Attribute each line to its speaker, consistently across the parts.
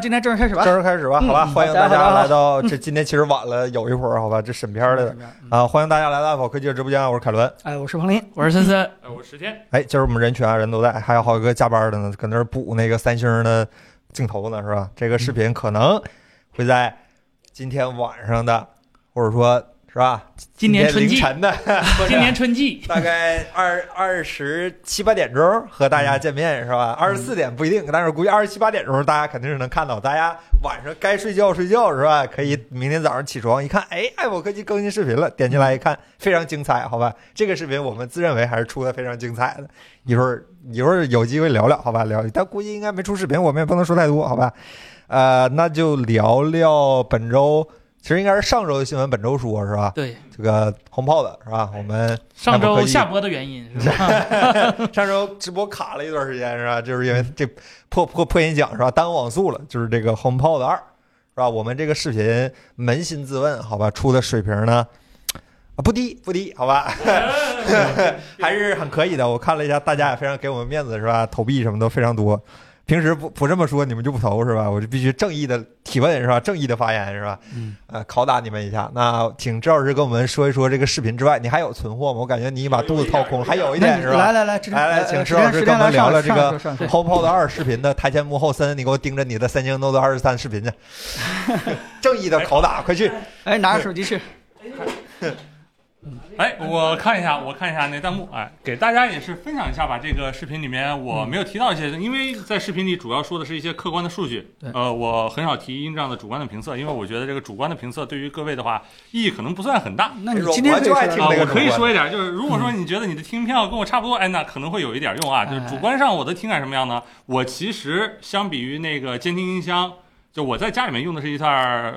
Speaker 1: 今天正式开始吧。
Speaker 2: 正式开始吧，好吧，
Speaker 1: 嗯
Speaker 2: 欢迎
Speaker 1: 大
Speaker 2: 大
Speaker 1: 家
Speaker 2: 家
Speaker 1: 好
Speaker 2: 来到这今天其实晚了有一会儿，好吧，这审片儿来的
Speaker 1: 嗯
Speaker 2: 啊，欢迎大家来到爱跑科技的直播间，我是凯伦。
Speaker 1: 哎，我是彭林，
Speaker 3: 我是森森，
Speaker 4: 哎，我十天，
Speaker 2: 哎，今儿我们人全啊人都在，还有好几个加班的呢，搁那儿补那个三星的镜头呢，是吧？这个视频可能会在今天晚上的，或者说是吧，
Speaker 3: 今年春
Speaker 2: 凌
Speaker 3: 季，
Speaker 2: 晨的，或者
Speaker 3: 今年春季，
Speaker 2: 大概二二十七八点钟和大家见面是吧？二十四点不一定，但是估计二十七八点钟大家肯定是能看到。大家晚上该睡觉睡觉是吧？可以明天早上起床一看，哎，爱博科技更新视频了，点进来一看，非常精彩，好吧？这个视频我们自认为还是出的非常精彩的。一会儿一会儿有机会聊聊，好吧？聊，但估计应该没出视频，我们也不能说太多，好吧？呃，那就聊聊本周，其实应该是上周的新闻，本周说是吧？
Speaker 3: 对，
Speaker 2: 这个轰炮的是吧？我们
Speaker 3: 上周下播的原因是 吧？
Speaker 2: 上周直播卡了一段时间是吧？就是因为这破破破音响是吧？耽误网速了，就是这个 HomePod 二是吧？我们这个视频扪心自问，好吧，出的水平呢？啊不低不低，好吧， 还是很可以的。我看了一下，大家也非常给我们面子，是吧？投币什么都非常多。平时不不这么说，你们就不投是吧？我就必须正义的提问是吧？正义的发言是吧？
Speaker 3: 嗯，
Speaker 2: 呃，拷打你们一下。那请周老师跟我们说一说这个视频之外，你还有存货吗？我感觉你已经把肚子掏空了，还有一点是吧？
Speaker 1: 来来来，这
Speaker 2: 来来
Speaker 1: 呃
Speaker 2: 请
Speaker 1: 呃
Speaker 2: 石老师
Speaker 1: 时间
Speaker 2: 跟我们
Speaker 1: 时间来
Speaker 2: 聊聊这个
Speaker 1: 上上上上
Speaker 2: HomePod 二视频的台前幕后森，你给我盯着你的三星 Note 二十三视频去， 正义的拷打，快去！
Speaker 1: 哎，拿个手机去。
Speaker 4: 哎，我看一下，我看一下那弹幕，哎，给大家也是分享一下吧。这个视频里面我没有提到一些，因为在视频里主要说的是一些客观的数据
Speaker 1: 对，
Speaker 4: 呃，我很少提这样的主观的评测，因为我觉得这个主观的评测对于各位的话意义可能不算很大。
Speaker 1: 那你
Speaker 2: 哎
Speaker 1: 今天
Speaker 2: 我就爱听
Speaker 4: 啊，
Speaker 2: 那个
Speaker 4: 我可以
Speaker 2: 主观
Speaker 4: 说一点，就是如果说你觉得你的听票跟我差不多，哎，那可能会有一点用啊。就是主观上我的听感什么样呢？我其实相比于那个监听音箱，就我在家里面用的是一套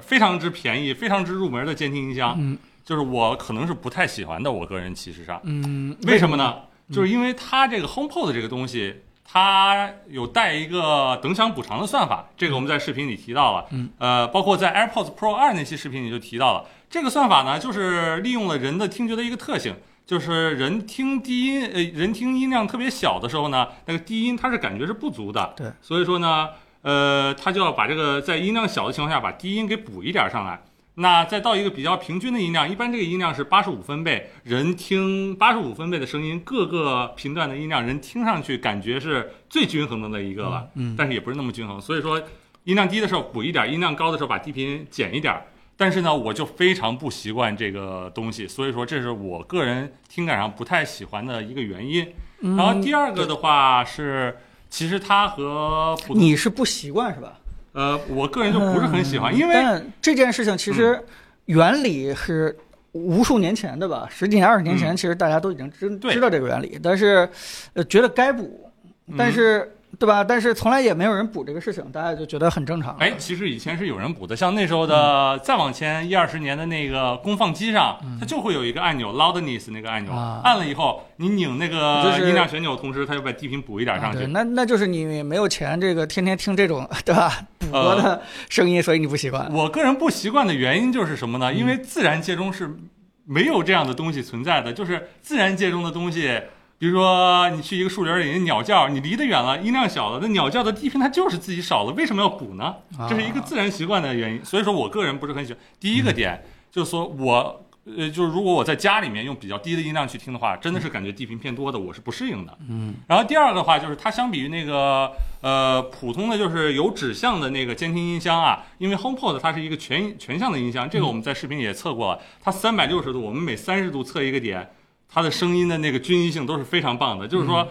Speaker 4: 非常之便宜、非常之入门的监听音箱，
Speaker 1: 嗯
Speaker 4: 就是我可能是不太喜欢的。我个人其实上，
Speaker 1: 嗯，
Speaker 4: 为什么？呢？
Speaker 1: 嗯
Speaker 4: 就是因为它这个 HomePod 这个东西，它有带一个等响补偿的算法，这个我们在视频里提到了。
Speaker 1: 嗯，
Speaker 4: 呃，包括在 AirPods Pro 二那期视频里就提到了，这个算法呢，就是利用了人的听觉的一个特性。就是人听低音，呃，人听音量特别小的时候呢，那个低音它是感觉是不足的，
Speaker 1: 对，
Speaker 4: 所以说呢，呃，它就要把这个在音量小的情况下把低音给补一点儿上来，那再到一个比较平均的音量，一般这个音量是八十五分贝，人听八十五分贝的声音，各个频段的音量，人听上去感觉是最均衡的一个了，
Speaker 1: 嗯嗯
Speaker 4: 但是也不是那么均衡，所以说音量低的时候补一点，音量高的时候把低频减一点儿。但是呢，我就非常不习惯这个东西，所以说这是我个人听感上不太喜欢的一个原因。
Speaker 1: 嗯
Speaker 4: 然后第二个的话是，其实它和普通
Speaker 1: 你是不习惯是吧？
Speaker 4: 呃，我个人就不是很喜欢，
Speaker 1: 嗯
Speaker 4: 因为嗯
Speaker 1: 但这件事情其实原理是无数年前的吧，十几年、二十年前，
Speaker 4: 嗯
Speaker 1: 其实大家都已经知
Speaker 4: 对
Speaker 1: 知道这个原理，但是呃觉得该补，
Speaker 4: 嗯
Speaker 1: 但是对吧？但是从来也没有人补这个事情，大家就觉得很正常。
Speaker 4: 哎，其实以前是有人补的，像那时候
Speaker 1: 嗯
Speaker 4: 的再往前一二十年的那个功放机上，它就会有一个按钮 loudness 那个按钮，
Speaker 1: 啊
Speaker 4: 按了以后你拧那
Speaker 1: 就
Speaker 4: 个
Speaker 1: 是
Speaker 4: 音量旋钮，同时它就把低频补一点
Speaker 1: 啊
Speaker 4: 上
Speaker 1: 对，
Speaker 4: 去。
Speaker 1: 那那就是你没有钱，这个天天听这种对吧 补播的声音，所以你不习惯。
Speaker 4: 呃我个人不习惯的原因就是什么
Speaker 1: 嗯
Speaker 4: 呢？因为自然界中是没有这样的东西存在的，就是自然界中的东西。比如说，你去一个树林里，鸟叫，你离得远了，音量小了，那鸟叫的低频它就是自己少了，为什么要补呢？这是一个
Speaker 1: 啊
Speaker 4: 自然习惯的原因。所以说我个人不是很喜欢。第一个点就是说我。呃，就是如果我在家里面用比较低的音量去听的话，真的是感觉低频偏多的，我是不适应的。嗯。然后第二个的话，就是它相比于那个呃普通的就是有指向的那个监听音箱啊，因为 HomePod 它是一个全全向的音箱，这个我们在视频里也测过了，它三百六十度，我们每三十度测一个点，它的声音的那个均一性都是非常棒的。就是说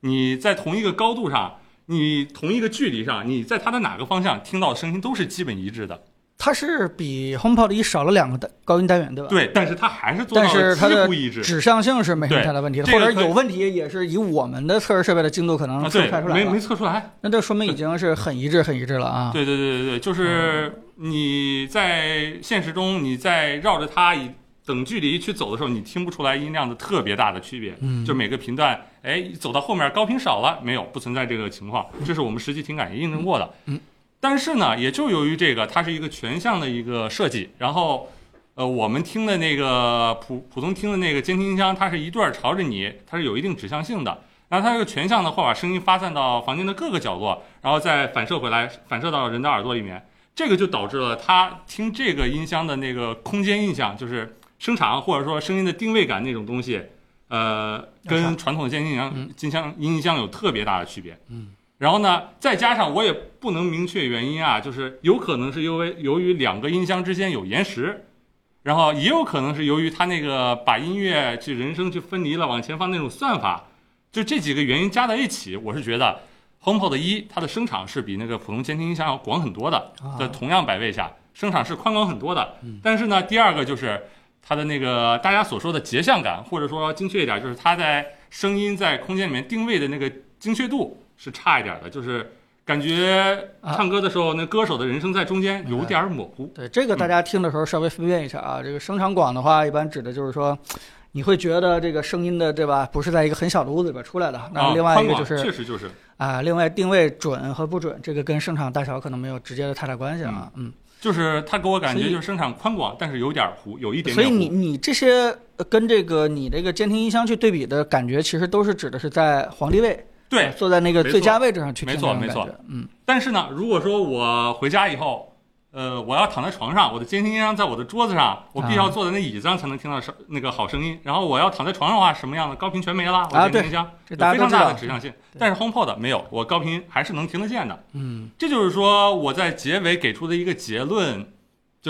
Speaker 4: 你在同一个高度上，你同一个距离上，你在它的哪个方向听到的声音都是基本一致的。
Speaker 1: 它是比 HomePod 一少了两个单高音单元，对吧？。
Speaker 4: 对，但是它还是做
Speaker 1: 但
Speaker 4: 到
Speaker 1: 是
Speaker 4: 了
Speaker 1: 它的
Speaker 4: 几乎一致。
Speaker 1: 指向性是没什么
Speaker 4: 对
Speaker 1: 太大问题的，
Speaker 4: 这
Speaker 1: 或
Speaker 4: 个
Speaker 1: 者
Speaker 4: 可以
Speaker 1: 有问题也是以我们的测试设备的精度可能
Speaker 4: 啊，
Speaker 1: 测
Speaker 4: 对
Speaker 1: 不太出，来
Speaker 4: 没
Speaker 1: 吧
Speaker 4: 没测出来。
Speaker 1: 那这说明已经是很一致、很一致了啊。哦
Speaker 4: 对对对对对，就是你在现实中，你在绕着它以等距离去走的时候，你听不出来音量的特别大的区别。
Speaker 1: 嗯
Speaker 4: 就每个频段，哎，走到后面高频少了没有？不存在这个情况，这是我们实际听感也印证过的。
Speaker 1: 嗯，
Speaker 4: 但是呢，也就由于这个，它是一个全向的一个设计，然后。呃，我们听的那个普普通听的那个监听音箱，它是一对儿朝着你，它是有一定指向性的。然后它这个全向呢会把声音发散到房间的各个角落，然后再反射回来，反射到人的耳朵里面。这个就导致了他听这个音箱的那个空间印象，就是声场或者说声音的定位感那种东西，呃，跟传统的监听音箱、金箱音箱有特别大的区别。嗯。然后呢，再加上我也不能明确原因啊，就是有可能是因为由于两个音箱之间有延时，然后也有可能是由于它那个把音乐去人声去分离了往前放那种算法，就这几个原因加在一起，我是觉得 HomePod 一它的声场是比那个普通监听音箱要广很多的，
Speaker 1: 啊
Speaker 4: 在同样百位下，声场是宽广很多的。
Speaker 1: 嗯
Speaker 4: 但是呢，第二个就是它的那个大家所说的节像感，或者说精确一点，就是它在声音在空间里面定位的那个精确度是差一点的，就是感觉唱歌的时候，那歌手的人声在中间有点模糊。
Speaker 1: 对这个大家听的时候稍微分辨一下啊。这个声场广的话，一般指的就是说，你会觉得这个声音的对吧，不是在一个很小的屋子里边出来的。那
Speaker 4: 啊
Speaker 1: 么另外一个
Speaker 4: 宽
Speaker 1: 就
Speaker 4: 广
Speaker 1: 是
Speaker 4: 确实就是
Speaker 1: 啊，另外定位准和不准，这个跟声场大小可能没有直接的太大关系啊。嗯，
Speaker 4: 就是它给我感觉
Speaker 1: 所以
Speaker 4: 就是声场宽广，但是有点糊，有一点
Speaker 1: 所
Speaker 4: 点
Speaker 1: 以
Speaker 4: 糊。
Speaker 1: 你你这些呃跟这个你这个监听音箱去对比的感觉，其实都是指的是在皇帝位，
Speaker 4: 对
Speaker 1: 呃，坐在那个
Speaker 4: 没错
Speaker 1: 最佳位置上去听
Speaker 4: 没错
Speaker 1: 那种感
Speaker 4: 没
Speaker 1: 觉。嗯，
Speaker 4: 但是呢，如果说我回家以后，呃，我要躺在床上，我的监听音箱在我的桌子上，我必须要坐在那椅子上才能听到声那个好声音。然后我要躺在床上的话，什么样的高频全没了，我
Speaker 1: 啊
Speaker 4: 的监听音箱
Speaker 1: 这
Speaker 4: 有
Speaker 1: 大家
Speaker 4: 非
Speaker 1: 都
Speaker 4: 常
Speaker 1: 知道
Speaker 4: 大的指向性。但是 HomePod 没有，我高频还是能听得见的。
Speaker 1: 嗯，
Speaker 4: 这就是说我在结尾给出的一个结论，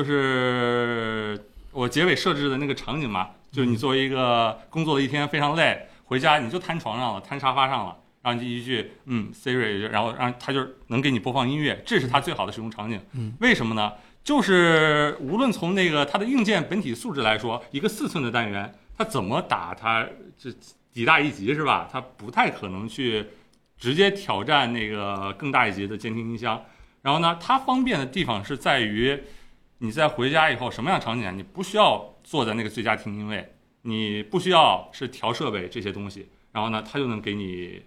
Speaker 4: 就是我结尾设置的那个场景嘛，就是
Speaker 1: 嗯
Speaker 4: 你作为一个工作了一天非常累，回家你就瘫床上了，瘫沙发上了，然后你就一句嗯 Siri，然后让它就能给你播放音乐，这是它最好的使用场景。
Speaker 1: 嗯，
Speaker 4: 为什么呢？就是无论从那个它的硬件本体素质来说，一个四寸的单元，它怎么打它这底大一级是吧？它不太可能去直接挑战那个更大一级的监听音箱。然后呢，它方便的地方是在于，你在回家以后什么样的场景啊，你不需要坐在那个最佳听音位，你不需要是调设备这些东西，然后呢，它就能给你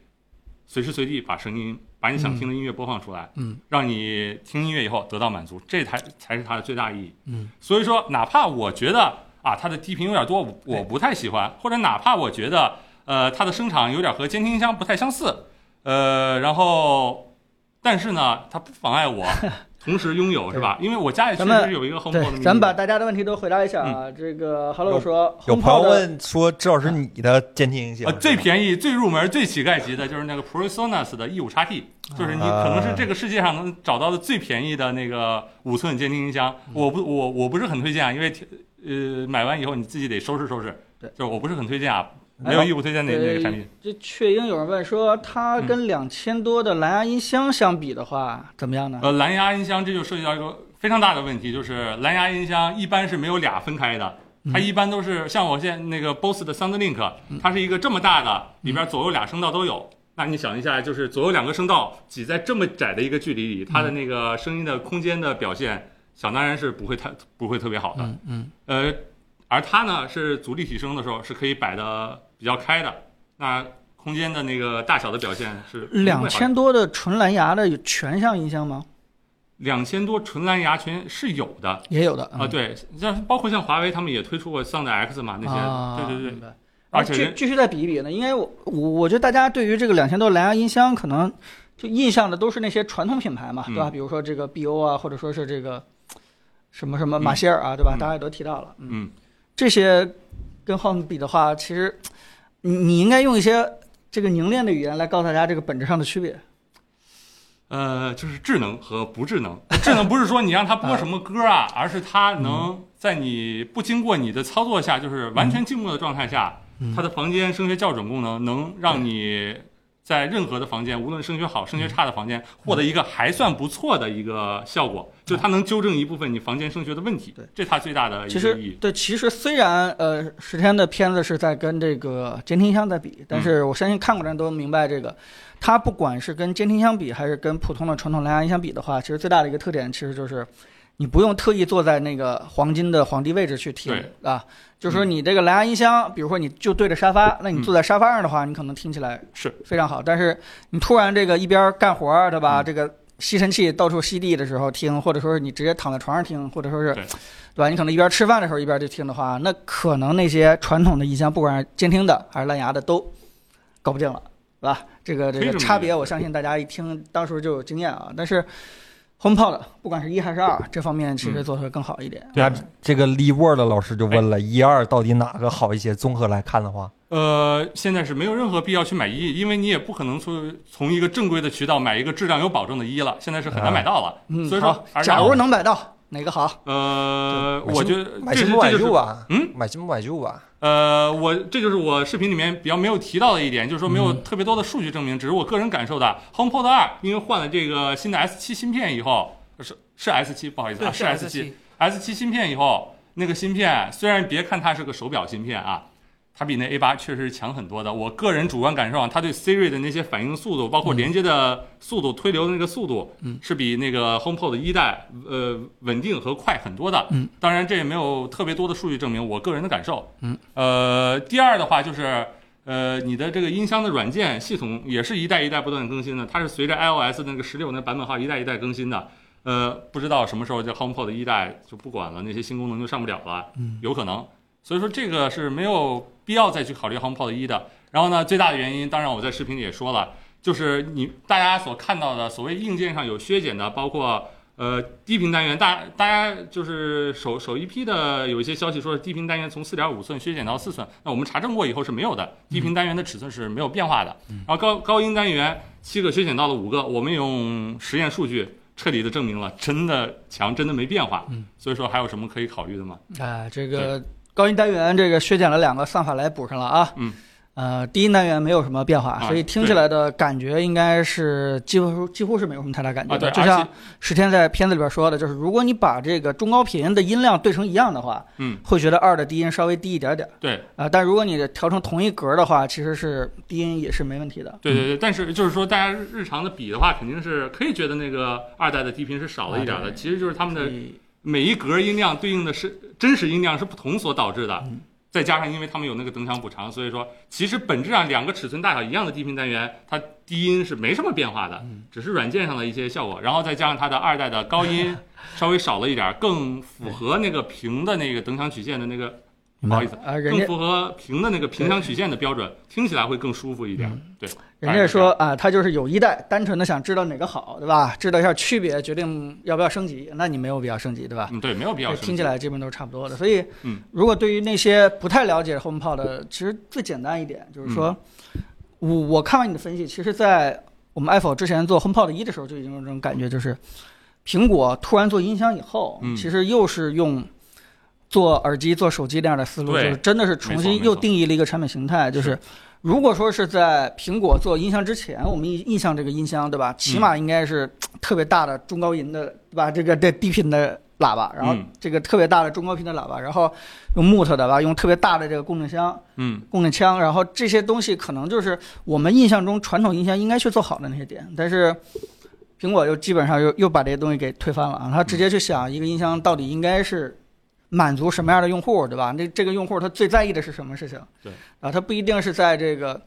Speaker 4: 随时随地把声音，把你想听的音乐播放出来，
Speaker 1: 嗯，
Speaker 4: 让你听音乐以后得到满足，这才才是它的最大意义。
Speaker 1: 嗯，
Speaker 4: 所以说，哪怕我觉得啊，它的低频有点多，我我不太喜
Speaker 1: 哎
Speaker 4: 欢，或者哪怕我觉得呃，它的声场有点和监听音箱不太相似，呃，然后但是呢，它不妨碍我同时 拥有，是吧？因为我家里确
Speaker 1: 咱们
Speaker 4: 实有一个 HomePod
Speaker 1: 对
Speaker 4: 的，mini 嗯
Speaker 1: 咱们把大家的问题都回答一下啊。这个 Hello 说，
Speaker 2: 有朋友
Speaker 1: HomePod 的
Speaker 2: 问说，周老师你的监听音
Speaker 4: 呃
Speaker 1: 啊
Speaker 2: 响
Speaker 4: 最便宜、最入门、最乞丐级的就是那个 ProSonus 的 E 5 x T，就是你
Speaker 1: 啊
Speaker 4: 可能是这个世界上能找到的最便宜的那个五寸监听音箱。
Speaker 1: 嗯
Speaker 4: 我不，我我不是很推荐啊，因为呃买完以后你自己得收拾收拾。
Speaker 1: 对，
Speaker 4: 就是我不是很推荐啊，
Speaker 1: 哎
Speaker 4: 没有义务推荐哪哪个产品。
Speaker 1: 这雀鹰有人问说，
Speaker 4: 嗯
Speaker 1: 它跟两千多的蓝牙音箱相比的话，怎么样呢？
Speaker 4: 呃，蓝牙音箱这就涉及到一个非常大的问题，就是蓝牙音箱一般是没有俩分开的，
Speaker 1: 嗯
Speaker 4: 它一般都是像我现在那个 BOSS 的 SoundLink，它是一个这么大的，
Speaker 1: 嗯
Speaker 4: 里边左右俩声道都有。那你想一下，就是左右两个声道挤在这么窄的一个距离里，它的那个声音的空间的表现，想当然是不会太不会特别好的。
Speaker 1: 嗯嗯，
Speaker 4: 呃，而它呢是足立体声的时候是可以摆的比较开的，那空间的那个大小的表现是不会好
Speaker 1: 两
Speaker 4: 的
Speaker 1: 千多的纯蓝牙的有全向音箱吗？
Speaker 4: 两千多纯蓝牙全是有的，
Speaker 1: 也有的
Speaker 4: 啊，，对，像包括像华为，他们也推出过 Sound X 嘛，
Speaker 1: 嗯
Speaker 4: 那些，
Speaker 1: 啊
Speaker 4: 对对对
Speaker 1: 明，白。
Speaker 4: 而且
Speaker 1: 继继续再比一比呢，应该我我我觉得大家对于这个两千多蓝牙音箱可能就印象的都是那些传统品牌嘛，
Speaker 4: 嗯
Speaker 1: 对吧？比如说这个 BO 啊，或者说是这个什么什么马歇尔啊，对吧？
Speaker 4: 嗯
Speaker 1: 大家也都提到了，嗯，
Speaker 4: 嗯，
Speaker 1: 这些跟 Home 比的话，其实你你应该用一些这个凝练的语言来告诉大家这个本质上的区别。
Speaker 4: 呃，就是智能和不智能。智能不是说你让它播什么 歌啊，而是它
Speaker 1: 嗯
Speaker 4: 能在你不经过你的操作下，就是完
Speaker 1: 嗯
Speaker 4: 全静默的状态下，它的房间声学校准功能能让你在任何的房间，无论声学好、声学
Speaker 1: 嗯
Speaker 4: 差的房间，获得一个还算不错的一个效果，就它能纠正一部分你房间声学的问题
Speaker 1: 嗯对，
Speaker 4: 这是它最大的一
Speaker 1: 其
Speaker 4: 个意
Speaker 1: 实
Speaker 4: 义。
Speaker 1: 对，其实虽然呃，十天的片子是在跟这个监听箱在比，但是
Speaker 4: 嗯
Speaker 1: 我相信看过的人都明白这个，它不管是跟监听箱比，还是跟普通的传统蓝牙音箱比的话，其实最大的一个特点其实就是。你不用特意坐在那个黄金的皇帝位置去听
Speaker 4: 对嗯
Speaker 1: 啊，就是说你这个蓝牙音箱，比如说你就对着沙发，那你坐在沙发上的话，你可能听起来
Speaker 4: 是
Speaker 1: 非常好。但是你突然这个一边干活儿，对
Speaker 4: 嗯
Speaker 1: 吧？这个吸尘器到处吸地的时候听，或者说是你直接躺在床上听，或者说是
Speaker 4: 对
Speaker 1: 对吧？你可能一边吃饭的时候一边就听的话，那可能那些传统的音箱，不管是监听的还是蓝牙的，都搞不定了。对吧？这个这个
Speaker 4: 推这么一
Speaker 1: 差
Speaker 4: 个
Speaker 1: 别，我相信大家一听当时就有经验啊。但是 HomePod 不管是一还是二，这方面其
Speaker 4: 嗯
Speaker 1: 实做得更好一点。
Speaker 4: 对啊
Speaker 2: 那这个 Lee Word 老师就问了，一二到底哪个好一些？综合来看的话，
Speaker 4: 呃，现在是没有任何必要去买一，因为你也不可能从从一个正规的渠道买一个质量有保证的一了，现在是很难买到了。
Speaker 1: 嗯，
Speaker 4: 所以
Speaker 1: 好
Speaker 4: 说，而且
Speaker 1: 假如能买到哪个好？
Speaker 4: 呃，
Speaker 2: 对
Speaker 4: 我觉得
Speaker 2: 买
Speaker 4: 这
Speaker 2: 新
Speaker 4: 是
Speaker 2: 不
Speaker 4: 这
Speaker 2: 买
Speaker 4: 就是
Speaker 2: 旧啊吧？
Speaker 4: 嗯，
Speaker 2: 买新不买旧啊吧？
Speaker 4: 呃，我这就是我视频里面比较没有提到的一点，就是说没
Speaker 2: 嗯
Speaker 4: 有特别多的数据证明，只是我个人感受的。HomePod 二因为换了这个新的 S 7芯片以后，是是 S 7不好意思啊，
Speaker 3: 对，
Speaker 4: 是 S
Speaker 3: S
Speaker 4: 7
Speaker 3: 七，
Speaker 4: S 7芯片以后，那个芯片虽然别看它是个手表芯片啊，它比那 A 8确实是强很多的。我个人主观感受啊，它对 Siri 的那些反应速度，包括连接的速度、推流的那个速度，
Speaker 1: 嗯
Speaker 4: 是比那个 HomePod 一代呃稳定和快很多的。
Speaker 1: 嗯，
Speaker 4: 当然这也没有特别多的数据证明我个人的感受。
Speaker 1: 嗯，
Speaker 4: 呃，第二的话就是。呃，你的这个音箱的软件系统也是一代一代不断更新的，它是随着 iOS 那个十六那版本号一代一代更新的。呃，不知道什么时候这 HomePod 一代就不管了，那些新功能就上不了了，有可能。所以说这个是没有必要再去考虑 HomePod 一的。然后呢，最大的原因，当然我在视频里也说了，就是你大家所看到的所谓硬件上有削减的，包括呃低频单元，大大家就是首首一批的有一些消息说是低频单元从四点五寸削减到四寸，那我们查证过以后是没有的，低频单元的尺寸是没有变化的。然后高高音单元七个削减到了五个，我们用实验数据彻底的证明了，真的强，真的没变化。
Speaker 1: 嗯
Speaker 4: 所以说还有什么可以考虑的吗？
Speaker 1: 啊，这个高音单元这个削减了两个，算法来补上了啊。
Speaker 4: 嗯。
Speaker 1: 呃，低音单元没有什么变化，
Speaker 4: 啊
Speaker 1: 所以听起来的感觉应该是几乎几乎是没有什么太大感觉
Speaker 4: 啊，
Speaker 1: 的。
Speaker 4: 对，
Speaker 1: 就
Speaker 4: 而
Speaker 1: 像
Speaker 4: 且
Speaker 1: 石天在片子里边说的，就是如果你把这个中高频的音量对成一样的话，
Speaker 4: 嗯，
Speaker 1: 会觉得二的低音稍微低一点点儿
Speaker 4: 对
Speaker 1: 啊、但如果你调成同一格儿的话，其实是低音也是没问题的。
Speaker 4: 对对对，但是就是说大家日常的比的话，肯定是可以觉得那个二代的低频是少了一点儿
Speaker 1: 啊
Speaker 4: 的，
Speaker 1: 对
Speaker 4: 其实就是他们
Speaker 1: 所
Speaker 4: 的
Speaker 1: 以
Speaker 4: 每一格音量对应的是真实音量是不同所导致的
Speaker 1: 嗯。
Speaker 4: 再加上，因为他们有那个等响补偿，所以说其实本质上两个尺寸大小一样的低频单元，它低音是没什么变化的，
Speaker 1: 嗯
Speaker 4: 只是软件上的一些效果。然后再加上它的二代的 高音稍微少了一点儿，更符合那个平的那个等响曲线的那个，不好意思，
Speaker 1: 啊、人
Speaker 4: 更
Speaker 1: 家嗯
Speaker 4: 符合平的那个平响曲线的标准，听起来会更舒服一点。对，
Speaker 1: 人家说啊，他就是有一代，单纯的想知道哪个好，对吧？知道一下区别，决定要不要升级。那你没有必要升级，对吧？
Speaker 4: 嗯，对，没有必要
Speaker 1: 对
Speaker 4: 生气
Speaker 1: 听起来这边都是差不多的。所以
Speaker 4: 嗯，
Speaker 1: 如果对于那些不太了解 HomePod 的，其实最简单一点就是说，
Speaker 4: 嗯
Speaker 1: 我我看完你的分析，其实，在我们 Apple 之前做 HomePod 一的时候，就已经有这种感觉，就是苹果突然做音箱以后，
Speaker 4: 嗯
Speaker 1: 其实又是用。做耳机、做手机那样的思路，就
Speaker 4: 对
Speaker 1: 是真的是重
Speaker 4: 没
Speaker 1: 新
Speaker 4: 错
Speaker 1: 又
Speaker 4: 没错
Speaker 1: 定义了一个产品形态。就是如果说是在苹果做音箱之前，我们印印象这个音箱，对
Speaker 4: 嗯
Speaker 1: 吧？起码应该是特别大的中高音的，对吧？这个这低频的喇叭，然后
Speaker 4: 嗯
Speaker 1: 这个特别大的中高频的喇叭，然后用木头的吧，用特别大的这个共振箱、
Speaker 4: 嗯，
Speaker 1: 共振腔，然后这些东西可能就是我们印象中传统音箱应该去做好的那些点，但是苹果又基本上又又把这些东西给推翻了
Speaker 4: 嗯
Speaker 1: 啊，他直接去想一个音箱到底应该是。满足什么样的用户，对吧？那这个用户他最在意的是什么事情？
Speaker 4: 对，
Speaker 1: 啊，他不一定是在这个，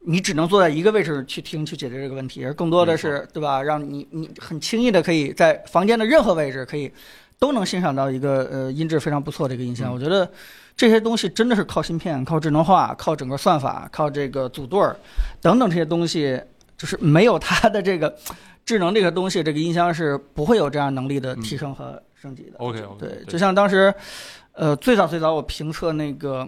Speaker 1: 你只能坐在一个位置去听去解决这个问题，而更多的是，对吧？让你你很轻易的可以在房间的任何位置可以都能欣赏到一个呃音质非常不错的一个音箱。
Speaker 4: 嗯
Speaker 1: 我觉得这些东西真的是靠芯片、靠智能化、靠整个算法、靠这个组队儿等等这些东西，就是没有它的这个智能这个东西，这个音箱是不会有这样能力的提升和升级的。
Speaker 4: OK OK，
Speaker 1: 嗯哦对，就像当时，呃，最早最早我评测那个，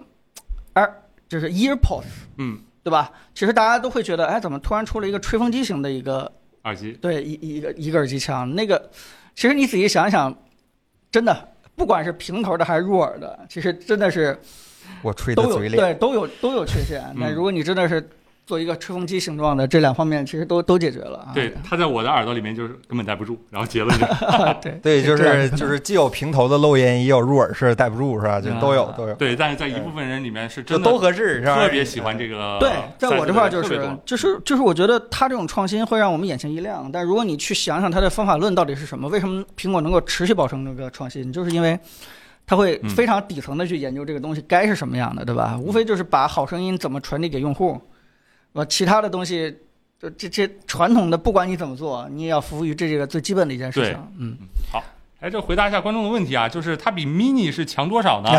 Speaker 1: 二就是 EarPods，
Speaker 4: 嗯，
Speaker 1: 对吧？其实大家都会觉得，哎，怎么突然出了一个吹风机型的一个
Speaker 4: 耳机，
Speaker 1: 对，一一个一个耳机腔，那个其实你仔细想一想，真的，不管是平头的还是入耳的，其实真的是
Speaker 2: 我吹的
Speaker 1: 都有
Speaker 2: 嘴嗯脸，
Speaker 1: 对都有都有缺陷。那如果你真的是做一个吹风机形状的，这两方面其实都都解决了啊。
Speaker 4: 对，它在我的耳朵里面就是根本待不住，然后结论就是
Speaker 1: 对
Speaker 2: 对，就
Speaker 1: 这样
Speaker 2: 是就是既有平头的漏音，也有入耳式戴不住是吧？就都有
Speaker 1: 啊
Speaker 2: 都有，
Speaker 4: 对，但是在一部分人里面是
Speaker 2: 就
Speaker 4: 真的
Speaker 2: 都合适是吧？
Speaker 4: 特别喜欢这个。
Speaker 1: 对，在我这块儿就
Speaker 4: 特别
Speaker 1: 是
Speaker 4: 啊多
Speaker 1: 就是就是，我觉得它这种创新会让我们眼前一亮。但如果你去想想它的方法论到底是什么，为什么苹果能够持续保证这个创新，就是因为它会
Speaker 4: 嗯
Speaker 1: 非常底层的去研究这个东西该是什么样的，对吧？无非就是把好声音怎么传递给用户，呃，其他的东西。呃就这这传统的，不管你怎么做，你也要服务于这这个最基本的一件事情
Speaker 4: 对。
Speaker 1: 嗯，
Speaker 4: 好，哎，这回答一下观众的问题啊，就是它比 mini 是强多少呢？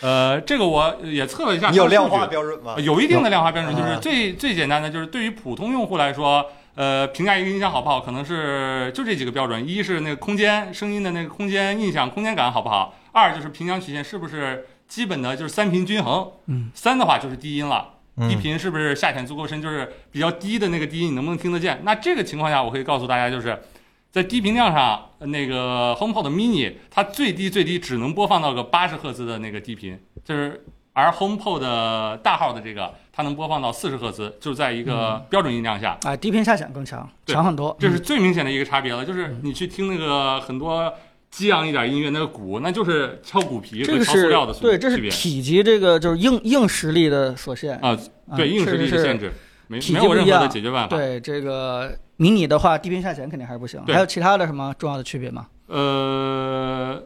Speaker 4: 呃，这个我也测了一下，
Speaker 2: 你有
Speaker 4: 看数
Speaker 2: 量
Speaker 4: 据
Speaker 2: 化标准吗
Speaker 4: 呃？有一定的量化标准，就是
Speaker 2: 啊
Speaker 4: 最最简单的，就是对于普通用户来说，呃，评价一个音箱好不好，可能是就这几个标准：一是那个空间声音的那个空间印象、空间感好不好；二就是频响曲线是不是基本的就是三频均衡；
Speaker 1: 嗯，
Speaker 4: 三的话就是低音了。
Speaker 2: 嗯
Speaker 4: 低频是不是下潜足够深，就是比较低的那个低音，你能不能听得见？那这个情况下，我可以告诉大家，就是在低频量上，呃那个 HomePod Mini 它最低最低只能播放到个八十赫兹的那个低频，就是而 HomePod 的大号的这个，它能播放到四十赫兹，就在一
Speaker 1: 嗯
Speaker 4: 个标准音量下。
Speaker 1: 啊，低频下潜更强，
Speaker 4: 对
Speaker 1: 强很多。嗯
Speaker 4: 这是最明显的一个差别了，就是你去听那个很多激昂一点音乐，那个鼓，那就是敲鼓皮
Speaker 1: 这
Speaker 4: 和
Speaker 1: 个
Speaker 4: 敲塑
Speaker 1: 是
Speaker 4: 料的
Speaker 1: 对，这
Speaker 4: 区
Speaker 1: 是
Speaker 4: 别
Speaker 1: 体积这个就是硬硬实力的所限
Speaker 4: 啊，
Speaker 1: 啊
Speaker 4: 对硬实力
Speaker 1: 确
Speaker 4: 的
Speaker 1: 实
Speaker 4: 限
Speaker 1: 是
Speaker 4: 制，没
Speaker 1: 体积
Speaker 4: 没有
Speaker 1: 不一
Speaker 4: 任何的
Speaker 1: 样
Speaker 4: 解决办法。
Speaker 1: 对这个迷你的话，低频下潜肯定还是不行。
Speaker 4: 对
Speaker 1: 还有其他的什么重要的区别吗？
Speaker 4: 呃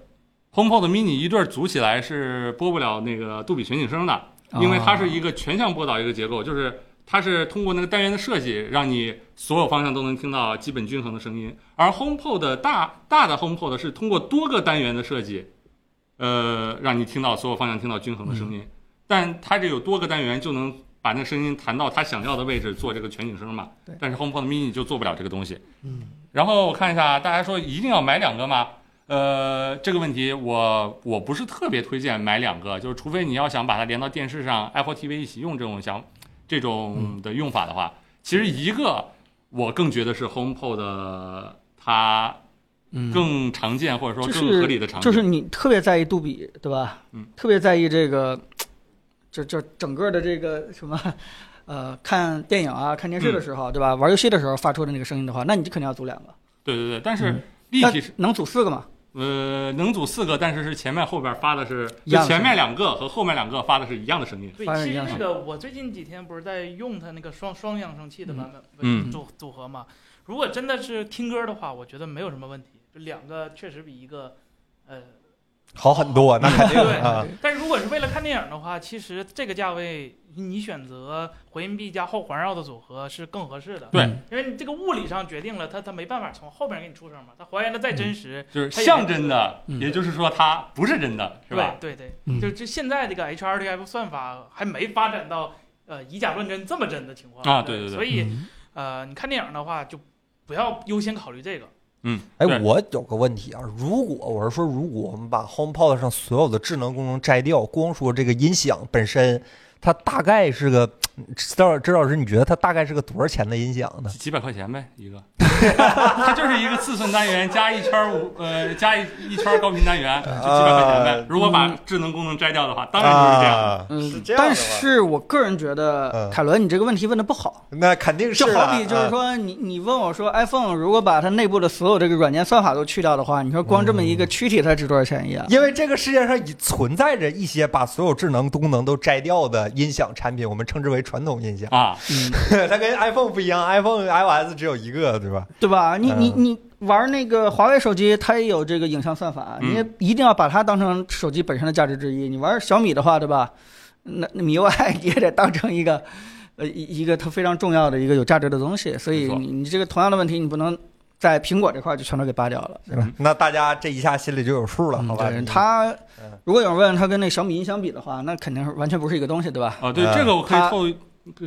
Speaker 4: ，HomePod mini 一对儿组起来是播不了那个杜比全景声的，因为它是一个全向波导一个结构，就是它是通过那个单元的设计，让你所有方向都能听到基本均衡的声音。而 HomePod 的大大的 HomePod 是通过多个单元的设计，呃，让你听到所有方向听到均衡的声音。但它这有多个单元就能把那声音弹到它想要的位置，做这个全景声嘛
Speaker 1: 对。
Speaker 4: 但是 HomePod mini 就做不了这个东西。
Speaker 1: 嗯
Speaker 4: 然后我看一下，大家说一定要买两个吗？呃，这个问题我我不是特别推荐买两个，就是除非你要想把它连到电视上、Apple TV 一起用这种想这种
Speaker 1: 嗯
Speaker 4: 的用法的话，其实一个我更觉得是 HomePod 的它
Speaker 1: 嗯，
Speaker 4: 更常见或者说
Speaker 1: 就
Speaker 4: 更合
Speaker 1: 是
Speaker 4: 理的场景，
Speaker 1: 就是你特别在意杜比，对吧？
Speaker 4: 嗯，
Speaker 1: 特别在意这个，就就整个的这个什么，呃，看电影啊、看电视的
Speaker 4: 嗯
Speaker 1: 时候，对吧？玩游戏的时候发出的那个声音的话，那你就肯定要组两个，
Speaker 4: 对对对，但是
Speaker 1: 嗯
Speaker 4: 立
Speaker 1: 那
Speaker 4: 体是、
Speaker 1: 能组四个嘛？
Speaker 4: 呃能组四个，但是是前面后边发的是
Speaker 1: 一样的声音
Speaker 4: 前面两个和后面两个发的是一样的声音，
Speaker 3: 对
Speaker 1: 发，现
Speaker 3: 其
Speaker 1: 一
Speaker 3: 实
Speaker 1: 样
Speaker 3: 那
Speaker 1: 是
Speaker 3: 个我最近几天不是在用它那个双双扬声器的版本
Speaker 4: 嗯
Speaker 3: 组组合嘛？如果真的是听歌的话，我觉得没有什么问题，就两个确实比一个，呃，
Speaker 2: 好很多，那 肯定
Speaker 3: 对
Speaker 2: 啊。
Speaker 3: 但是如果是为了看电影的话，其实这个价位你选择回音壁加后环绕的组合是更合适的，
Speaker 4: 对
Speaker 1: 嗯
Speaker 3: 因为你这个物理上决定了它它没办法从后边给你出声嘛，它还原的再真实，
Speaker 4: 就是
Speaker 3: 它也
Speaker 4: 像真的，
Speaker 1: 嗯
Speaker 4: 也就是说它不是真的，是吧？
Speaker 3: 对对
Speaker 1: 嗯
Speaker 3: 对，就就现在这个 H R D F 算法还没发展到呃以假乱真这么真的情况
Speaker 4: 啊对对对
Speaker 3: 所以
Speaker 1: 嗯
Speaker 3: 呃你看电影的话就不要优先考虑这个，
Speaker 4: 嗯，
Speaker 2: 哎
Speaker 4: 对，
Speaker 2: 我有个问题啊，如果我是说，如果我们把 HomePod 上所有的智能功能摘掉，光说这个音响本身，它大概是个，知道知道老师，你觉得它大概是个多少钱的音响呢？
Speaker 4: 几几百块钱呗一个， 它就是一个四寸单元加一圈儿五呃加一一圈儿高频单元，就几百块钱呗
Speaker 2: 啊。
Speaker 4: 如果把智能功能摘掉的话，当然就是这样。
Speaker 2: 啊，
Speaker 1: 嗯，
Speaker 2: 是这样的
Speaker 1: 但
Speaker 2: 吧
Speaker 1: 是我个人觉得
Speaker 2: 嗯，
Speaker 1: 凯伦，你这个问题问的不好。
Speaker 2: 那肯定是
Speaker 1: 就
Speaker 2: 了
Speaker 1: 好比就是
Speaker 2: 啊
Speaker 1: 说，你你问我说，iPhone 如果把它内部的所有这个软件算法都去掉的话，你说光这么一个躯体它值多少钱一样？
Speaker 2: 因为这个世界上已存在着一些把所有智能功能都摘掉的音响产品，我们称之为传统音响。
Speaker 4: 啊，
Speaker 1: 嗯，
Speaker 2: 它跟 iPhone 不一样，iPhone iOS 只有一个，对吧？
Speaker 1: 对吧？你你
Speaker 2: 嗯
Speaker 1: 你玩那个华为手机，它也有这个影像算法，
Speaker 4: 嗯
Speaker 1: 你也一定要把它当成手机本身的价值之一。你玩小米的话，对吧？那那米 UI 你也得当成一个，呃，一一个它非常重要的一个有价值的东西。所
Speaker 4: 没
Speaker 1: 以
Speaker 4: 错
Speaker 1: 你你这个同样的问题，你不能在苹果这块就全都给扒掉了，对吧？
Speaker 2: 那大家这一下心里就有数了，
Speaker 1: 嗯
Speaker 2: 好吧
Speaker 1: 对？它
Speaker 2: 嗯
Speaker 1: 如果有人问它跟那小米音响比的话，那肯定是完全不是一个东西，对吧？
Speaker 4: 啊，对
Speaker 2: 嗯
Speaker 4: 这个我可以
Speaker 1: 它
Speaker 4: 透，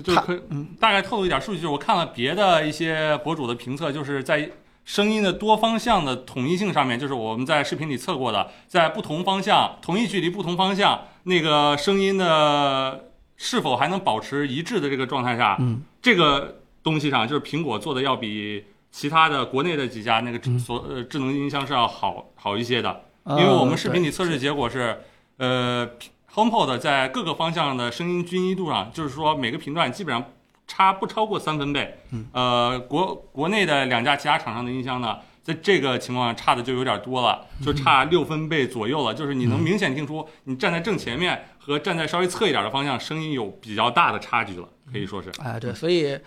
Speaker 4: 就是
Speaker 1: 它
Speaker 4: 可以
Speaker 1: 嗯
Speaker 4: 大概透露一点数据。就是我看了别的一些博主的评测，就是在声音的多方向的统一性上面，就是我们在视频里测过的，在不同方向、同一距离、不同方向，那个声音的是否还能保持一致的这个状态下，
Speaker 1: 嗯
Speaker 4: 这个东西上，就是苹果做的要比其他的国内的几家那个智
Speaker 1: 嗯
Speaker 4: 所呃智能音箱是要好好一些的，因
Speaker 1: 呃
Speaker 4: 为我们视频里测试结果是，呃，HomePod 在各个方向的声音均一度上，就是说每个频段基本上差不超过三分贝
Speaker 1: 嗯。
Speaker 4: 呃，国国内的两家其他厂商的音箱呢，在这个情况下差的就有点多了，就差六分贝左右了。就是你能明显听出，你站在正前面和站在稍微侧一点的方向，声音有比较大的差距了，可以说是。
Speaker 1: 哎，对，所以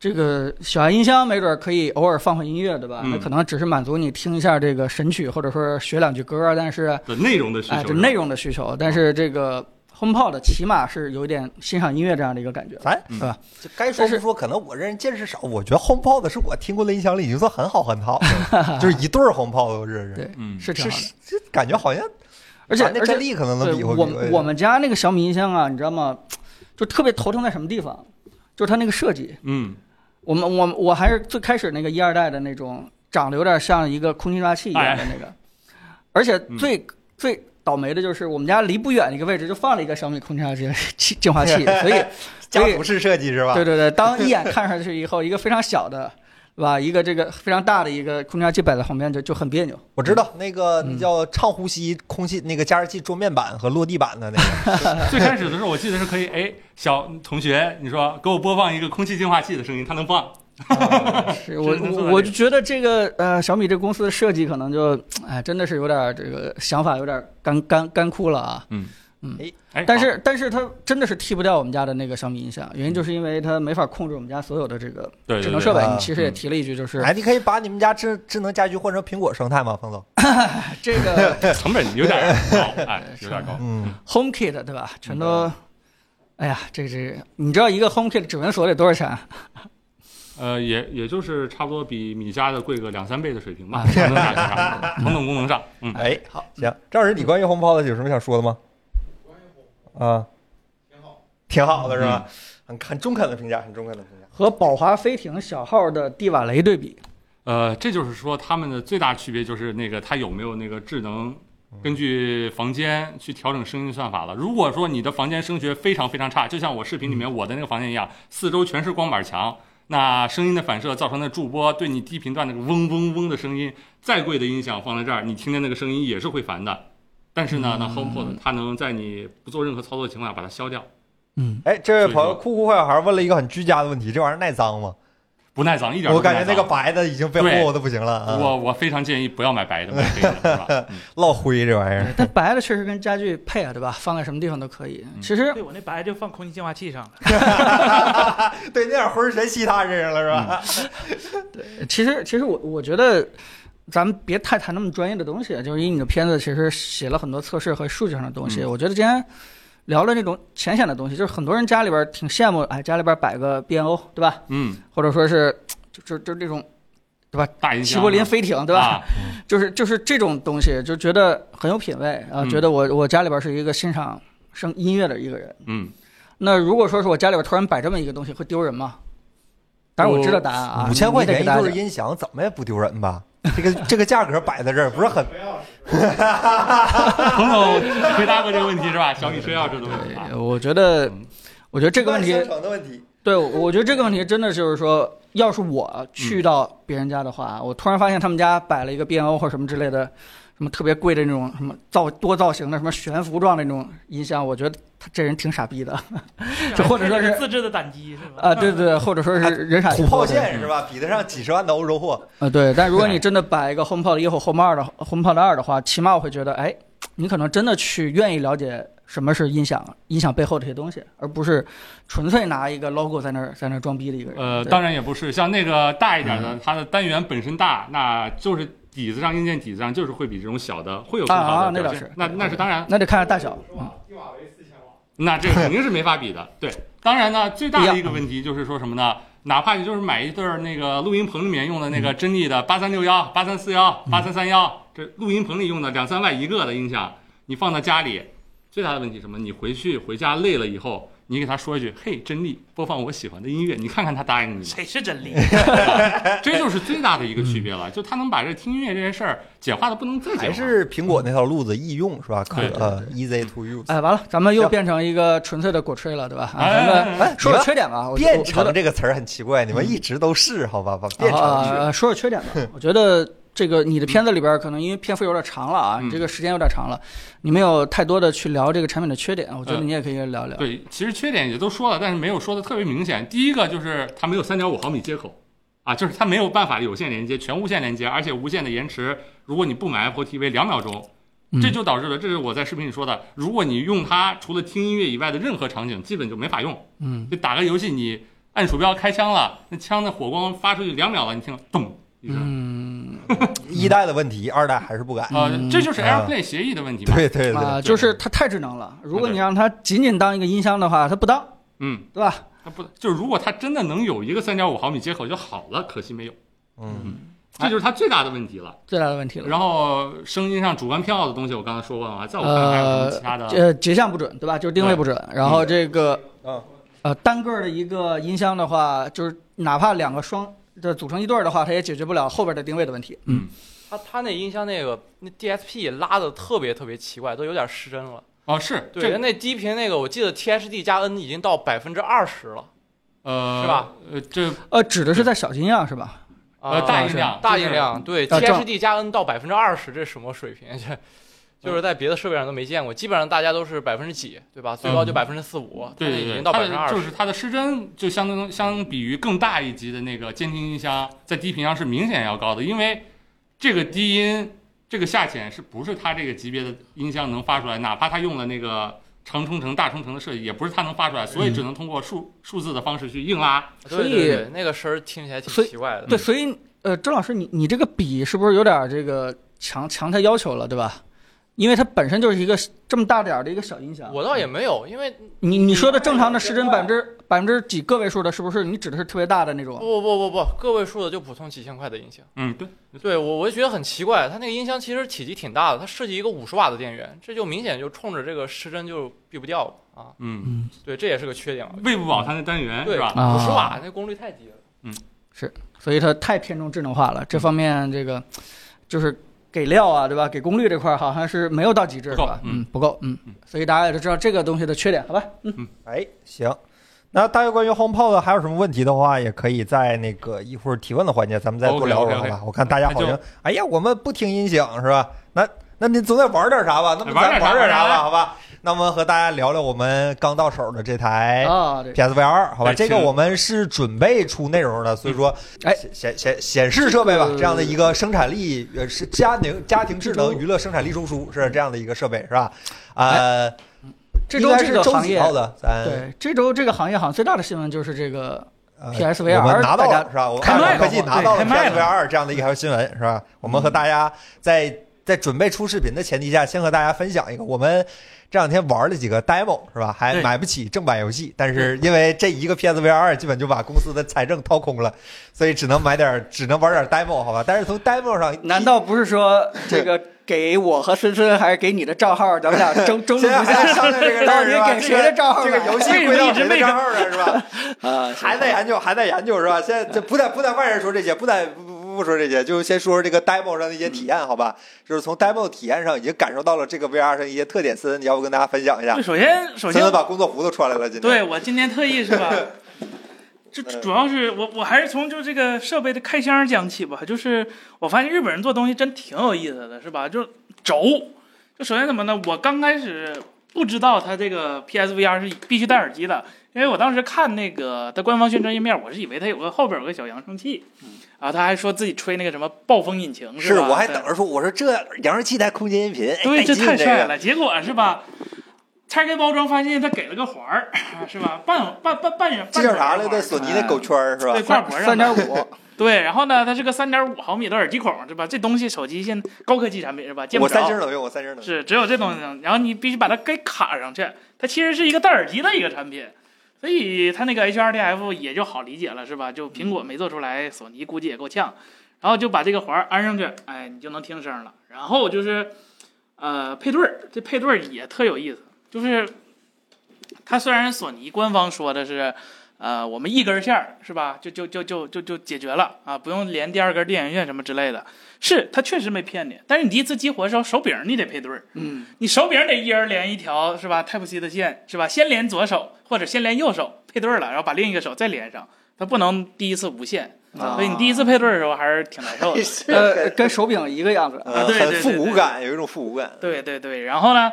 Speaker 1: 这个小爱音箱没准儿可以偶尔放放音乐，对吧？
Speaker 4: 嗯
Speaker 1: 那可能只是满足你听一下这个神曲，或者说学两句歌儿，但是
Speaker 4: 的内容的需
Speaker 1: 哎，
Speaker 4: 求
Speaker 1: 这
Speaker 4: 是吧，嗯
Speaker 1: 内容的需求。但是这个 HomePod 起码是有一点欣赏音乐这样的一个感觉。
Speaker 2: 咱
Speaker 4: 嗯
Speaker 1: 对吧？
Speaker 2: 就该说
Speaker 1: 但是
Speaker 2: 不说，可能我这人见识少，我觉得 HomePod 是我听过的音响里已经算很好很好 的，就是一对儿 HomePod 都认识，
Speaker 1: 对，
Speaker 4: 嗯，
Speaker 1: 是挺
Speaker 2: 是
Speaker 1: 好的。
Speaker 2: 是这感觉好像，
Speaker 1: 而且
Speaker 2: 咱那
Speaker 1: 而且
Speaker 2: 阵力可能能
Speaker 1: 对，
Speaker 2: 比划哎
Speaker 1: 我
Speaker 2: 比划
Speaker 1: 们我们家那个小米音箱啊，你知道吗？就特别头疼在什么地方？就是它那个设计。
Speaker 4: 嗯，
Speaker 1: 我们我我还是最开始那个一二代的那种，长得有点像一个空气净化器一样的那个。而且最、最倒霉的就是我们家离不远的一个位置就放了一个小米空气净化器气 净化器，所以
Speaker 2: 家族式设计是吧？
Speaker 1: 对对对，当一眼看上去以后，一个非常小的，对吧？一个这个非常大的一个空调器摆在旁边就就很别扭。
Speaker 2: 我知道那个
Speaker 1: 嗯
Speaker 2: 那叫畅呼吸空气那个加湿器桌面板和落地板的那个，
Speaker 4: 最开始的时候我记得是可以，哎，小同学，你说给我播放一个空气净化器的声音，它能放，
Speaker 1: 是我
Speaker 4: 只能做到
Speaker 1: 我我
Speaker 4: 这
Speaker 1: 就
Speaker 4: 个
Speaker 1: 觉得这个呃小米这公司的设计可能就哎真的是有点儿这个想法有点儿干干干枯了啊。
Speaker 4: 哎，
Speaker 1: 但是但是它真的是踢不掉我们家的那个小米音响，原因就是因为它没法控制我们家所有的这个
Speaker 4: 嗯对
Speaker 1: 智能设备。
Speaker 2: 对对
Speaker 1: 你其实也
Speaker 4: 嗯
Speaker 1: 提了一句，就是、
Speaker 2: 哎，你可以把你们家智智能家居换成苹果生态吗，冯总？
Speaker 1: 这 个
Speaker 4: 成本有点 高，哎，有点高，
Speaker 2: 嗯，
Speaker 1: HomeKit 对吧？全都。
Speaker 4: 嗯
Speaker 1: 哎呀，这这，你知道一个 HomeKit 指纹锁得多少钱啊？
Speaker 4: 呃，也也就是差不多比米家的贵个两三倍的水 平吧
Speaker 1: 啊，
Speaker 4: 同等价格上同等功能上，嗯，
Speaker 2: 哎，
Speaker 1: 好，
Speaker 2: 行，赵老师，你关于 HomePod 有什么想说的吗？啊，挺好，挺好
Speaker 1: 嗯
Speaker 2: 的是吧？很很中肯的评价，很中肯的评价。
Speaker 1: 和宝华飞艇小号的蒂瓦雷对比，
Speaker 4: 呃，这就是说它们的最大区别就是那个它有没有那个智能。
Speaker 2: 嗯
Speaker 4: 根据房间去调整声音算法了。如果说你的房间声学非常非常差，就像我视频里
Speaker 2: 嗯
Speaker 4: 面我的那个房间一样，四周全是光板墙，那声音的反射造成的驻波对你低频段那个嗡嗡嗡的声音，再贵的音响放在这儿，你听见那个声音也是会烦的。但是呢，那
Speaker 2: 嗯
Speaker 4: HomePod 它能在你不做任何操作的情况下把它消掉，
Speaker 1: 嗯，
Speaker 2: 哎，这位朋友
Speaker 4: 所以
Speaker 2: 酷酷坏小孩问了一个很居家的问题，这玩意儿耐脏吗？
Speaker 4: 不耐脏一点儿
Speaker 2: 我
Speaker 4: 都不耐
Speaker 2: 感觉
Speaker 4: 脏。
Speaker 2: 那个白的已经被霍霍的不行了啊，
Speaker 4: 我我非常建议不要买白的，买黑的，是 吧？嗯
Speaker 2: 落灰这玩意儿。
Speaker 1: 但白的确实跟家具配啊，对吧？放在什么地方都可
Speaker 4: 嗯
Speaker 1: 以。其实
Speaker 3: 对我那白就放空气净化器上了，
Speaker 2: 对，那点灰儿全吸他身上了是吧？
Speaker 1: 其实其实我我觉得，咱们别太谈那么专业的东西，啊就是因为你的片子其实写了很多测试和数据上的东西。
Speaker 4: 嗯
Speaker 1: 我觉得今天聊了那种浅显的东西，就是很多人家里边儿挺羡慕，哎，家里边儿摆个 BNO，对吧？
Speaker 4: 嗯，
Speaker 1: 或者说是就就就这种
Speaker 4: 大音
Speaker 1: 齐
Speaker 4: 箱，
Speaker 1: 柏林飞艇，对吧？
Speaker 4: 啊
Speaker 1: 就是就是这种东西，就觉得很有品位啊，
Speaker 4: 嗯
Speaker 1: 觉得我我家里边是一个欣赏声音乐的一个人。
Speaker 4: 嗯，
Speaker 1: 那如果说是我家里边突然摆这么一个东西，会丢人吗？当然我知道答案啊，
Speaker 2: 五千块
Speaker 1: 你得给
Speaker 2: 钱一
Speaker 1: 大家
Speaker 2: 对
Speaker 1: 讲
Speaker 2: 音响，怎么也不丢人吧？这 个这个价格摆在这儿，不是很
Speaker 4: 彭总回答过这个问题是吧？小米车钥匙的问题啊，
Speaker 1: 对，我觉得
Speaker 4: 嗯，
Speaker 1: 我觉得这个问题
Speaker 2: 生，成的问题。
Speaker 1: 对我觉得这个问题真的就是说，要是我去到别人家的话，我突然发现他们家摆了一个 BNO 或什么之类的，什么特别贵的那种什么造多造型的什么悬浮状的那种音箱，我觉得他这人挺傻逼的就或者 说是
Speaker 3: 自制的胆机是吧？
Speaker 1: 啊，对对，对，或者说是人傻
Speaker 2: 土
Speaker 1: 逼多
Speaker 2: 炮
Speaker 1: 的嗯
Speaker 2: 线是吧？比得上几十万的欧洲货。
Speaker 1: 啊，对，但如果你真的摆一个 HomePod 一或 Home 二的 HomePod 二的话，起码我会觉得，哎，你可能真的去愿意了解什么是音响，音响背后这些东西，而不是纯粹拿一个 logo 在那儿在那儿装逼的一个人。
Speaker 4: 呃，
Speaker 1: 对嗯
Speaker 4: 当然也不是，像那个大一点的，它的单元本身大，那就是底子上硬件底子上就是会比这种小的会有更
Speaker 1: 啊
Speaker 4: 好
Speaker 1: 啊
Speaker 4: 的
Speaker 1: 那
Speaker 4: 表
Speaker 1: 倒
Speaker 4: 现
Speaker 1: 是，，
Speaker 4: 那那是当然，
Speaker 1: 那得看大小。嗯
Speaker 4: 那这个肯定是没法 比的。对，当然呢，最大的一个问题就是说什么呢？哪怕你就是买一对儿那个录音棚里面用的那
Speaker 2: 嗯
Speaker 4: 个真力的八三六幺、八三四幺、八三三幺，这录音棚里用的两三万一个的音响，你放到家里，最大的问题是什么？你回去回家累了以后，你给他说一句：“嘿，真力，播放我喜欢的音乐。”你看看他答应你吗？
Speaker 3: 谁是 真理？
Speaker 4: 这就是最大的一个区别了，就他能把这听音乐这件事儿简化的不能再
Speaker 2: 嗯
Speaker 4: 简
Speaker 2: 还
Speaker 4: 化。
Speaker 2: 是苹果那条路子易用是吧？可
Speaker 4: 对
Speaker 2: 呃，easy to use。
Speaker 1: 哎，完了，咱们又
Speaker 2: 行
Speaker 1: 变成一个纯粹的果吹了，对吧？啊，
Speaker 4: 哎
Speaker 1: 咱们
Speaker 2: 哎，
Speaker 1: 说
Speaker 2: 你
Speaker 1: 说
Speaker 2: 们
Speaker 1: 缺点吧，我觉
Speaker 2: 变
Speaker 1: 我觉
Speaker 2: 成
Speaker 1: 得
Speaker 2: 这个词儿很奇怪，你们一直都是好吧？把变
Speaker 1: 啊
Speaker 2: 成
Speaker 1: 啊
Speaker 2: 是。
Speaker 1: 啊说说缺 点吧。我觉得这个你的片子里边可能因为篇幅有点长了啊，
Speaker 4: 嗯
Speaker 1: 你这个时间有点长了，你没有太多的去聊这个产品的缺点，我觉得
Speaker 2: 呃
Speaker 4: 嗯
Speaker 1: 你也可以聊聊。
Speaker 4: 对，其实缺点也都说了，但是没有说的特别明显。第一个就是它没有3.5毫米接口，啊，就是它没有办法有线连接，全无线连接，而且无线的延迟，如果你不买 Apple TV 两秒钟，这就导致了，这是我在视频里说的，如果你用它除了听音乐以外的任何场景，基本就没法用。
Speaker 1: 嗯，
Speaker 4: 就打个游戏，你按鼠标开枪了，那枪的火光发出去两秒了，你听咚一声，
Speaker 1: 嗯，
Speaker 2: 一代的问题，二代还是不改。
Speaker 4: 啊，
Speaker 1: 嗯
Speaker 4: 这就是
Speaker 2: 啊
Speaker 4: AirPlay 协议的问题嘛。
Speaker 2: 对对
Speaker 1: 啊、
Speaker 2: 对，
Speaker 1: 就是它太智能了。如果你让它仅仅当一个音箱的话，它不当，
Speaker 4: 嗯，
Speaker 1: 对吧？
Speaker 4: 它不就是如果它真的能有一个三点五毫米接口就好了，可惜没有，
Speaker 2: 嗯，
Speaker 4: 这就是它最大的问题了。
Speaker 1: 最大的问题了。
Speaker 4: 然后声音上主观票的东西，我刚才说过了啊，在我看来还有什么其他的？
Speaker 1: 呃，节像不准，对吧？就是定位不准。然后这个
Speaker 2: 嗯
Speaker 1: 呃单个儿的一个音箱的话，就是哪怕两个双的组成一对儿的话，它也解决不了后边的定位的问题。
Speaker 4: 嗯
Speaker 5: 他他那音箱那个那 DSP 拉的特别特别奇怪，都有点失真了。
Speaker 4: 哦，是这
Speaker 5: 对，那低频那个，我记得 THD 加 N 已经到百分之二十了。
Speaker 4: 呃
Speaker 5: 是吧？
Speaker 4: 呃，这
Speaker 1: 呃，指的是在小音量是吧？
Speaker 5: 啊
Speaker 4: 呃大音量
Speaker 5: 大
Speaker 4: 就是
Speaker 5: 音量，对
Speaker 1: 啊正
Speaker 5: ，THD 加 N 到百分之二十，这什么水平？这就是在别的设备上都没见过，基本上大家都是百分之几，对吧？最高就百分之四五，它
Speaker 4: 呃对
Speaker 5: 这
Speaker 4: 对
Speaker 5: 已
Speaker 4: 对，
Speaker 5: 经到
Speaker 4: 它
Speaker 5: 百分之
Speaker 4: 的
Speaker 5: 二
Speaker 4: 就
Speaker 5: 十
Speaker 4: 是。它的失真，就相当相比于更大一级的那个监听音箱，在低频上是明显要高的，因为这个低音这个下潜是不是它这个级别的音箱能发出来？哪怕它用了那个长冲程、大冲程的设计，也不是它能发出来，所以只能通过数数字的方式去硬拉。
Speaker 1: 所
Speaker 5: 对
Speaker 1: 以
Speaker 5: 对对，那个声儿听起来挺
Speaker 1: 所以
Speaker 5: 奇怪的。
Speaker 1: 对，所以呃，周老师，你你这个比是不是有点儿这个强强它要求了，对吧？因为它本身就是一个这么大点儿的一个小音响。
Speaker 5: 我倒也没有，因为
Speaker 1: 你你说的正常的失真百分之百分之几个位数的，是不是？你指的是特别大的那种？
Speaker 5: 不不不不，个位数的就普通几千块的音箱。
Speaker 4: 嗯，对，
Speaker 5: 对我我就觉得很奇怪，它那个音箱其实体积挺大的，它设计一个五十瓦的电源，这就明显就冲着这个失真就避不掉了啊。
Speaker 4: 嗯，
Speaker 5: 对，这也是个缺点。
Speaker 4: 喂不饱它那单元
Speaker 5: 对，
Speaker 4: 是
Speaker 5: 五
Speaker 4: 吧？
Speaker 1: 啊
Speaker 5: 十瓦那功率太低了。
Speaker 4: 嗯
Speaker 1: 所以它太偏重智能化了，这方面这个就是给料啊，对吧？给功率这块儿好像是没有到极致，
Speaker 4: 不
Speaker 1: 是
Speaker 4: 够
Speaker 1: 吧？
Speaker 4: 嗯
Speaker 1: 嗯，不够，嗯
Speaker 4: 嗯。
Speaker 1: 所以大家也都知道这个东西的缺点，好吧？
Speaker 2: 哎，行。那大家关于 HomePod 还有什么问题的话，也可以在那个一会儿提问的环节，咱们再多聊聊，好
Speaker 4: OK，OK，OK
Speaker 2: 吧？我看大家好
Speaker 4: 那
Speaker 2: 像，哎呀，我们不听音响是吧？那那您总得玩点啥吧？那么
Speaker 4: 哎
Speaker 2: 咱
Speaker 4: 玩点啥
Speaker 2: 玩点啥
Speaker 4: 玩点
Speaker 2: 吧？
Speaker 4: 啥
Speaker 2: 好吧？那么和大家聊聊我们刚到手的这台
Speaker 1: 啊，对，
Speaker 2: PSVR，好吧，
Speaker 4: 哎
Speaker 2: 哎这个
Speaker 4: 是
Speaker 2: 我们是准备出内容的，所以说，
Speaker 1: 哎
Speaker 2: 显，显显显示设备吧
Speaker 1: 这，个
Speaker 2: 这样的一个生产力，呃，是家庭家庭智能娱乐生产力中枢是这样的一个设备，是吧？呃，
Speaker 1: 哎这
Speaker 2: 应
Speaker 1: 周
Speaker 2: 该
Speaker 1: 这
Speaker 2: 是
Speaker 1: 个
Speaker 2: 周
Speaker 1: 行
Speaker 2: 几
Speaker 1: 业，
Speaker 2: 号的？咱
Speaker 1: 对，这周这个行业好像最大的新闻就是这个
Speaker 2: 呃
Speaker 1: PSVR
Speaker 2: 我们拿到
Speaker 1: 大
Speaker 2: 了
Speaker 1: 家
Speaker 2: 是吧？我们
Speaker 1: 开卖了
Speaker 2: 爱马科技
Speaker 1: 嘛
Speaker 2: 拿到了
Speaker 3: 对开卖
Speaker 2: PSVR 这样的一条新闻是吧？我们和大家在在准备出视频的前提下，先和大家分享一个我们。这两天玩了几个 demo 是吧？还
Speaker 3: 对
Speaker 2: 买不起正版游戏，但是因为这一个 PSVR 基本就把公司的财政掏空了，所以只能买点，只能玩点 demo 好吧？但是从 demo 上，
Speaker 1: 难道不是说这个给我和森森，还是给你的账号，咱们 俩争争
Speaker 2: 现
Speaker 1: 论
Speaker 2: 在
Speaker 1: 不
Speaker 2: 还在
Speaker 1: 下？
Speaker 2: 商量这个事儿是
Speaker 1: 到
Speaker 2: 吧？
Speaker 1: 底给谁的账号
Speaker 2: 这个
Speaker 1: 买
Speaker 2: 这个游戏归到谁的账号了是 吧？
Speaker 1: 啊，
Speaker 2: 还在研究，还在研究是吧？现在这不在不在外人说这些，不在不不不说这些，就先说说这个 demo 上的一些体验，好吧？就是从 demo 体验上已经感受到了这个 VR 上一些特点，森森，你要不跟大家分享一下
Speaker 3: 对，？首先首
Speaker 2: 森
Speaker 3: 先
Speaker 2: 森把工作服都穿来了，今天。嗯
Speaker 3: 对我今天特意 是吧？这主要是我我还是从就这个设备的开箱讲起吧。就是我发现日本人做东西真挺有意思的，是吧？就是轴，就首先怎么呢？我刚开始不知道它这个 PSVR 是必须戴耳机的，因为我当时看那个它官方宣传页面，我是以为它有个后边有个小扬声器，啊，他还说自己吹那个什么暴风引擎
Speaker 2: 嗯是，
Speaker 3: 吧？
Speaker 2: 我还
Speaker 3: 对
Speaker 2: 等着说，我说这扬声器带空间音频，哎
Speaker 3: 对，这太帅。
Speaker 2: 带劲
Speaker 3: 了。结果是吧？拆开包装发现它给了个环儿， 是吧？半半半半圆。
Speaker 2: 这叫啥来
Speaker 3: 半圆环
Speaker 2: 着？
Speaker 3: 儿
Speaker 2: 索尼那狗圈儿是吧
Speaker 3: 嗯对，？挂脖上
Speaker 1: 三点
Speaker 3: 的。
Speaker 1: 五，
Speaker 3: 对，然后呢，它是个三点五毫米的耳机孔，是吧？这东西手机现高科技产品是吧？见不
Speaker 2: 我
Speaker 3: 着。
Speaker 2: 三星能用，我三星能用。
Speaker 3: 是只有这东西能，然后你必须把它给卡上去。它其实是一个戴耳机的一个产品，所以它那个 HRDF 也就好理解了，是吧？就苹果没做出来，索尼估计也够呛。然后就把这个环儿安上去，哎，你就能听声了。然后就是，呃，配对儿，这配对儿也特有意思，就是它虽然索尼官方说的是。呃，我们一根线儿是吧？就就就就就就解决了啊，不用连第二根电源线什么之类的。是，它确实没骗你，但是你第一次激活的时候，手柄儿你得配对儿，
Speaker 1: 嗯，
Speaker 3: 你手柄得一人连一条是吧？Type C 的线是吧？先连左手或者先连右手配对了，然后把另一个手再连上，它不能第一次无限，
Speaker 1: 啊
Speaker 3: 所以你第一次配对的时候还是挺难受
Speaker 2: 啊
Speaker 3: 的。
Speaker 1: 呃，跟手柄一个样子。
Speaker 2: 呃，
Speaker 3: 啊对对
Speaker 2: 很
Speaker 3: 对
Speaker 2: 复
Speaker 3: 对
Speaker 2: 古
Speaker 3: 对
Speaker 2: 感，有一种复古感。
Speaker 3: 对对对，然后呢，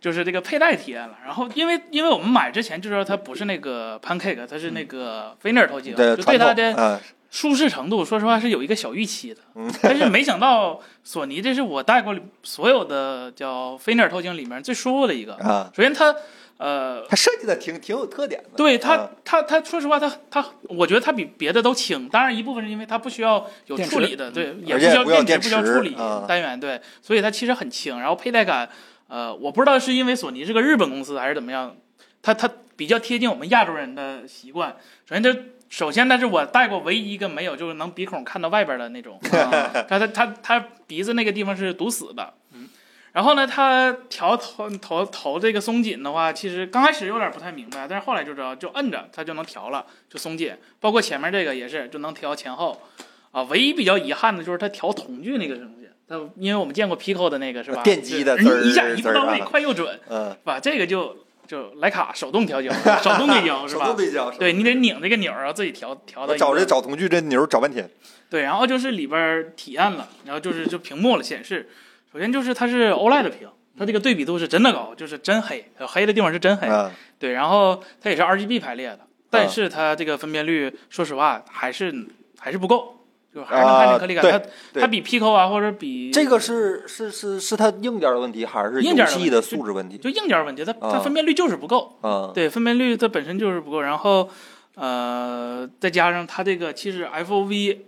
Speaker 3: 就是这个佩戴体验了。然后因为因为我们买之前就知道它不是那个 Pancake，它是那个菲涅尔头巾，
Speaker 2: 对，
Speaker 3: 就对
Speaker 2: 传
Speaker 3: 它
Speaker 2: 统
Speaker 3: 的
Speaker 2: 嗯
Speaker 3: 舒适程度，说实话是有一个小预期的
Speaker 2: 嗯，
Speaker 3: 但是没想到索尼这是我戴过里所有的叫菲涅尔透镜里面最舒服的一个。
Speaker 2: 啊
Speaker 3: 首先它呃，
Speaker 2: 它设计的挺挺有特点的。
Speaker 3: 对它
Speaker 2: 啊，
Speaker 3: 它它，说实话，它它，我觉得它比别的都轻。当然，一部分是因为它不需要有
Speaker 1: 电池
Speaker 3: 处理的，对，
Speaker 2: 嗯
Speaker 3: 也
Speaker 2: 而
Speaker 3: 不
Speaker 2: 且
Speaker 3: 需要
Speaker 2: 不要
Speaker 3: 电池，不需要
Speaker 2: 电池
Speaker 3: 处理
Speaker 2: 啊
Speaker 3: 单元，对，所以它其实很轻。然后佩戴感，呃，我不知道是因为索尼是个日本公司还是怎么样，它它比较贴近我们亚洲人的习惯。首先，它首先，那是我戴过唯一一个没有就是能鼻孔看到外边的那 种，啊、它它它它鼻子那个地方是堵死的。嗯，然后呢，它调头头头这个松紧的话，其实刚开始有点不太明白，但是后来就知道，就摁着它就能调了，就松紧。包括前面这个也是，就能调前后。啊，唯一比较遗憾的就是它调瞳距那个东西，它因为我们见过 Pico 的那个是吧？
Speaker 2: 电机的
Speaker 3: 就
Speaker 2: 滋儿
Speaker 3: 是啊一下一步到
Speaker 2: 滋儿
Speaker 3: 位，
Speaker 2: 啊
Speaker 3: 快又准，
Speaker 2: 嗯，
Speaker 3: 是吧？这个就就徕卡手动调焦，手动对 焦是
Speaker 2: 手
Speaker 3: 吧
Speaker 2: 动？对焦，
Speaker 3: 对你得拧这个钮儿，然后自己调调到
Speaker 2: 我
Speaker 3: 一
Speaker 2: 找
Speaker 3: 个
Speaker 2: 这找同具这牛找半天，
Speaker 3: 对，然后就是里边儿体验了，然后就是就屏幕了显示，首先就是它是 OLED 的屏，它这个对比度是真的高，就是真黑，呃黑的地方是真黑。
Speaker 2: 嗯，
Speaker 3: 对，然后它也是 RGB 排列的，
Speaker 2: 啊
Speaker 3: 但是它这个分辨率，说实话还是还是不够，就还是能看见颗粒感。
Speaker 2: 啊
Speaker 3: 它
Speaker 2: 对
Speaker 3: 它比 Pico 啊，或者比
Speaker 2: 这个是是是是它硬件的问题还是
Speaker 3: 硬
Speaker 2: 游
Speaker 3: 件的问
Speaker 2: 戏
Speaker 3: 题
Speaker 2: 的素质问题？
Speaker 3: 就硬件问题，它它
Speaker 2: 啊
Speaker 3: 分辨率就是不够。
Speaker 2: 嗯，
Speaker 3: 对，分辨率它本身就是不够，然后呃，再加上它这个其实 FOV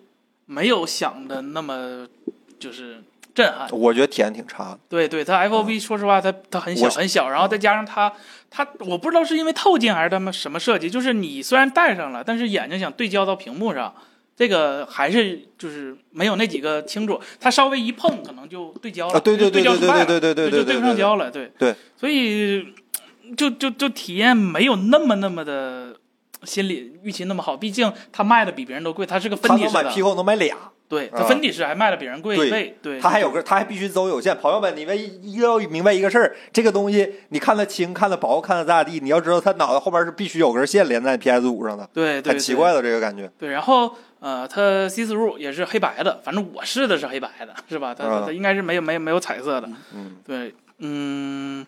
Speaker 3: 没有想的那么就是震撼。
Speaker 2: 我觉得体验挺差的。
Speaker 3: 对对，它 FOV 说实话，它它很小
Speaker 2: 哦我
Speaker 3: 很小，然后再加上它它，我不知道是因为透镜还是他们什么设计，就是你虽然戴上了，但是眼睛想对焦到屏幕上，这个还是就是没有那几个清楚，它稍微一碰可能就对焦了，
Speaker 2: 啊，对对对对
Speaker 3: 哦就焦就坏
Speaker 2: 对对
Speaker 3: 了
Speaker 2: 对对
Speaker 3: 就
Speaker 2: 对
Speaker 3: 对
Speaker 2: 对
Speaker 3: 不上
Speaker 2: 对，
Speaker 3: 焦了，对
Speaker 2: 对，
Speaker 3: 所以就就就体验没有那么那么的心理预期那么好，毕竟它卖的比别人都贵，它是个
Speaker 2: 他
Speaker 3: 分体
Speaker 2: 能
Speaker 3: 式
Speaker 2: 买
Speaker 3: 的，
Speaker 2: Pico 能买俩，
Speaker 3: 对，它
Speaker 2: 啊
Speaker 3: 分体式还卖的比人贵
Speaker 2: 对
Speaker 3: 一倍，对，
Speaker 2: 他还有个他还必须走有线。朋友们，你们一定要明白一个事儿，这个东西你看它轻，看它薄，看它咋地，你要知道它脑袋后边是必须有根线连在 PS 五上的，
Speaker 3: 对对
Speaker 2: 很奇
Speaker 3: 对
Speaker 2: 怪的这个感觉。
Speaker 3: 对，然后呃，它 C 四入也是黑白的，反正我试的是黑白的，是吧？它它
Speaker 2: 嗯
Speaker 3: 它应该是没有没有没有彩色的。
Speaker 2: 嗯，
Speaker 3: 对，嗯，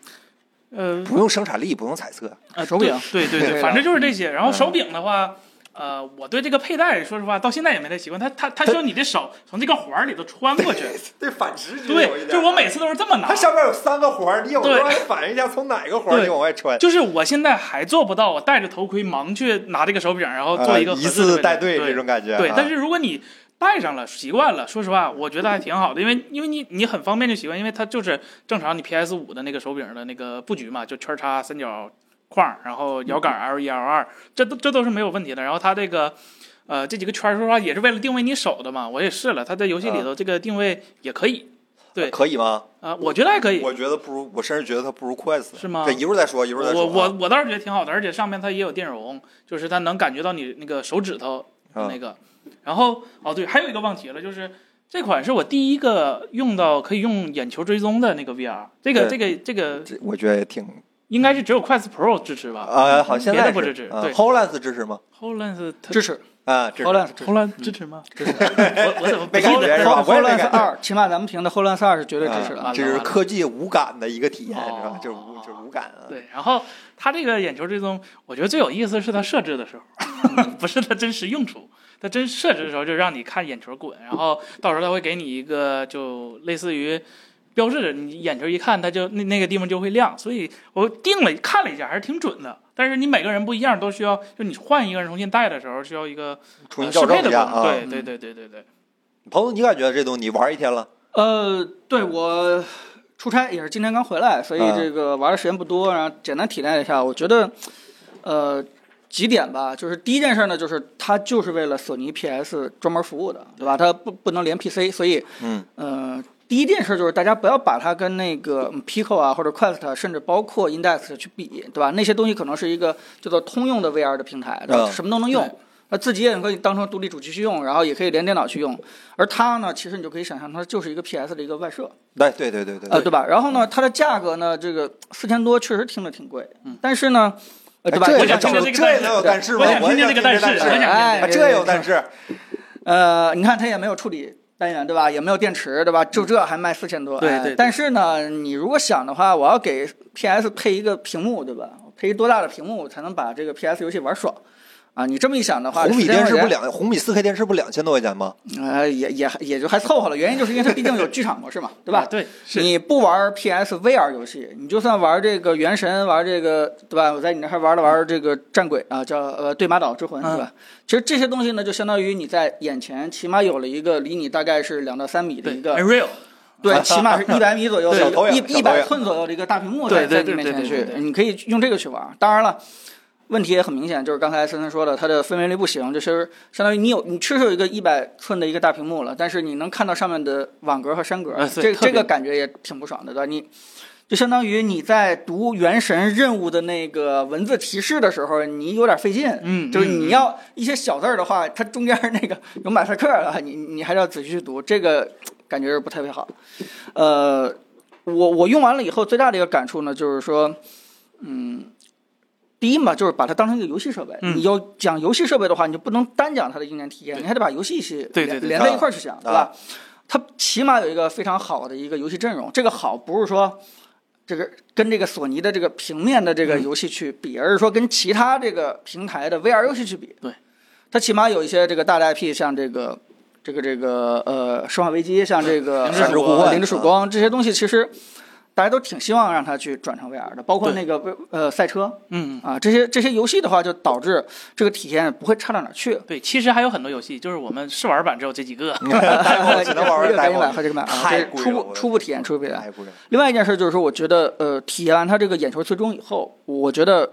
Speaker 3: 呃，
Speaker 2: 不用生产力，不用彩色，
Speaker 3: 呃
Speaker 1: 手柄，
Speaker 3: 对对对
Speaker 1: 对
Speaker 3: 对，
Speaker 1: 的
Speaker 3: 反正就是这些。然后
Speaker 2: 嗯
Speaker 3: 手柄的话。呃，我对这个佩戴，说实话，到现在也没太习惯。它它它需要你的手从这个环儿里头穿过去，
Speaker 2: 对反直 觉
Speaker 3: 对，就是我每次都是这么拿
Speaker 2: 它。上面有三个环儿，你有时候
Speaker 3: 对
Speaker 2: 还反应一下从哪个环儿
Speaker 3: 对
Speaker 2: 你往外穿。
Speaker 3: 就是我现在还做不到，我戴着头盔盲去拿这个手柄，然后做一个
Speaker 2: 呃
Speaker 3: 合
Speaker 2: 一
Speaker 3: 适的
Speaker 2: 次
Speaker 3: 位置
Speaker 2: 带队
Speaker 3: 对
Speaker 2: 这种感觉啊，
Speaker 3: 对，但是如果你戴上了，习惯了，说实话，我觉得还挺好的，因为因为你你很方便就习惯，因为它就是正常你 PS 五的那个手柄的那个布局嘛，就圈叉三角框，然后摇杆 L 一 L 二，这都这都是没有问题的。然后它这个。呃，这几个圈儿说实话也是为了定位你手的嘛，我也试了，它在游戏里
Speaker 2: 嗯
Speaker 3: 头这个定位也可以，对
Speaker 2: 可以吗？
Speaker 3: 啊、我觉得还可以，
Speaker 2: 我觉得不如，我甚至觉得它不如 Quest
Speaker 3: 是吗
Speaker 2: 这一会儿再说，一会儿再
Speaker 3: 我
Speaker 2: 说啊。
Speaker 3: 我我倒是觉得挺好的，而且上面它也有电容，就是它能感觉到你那个手指头
Speaker 2: 啊
Speaker 3: 那个。然后哦对，还有一个忘提了，就是这款是我第一个用到可以用眼球追踪的那个 VR，这个
Speaker 2: 对
Speaker 3: 这个这个
Speaker 2: 这我觉得也挺
Speaker 3: 应该是只有 Quest Pro 支持吧
Speaker 2: 啊，好，现
Speaker 3: 别
Speaker 2: 在
Speaker 3: 的不
Speaker 2: 是
Speaker 3: 支持
Speaker 2: 啊
Speaker 3: 对
Speaker 2: Hololens 支持吗？
Speaker 3: ？HoloLens 它
Speaker 1: 支持
Speaker 2: 啊，支持
Speaker 1: HoloLens 支持
Speaker 3: HoloLens 支持吗？支持。我我怎么不
Speaker 2: 没感觉是吧我也没
Speaker 1: HoloLens
Speaker 2: 感觉
Speaker 1: 二，起码咱们评的 HoloLens 二是绝对支持的。
Speaker 2: 啊
Speaker 1: 啊
Speaker 2: 这是科技无感的一个体验，
Speaker 3: 哦
Speaker 2: 是吧？就是无就是无感
Speaker 1: 嗯
Speaker 2: 啊。
Speaker 3: 对，然后它这个眼球追踪，我觉得最有意思是它设置的时候， 不是它真实用处。它真设置的时候就让你看眼球滚，然后到时候它会给你一个就类似于标志着你眼球一看，它就那那个地方就会亮。所以我定了看了一下，还是挺准的。但是你每个人不一样，都需要就你换一个人重新戴的时候，需要一个
Speaker 2: 重
Speaker 3: 呃
Speaker 2: 新校
Speaker 3: 适配
Speaker 2: 正
Speaker 3: 的
Speaker 2: 一下
Speaker 3: 功能。
Speaker 2: 啊。
Speaker 1: 嗯
Speaker 3: 对对对对对对，
Speaker 2: 朋友，你感觉这东西你玩一天了？
Speaker 1: 呃，对我出差也是今天刚回来，所以
Speaker 2: 啊
Speaker 1: 这个玩的时间不多，然后简单体验一下，我觉得，呃。几点吧，就是第一件事呢，就是它就是为了索尼 PS 专门服务的，对吧？它不不能连 PC，所以
Speaker 2: 嗯，
Speaker 1: 呃，第一件事就是大家不要把它跟那个嗯 Pico 啊或者 Quest，啊甚至包括 Index 去比，对吧？那些东西可能是一个叫做通用的 VR 的平台，对吧
Speaker 2: 嗯
Speaker 1: 什么都能用。那自己也可以当成独立主机去用，然后也可以连电脑去用。而它呢，其实你就可以想象，它就是一个 PS 的一个外设，
Speaker 2: 对哎对对对对
Speaker 1: 呃，对吧？然后呢，它的价格呢，这个四千多确实听着挺贵，
Speaker 3: 嗯
Speaker 1: 但是呢，呃，对吧？
Speaker 2: 哎
Speaker 3: 我
Speaker 2: 这
Speaker 3: 想
Speaker 2: 也找着
Speaker 3: 听见这个
Speaker 2: 这也能有但是吗？
Speaker 3: 我想听见这个但
Speaker 2: 但
Speaker 3: 是，我想听见
Speaker 1: 哎
Speaker 2: 啊这有但是，
Speaker 1: 呃，你看它也没有处理单元，对吧？也没有电池，对吧？
Speaker 2: 嗯
Speaker 1: 就这还卖四千多，
Speaker 3: 对
Speaker 1: 哎
Speaker 3: 对对
Speaker 1: 但是呢，你如果想的话，我要给 PS 配一个屏幕，对吧？配一多大的屏幕才能把这个 PS 游戏玩爽？啊，你这么一想的话，
Speaker 2: 红米
Speaker 1: 10千
Speaker 2: 电视
Speaker 1: 块
Speaker 2: 不
Speaker 1: 钱
Speaker 2: 两，红米四 K 电视不两千多块钱 吗？
Speaker 1: 呃，也也也就还凑合了。原因就是因为它毕竟有剧场模式嘛，对吧？
Speaker 3: 啊对，是
Speaker 1: 你不玩 PS VR 游戏，你就算玩这个《原神》，玩这个对吧？我在你那还玩了玩这个《战鬼》啊，叫呃《对马岛之魂》对
Speaker 2: 嗯
Speaker 1: 吧？其实这些东西呢，就相当于你在眼前，起码有了一个离你大概是两到三米的
Speaker 3: 对
Speaker 1: 一个，
Speaker 3: ，Unreal，啊
Speaker 1: 对，起码是一百米左右
Speaker 2: 小投
Speaker 1: 的
Speaker 2: 影
Speaker 1: 一
Speaker 2: 小
Speaker 1: 一
Speaker 2: 投
Speaker 1: 百
Speaker 2: 影
Speaker 1: 寸左右的一个大屏幕
Speaker 3: 对
Speaker 1: 在
Speaker 3: 对
Speaker 1: 在你
Speaker 3: 对
Speaker 1: 面
Speaker 3: 对
Speaker 1: 前
Speaker 3: 对
Speaker 1: 去
Speaker 3: 对，对
Speaker 1: 你可以用这个去玩。当然了。问题也很明显，就是刚才森森说的，它的分辨率不行，就是相当于你有你确实有一个一百寸的一个大屏幕了，但是你能看到上面的网格和栅格，
Speaker 3: 啊对
Speaker 1: 这
Speaker 3: 特别
Speaker 1: 这个感觉也挺不爽的，对吧？你就相当于你在读《原神》任务的那个文字提示的时候，你有点费劲，
Speaker 3: 嗯
Speaker 1: 就是
Speaker 3: 嗯
Speaker 1: 你要一些小字儿的话，它中间那个有马赛克了，你你还是要仔细去读，这个感觉是不特别好。呃，我我用完了以后最大的一个感触呢，就是说，嗯，第一嘛，就是把它当成一个游戏设备。
Speaker 3: 嗯
Speaker 1: 你要讲游戏设备的话，你就不能单讲它的硬件体验，你还得把游戏系连
Speaker 3: 对对对
Speaker 1: 连在一块儿去讲，对
Speaker 2: 啊
Speaker 1: 吧？它起码有一个非常好的一个游戏阵容，这个好不是说。这个跟这个索尼的这个平面的这
Speaker 2: 嗯
Speaker 1: 个游戏去比，而是说跟其他这个平台的 VR 游戏去比。
Speaker 3: 对，
Speaker 1: 它起码有一些这个大的 IP，像这个这个这个呃《生化危机》，像这个
Speaker 2: 灵之曙光啊
Speaker 1: 呃灵之曙光》这些东西，其实大家都挺希望让它去转成 VR 的，包括那个呃赛车
Speaker 3: 嗯，
Speaker 1: 啊这些这些游戏的话，就导致这个体验不会差到哪儿去。
Speaker 3: 对，其实还有很多游戏，就是我们试玩版只有这几个，
Speaker 1: 嗯哎
Speaker 2: 我 只能玩玩
Speaker 1: 这个赶紧
Speaker 2: demo
Speaker 1: 买，快这个买啊！
Speaker 2: 太
Speaker 1: 这
Speaker 2: 贵了
Speaker 1: 初
Speaker 2: 我
Speaker 1: 步
Speaker 2: 的
Speaker 1: 初步体验，初步体验。
Speaker 2: 哎，不是，
Speaker 1: 另外一件事就是说，我觉得呃，体验完它这个眼球最终以后，我觉得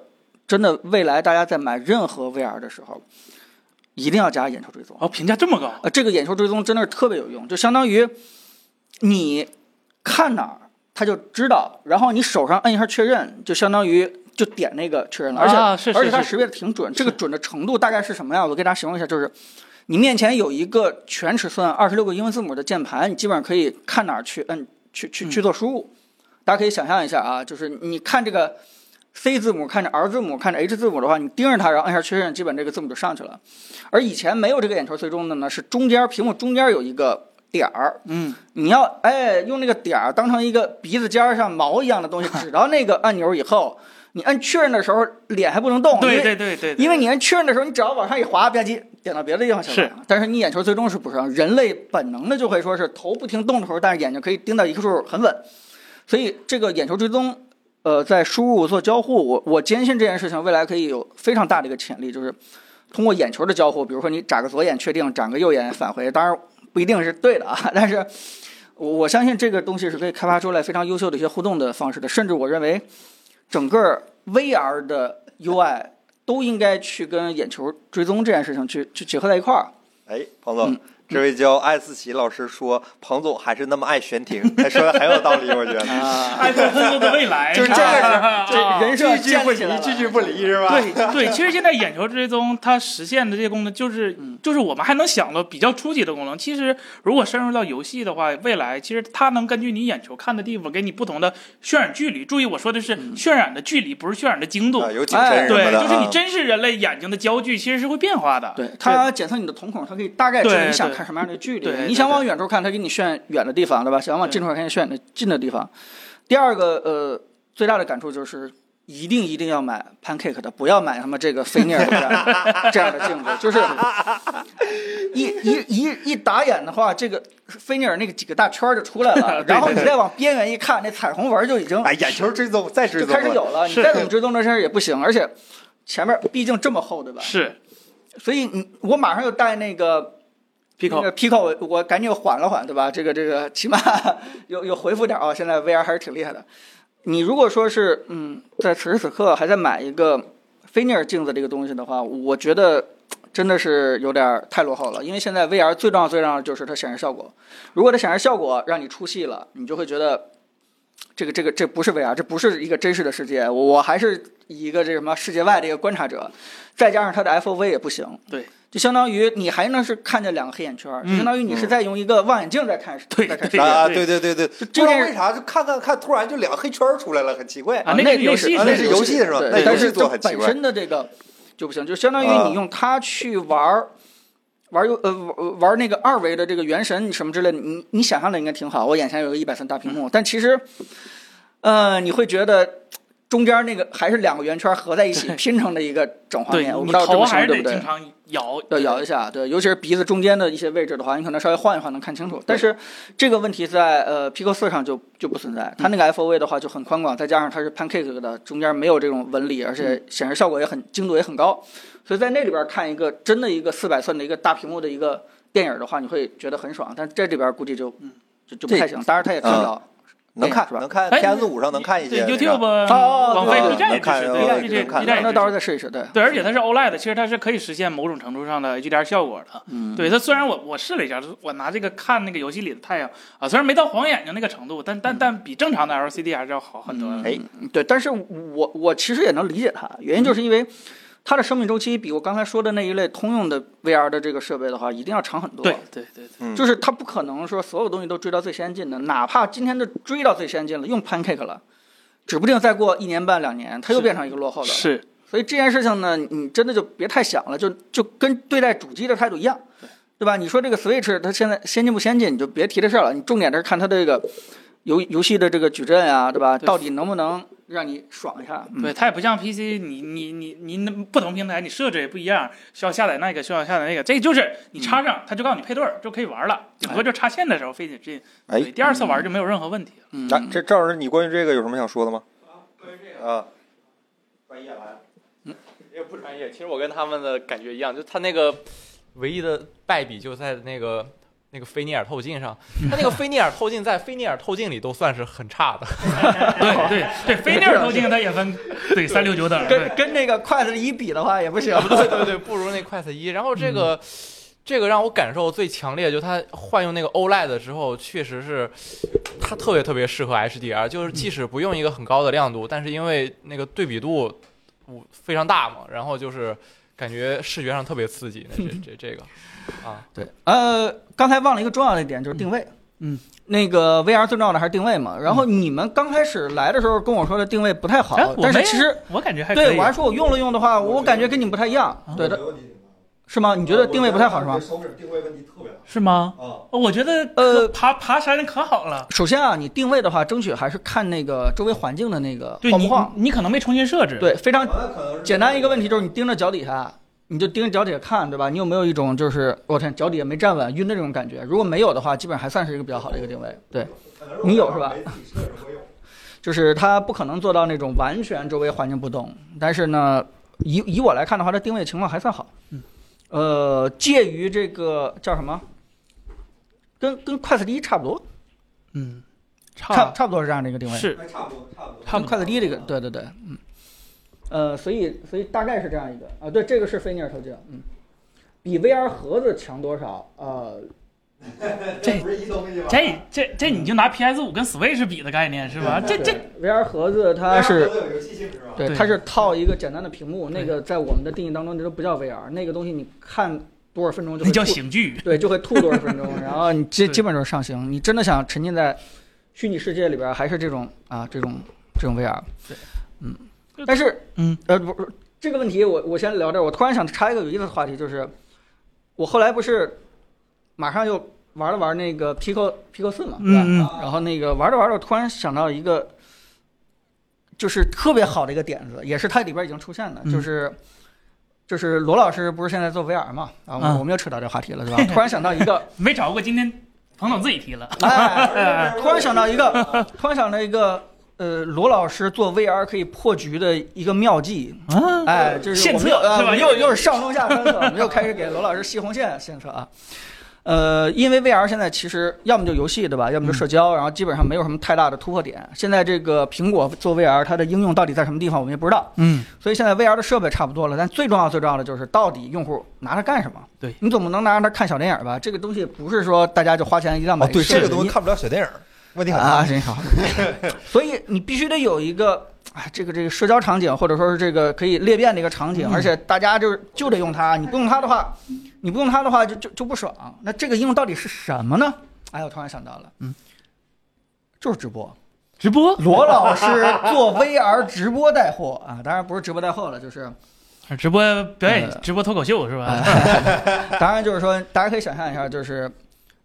Speaker 1: 真的未来大家在买任何 VR 的时候，一定要加眼球追踪。
Speaker 3: 哦，评价这么高，
Speaker 1: 呃，这个眼球追踪真的是特别有用，就相当于你看哪儿它就知道，然后你手上摁一下确认，就相当于就点那个确认了，而且、
Speaker 3: 啊是是
Speaker 1: 而且它
Speaker 3: 是
Speaker 1: 识别的挺准，这个准的程度大概是什么样？我给大家形容一下，就是。你面前有一个全尺寸二十六个英文字母的键盘，你基本上可以看哪儿去摁去去
Speaker 3: 嗯
Speaker 1: 去做输入。大家可以想象一下啊，就是你看这个 C 字母，看着 R 字母，看着 H 字母的话，你盯着它，然后按下确认，基本这个字母就上去了。而以前没有这个眼球追踪的呢，是中间屏幕中间有一个点儿，
Speaker 3: 嗯，
Speaker 1: 你要哎用那个点儿当成一个鼻子尖儿像毛一样的东西， 指到那个按钮以后，你按确认的时候脸还不能动，哦因
Speaker 3: 对
Speaker 1: 为
Speaker 3: 对对对，对
Speaker 1: 因为你按确认的时候，你只要往上一滑，吧唧点到别的地方去了。
Speaker 3: 是，
Speaker 1: 但是你眼球最终是不是啊？人类本能的就会说是头不停动的时候，但是眼睛可以盯到一个处很稳。所以这个眼球追踪，呃，在输入做交互，我我坚信这件事情未来可以有非常大的一个潜力，就是通过眼球的交互，比如说你眨个左眼确定，眨个右眼返回，当然不一定是对的啊， 但是。我我相信这个东西是可以开发出来非常优秀的一些互动的方式的，甚至我认为整个 VR 的 UI 都应该去跟眼球追踪这件事情去去结合在一块儿。
Speaker 2: 哎，彭总
Speaker 1: 嗯，
Speaker 2: 这位叫艾思琪老师说，彭总还是那么爱悬停，他说的很有道理，我觉得。
Speaker 1: 啊，
Speaker 3: 爱国愤怒的未来，
Speaker 2: 就是
Speaker 1: 这
Speaker 3: 样
Speaker 1: 样，这人设
Speaker 2: 句句
Speaker 1: 建
Speaker 2: 不
Speaker 1: 立起来
Speaker 2: 离，
Speaker 1: 了
Speaker 2: 句句不离是吧？啊
Speaker 3: 对对，其实现在眼球追踪它实现的这些功能，就是
Speaker 1: 嗯
Speaker 3: 就是我们还能想到比较初级的功能。其实如果深入到游戏的话，未来其实它能根据你眼球看的地方，给你不同的渲染距离。注意，我说的是渲染的距离，不是渲染的精度
Speaker 2: 啊，。有景深
Speaker 1: 哎
Speaker 2: 什么
Speaker 3: 对，
Speaker 2: 的啊。
Speaker 3: 就是你真实人类眼睛的焦距其实是会变化的。
Speaker 1: 对，它检测你的瞳孔，它可以大概知道你想看什么样的距离
Speaker 3: 对对。对
Speaker 1: 你想往远处看，它给你炫远的地方，对吧？想往近处看，给你炫的近的地方。第二个，呃，最大的感触就是。一定一定要买 Pancake 的，不要买他妈这个菲涅尔的这样的这样的镜子， 就是一一一一打眼的话，这个菲涅尔那个几个大圈儿就出来 了，然后你再往边缘一看，那彩虹纹儿就已经
Speaker 2: 哎，眼球追踪再追
Speaker 1: 就
Speaker 2: 踪
Speaker 1: 开始有了，你
Speaker 3: 是
Speaker 1: 再怎么追踪这事儿也不行，而且前面毕竟这么厚，对吧？
Speaker 3: 是
Speaker 1: 所以你我马上又带那个那
Speaker 3: Pico，
Speaker 1: 个 Pico，我我赶紧又缓了缓，对吧？这个这个起码 有有回复点儿啊，现在 VR 还是挺厉害的。你如果说是嗯，在此时此刻还在买一个菲涅尔镜子这个东西的话，我觉得真的是有点儿太落后了，因为现在 VR 最重要最重要的就是它显示效果。如果它显示效果让你出戏了，你就会觉得这个这个这不是 VR，这不是一个真实的世界，我我还是一个这什么世界外的一个观察者，再加上它的 FOV 也不行，
Speaker 3: 对，嗯
Speaker 1: 就相当于你还能是看见两个黑眼圈儿，就相当于你是在用一个望远镜在看，
Speaker 3: 对
Speaker 1: 在看世
Speaker 3: 对
Speaker 1: 界
Speaker 2: 啊，
Speaker 3: 对
Speaker 2: 对对对对，
Speaker 1: 这
Speaker 2: 不知道
Speaker 1: 个
Speaker 2: 为啥就看看看，突然就两个黑圈儿出来了，很奇怪。
Speaker 3: 啊
Speaker 1: 啊，
Speaker 3: 那
Speaker 1: 那
Speaker 3: 个是游戏
Speaker 1: 啊
Speaker 3: 是
Speaker 1: 那
Speaker 3: 吧
Speaker 1: 游
Speaker 2: 游戏是吧那
Speaker 1: 对，
Speaker 2: 游
Speaker 1: 但
Speaker 2: 戏
Speaker 1: 是
Speaker 2: 做
Speaker 1: 就
Speaker 2: 得很奇
Speaker 1: 本
Speaker 2: 怪
Speaker 1: 身的这个就不行，就相当于
Speaker 2: 啊
Speaker 1: 你用它去玩儿。玩游呃玩玩那个二维的这个原神什么之类的，你你想象的应该挺好。我眼前有个一百寸大屏幕，但其实，呃，你会觉得中间那个还是两个圆圈合在一起
Speaker 3: 对
Speaker 1: 拼成的一个整画
Speaker 3: 对
Speaker 1: 面，我不知
Speaker 3: 你
Speaker 1: 道这
Speaker 3: 头
Speaker 1: 么
Speaker 3: 还
Speaker 1: 说对
Speaker 3: 是得
Speaker 1: 不对
Speaker 3: 经？常摇，
Speaker 1: 要摇一下，对，尤其是鼻子中间的一些位置的话，你可能稍微晃一晃能看清楚。但是这个问题在呃 Pico 四上就就不存在，它那个 FOV 的话就很宽广，再加上它是 Pancake 的，中间没有这种纹理，而且显示效果也很精度也很高，所以在那里边看一个真的一个四百寸的一个大屏幕的一个电影的话，你会觉得很爽。但这里边估计就
Speaker 3: 嗯
Speaker 1: 就就不太行，当然它也看不到。
Speaker 2: 能看
Speaker 1: 是吧
Speaker 2: 能看
Speaker 3: 哎
Speaker 2: PS 五上能看一些啊
Speaker 3: 对
Speaker 2: 是吧
Speaker 3: YouTube
Speaker 1: 哦
Speaker 3: 网飞
Speaker 1: 对
Speaker 3: B 站
Speaker 2: 能
Speaker 3: 也支
Speaker 2: 看
Speaker 3: 持，
Speaker 2: 能
Speaker 3: 对
Speaker 2: 看
Speaker 3: B
Speaker 2: 能看
Speaker 3: 站
Speaker 1: 那
Speaker 3: B 站
Speaker 1: 到时候
Speaker 3: 也
Speaker 1: 再
Speaker 3: 支持。
Speaker 1: 试一试，对，
Speaker 3: 对，而且它是 OLED，其实它是可以实现某种程度上的 HDR 效果的。
Speaker 1: 嗯，
Speaker 3: 对它，虽然我我试了一下，我拿这个看那个游戏里的太阳啊，虽然没到晃眼睛那个程度，但
Speaker 1: 嗯
Speaker 3: 但但比正常的 LCD 还是要好很多的。
Speaker 1: 哎，对，但是我我其实也能理解它，原因就是因为它的生命周期比我刚才说的那一类通用的 VR 的这个设备的话，一定要长很多。
Speaker 3: 对对对对，
Speaker 2: 嗯
Speaker 1: 就是它不可能说所有东西都追到最先进的，哪怕今天的追到最先进了，用 Pancake 了，指不定再过一年半两年，它又
Speaker 3: 是
Speaker 1: 变成一个落后的了。
Speaker 3: 是
Speaker 1: 所以这件事情呢，你真的就别太想了，就就跟对待主机的态度一样，对吧？你说这个 Switch 它现在先进不先进，你就别提这事儿了。你重点的是看它这个游游戏的这个矩阵啊，对吧？
Speaker 3: 对
Speaker 1: 到底能不能让你爽一下？嗯
Speaker 3: 对，它也不像 PC，你你你你那不同平台你设置也不一样，需要下载那个，需要下载那个，这就是你
Speaker 1: 嗯
Speaker 3: 插上，它就告诉你配对儿就可以玩了，顶
Speaker 1: 哎
Speaker 3: 多就插线的时候费点劲。
Speaker 2: 哎
Speaker 3: 对，第二次玩就没有任何问 题了。
Speaker 1: 嗯，
Speaker 2: 来，啊这赵老师，你关于这个有什么想说的吗？啊，专业来，
Speaker 5: 嗯也不专业。其实我跟他们的感觉一样，就他那个唯一的败笔就在那个那个菲涅尔透 镜上，他那个菲涅尔透镜在菲涅尔透镜里都算是很差的，
Speaker 3: 对对对， 飞涅尔透镜它也分对三六九等，对
Speaker 1: 跟跟这个筷子一比的话也不行。
Speaker 5: 对对嗯对，不如那快色一。然后这个。这个让我感受最强烈，就它换用那个 E OLED 之后，确实是它特别特别适合 HDR，就是即使不用一个很高的亮度，但是因为那个对比度我非常大嘛，然后就是感觉视觉上特别刺激。那这这这个啊，
Speaker 1: 对， 呃，刚才忘了一个重要的一点，就是定位。
Speaker 3: 嗯，
Speaker 1: 那个 VR 最重要的还是定位嘛。然后你们刚开始来的时候跟我说的定位不太好
Speaker 3: 哎，我
Speaker 1: 但是
Speaker 3: 没
Speaker 1: 其实
Speaker 3: 我感觉还可
Speaker 1: 对
Speaker 3: 以啊
Speaker 1: 我。还说我用了用的话，我感觉跟你们不太一样。对的，是吗？你觉
Speaker 3: 啊
Speaker 1: 得定位不太好是吗？
Speaker 2: 手指定位问题特别大
Speaker 3: 是吗？
Speaker 2: 啊，
Speaker 3: 哦我觉得
Speaker 1: 呃
Speaker 3: 爬爬山可好了。
Speaker 1: 首先啊，你定位的话，争取还是看那个周围环境的那个
Speaker 3: 对
Speaker 1: 晃不
Speaker 3: 你
Speaker 1: 晃。
Speaker 3: 你可能没重新设置。
Speaker 1: 对，非常
Speaker 2: 那可能是
Speaker 1: 简单一个问题就是你盯着脚底下，你就盯着脚底下看，对吧？你有没有一种就是我天脚底下没站稳晕的这种感觉？如果没有的话，基本上还算是一个比较好的一个定位。对，你有是吧？就是它不可能做到那种完全周围环境不动，但是呢，以以我来看的话，它定位情况还算好。嗯，呃，介于这个叫什么，跟跟快四 D 差不多，
Speaker 3: 嗯，
Speaker 1: 差
Speaker 3: 差
Speaker 1: 差不多是这样的一个定位。
Speaker 3: 是
Speaker 2: 哎差不多差不多
Speaker 3: 差不
Speaker 1: 跟
Speaker 3: 多
Speaker 1: 筷子低这个，对对对，嗯，呃，所以所以大概是这样一个啊，对，这个是菲涅尔透镜，嗯，比 VR 盒子强多少？呃，
Speaker 3: 这
Speaker 2: 不是一东西吧
Speaker 3: 这这这你就拿 PS 五跟 Switch 比的概念是吧？这这
Speaker 1: 对 VR 盒子它是。
Speaker 2: 有游戏性质啊吧
Speaker 1: 对，
Speaker 3: 对
Speaker 1: 它是套一个简单的屏幕，那个在我们的定义当中，那都不叫 VR，那个东西你看多少分钟就
Speaker 3: 那
Speaker 1: 会
Speaker 3: 叫
Speaker 1: 吐
Speaker 3: 刑具。
Speaker 1: 对，就会吐多少分钟，然后你基
Speaker 3: 对
Speaker 1: 基本就是上行。你真的想沉浸在虚拟世界里边儿，还是这种啊这种这种 VR？
Speaker 3: 对，
Speaker 1: 嗯
Speaker 3: 就，
Speaker 1: 但是
Speaker 3: 嗯
Speaker 1: 呃不不这个问题我我先聊这儿，我突然想插一个有意思的话题，就是我后来不是马上又玩了玩那个 Pico Pico 四嘛，对吧？
Speaker 3: 嗯嗯
Speaker 1: 然后那个玩着玩着，我突然想到一个，就是特别好的一个点子，也是它里边已经出现的，
Speaker 3: 嗯
Speaker 1: 就是就是罗老师不是现在做 VR 嘛？啊，
Speaker 3: 嗯
Speaker 1: 我我们又扯到这个话题 了，对吧？突然想到一个，
Speaker 3: 没找过，今天彭总自己提了。
Speaker 1: 哎， 突然想到一
Speaker 2: 哦
Speaker 1: 个，突然想到一个。呃，罗老师做 VR 可以破局的一个妙计，
Speaker 3: 啊，
Speaker 1: 哎，这是
Speaker 3: 献
Speaker 1: 我们
Speaker 3: 策
Speaker 1: 又呃
Speaker 3: 是
Speaker 1: 我
Speaker 3: 吧
Speaker 1: 们
Speaker 3: 又
Speaker 1: 又又是上中下三策，我们又开始给罗老师系红线献策啊。呃，因为 VR 现在其实要么就游戏对吧，要么就社交，然后基本上没有什么太大的突破点。现在这个苹果做 VR，它的应用到底在什么地方，我们也不知道。
Speaker 3: 嗯，
Speaker 1: 所以现在 VR 的设备差不多了，但最重要最重要的就是到底用户拿它干什么？
Speaker 3: 对
Speaker 1: 你总不能拿着它看小电影吧？这个东西不是说大家就花钱一辆买
Speaker 2: 哦，对，
Speaker 1: 设
Speaker 2: 这
Speaker 1: 备
Speaker 2: 个东西看不了小电影，问题 很
Speaker 1: 啊，
Speaker 2: 大。
Speaker 1: 真好。所以你必须得有一个啊，这个这个社交场景，或者说是这个可以裂变的一个场景，而且大家就是就得用它，你不用它的话，你不用它的话就就就不爽。那这个应用到底是什么呢？哎，我突然想到了，嗯，就是直播。
Speaker 3: 直播
Speaker 1: 罗老师做 VR 直播带货啊，当然不是直播带货了，就是
Speaker 3: 直播表演
Speaker 1: 呃哎
Speaker 3: 直播脱口秀是吧？
Speaker 1: 当然就是说，大家可以想象一下，就是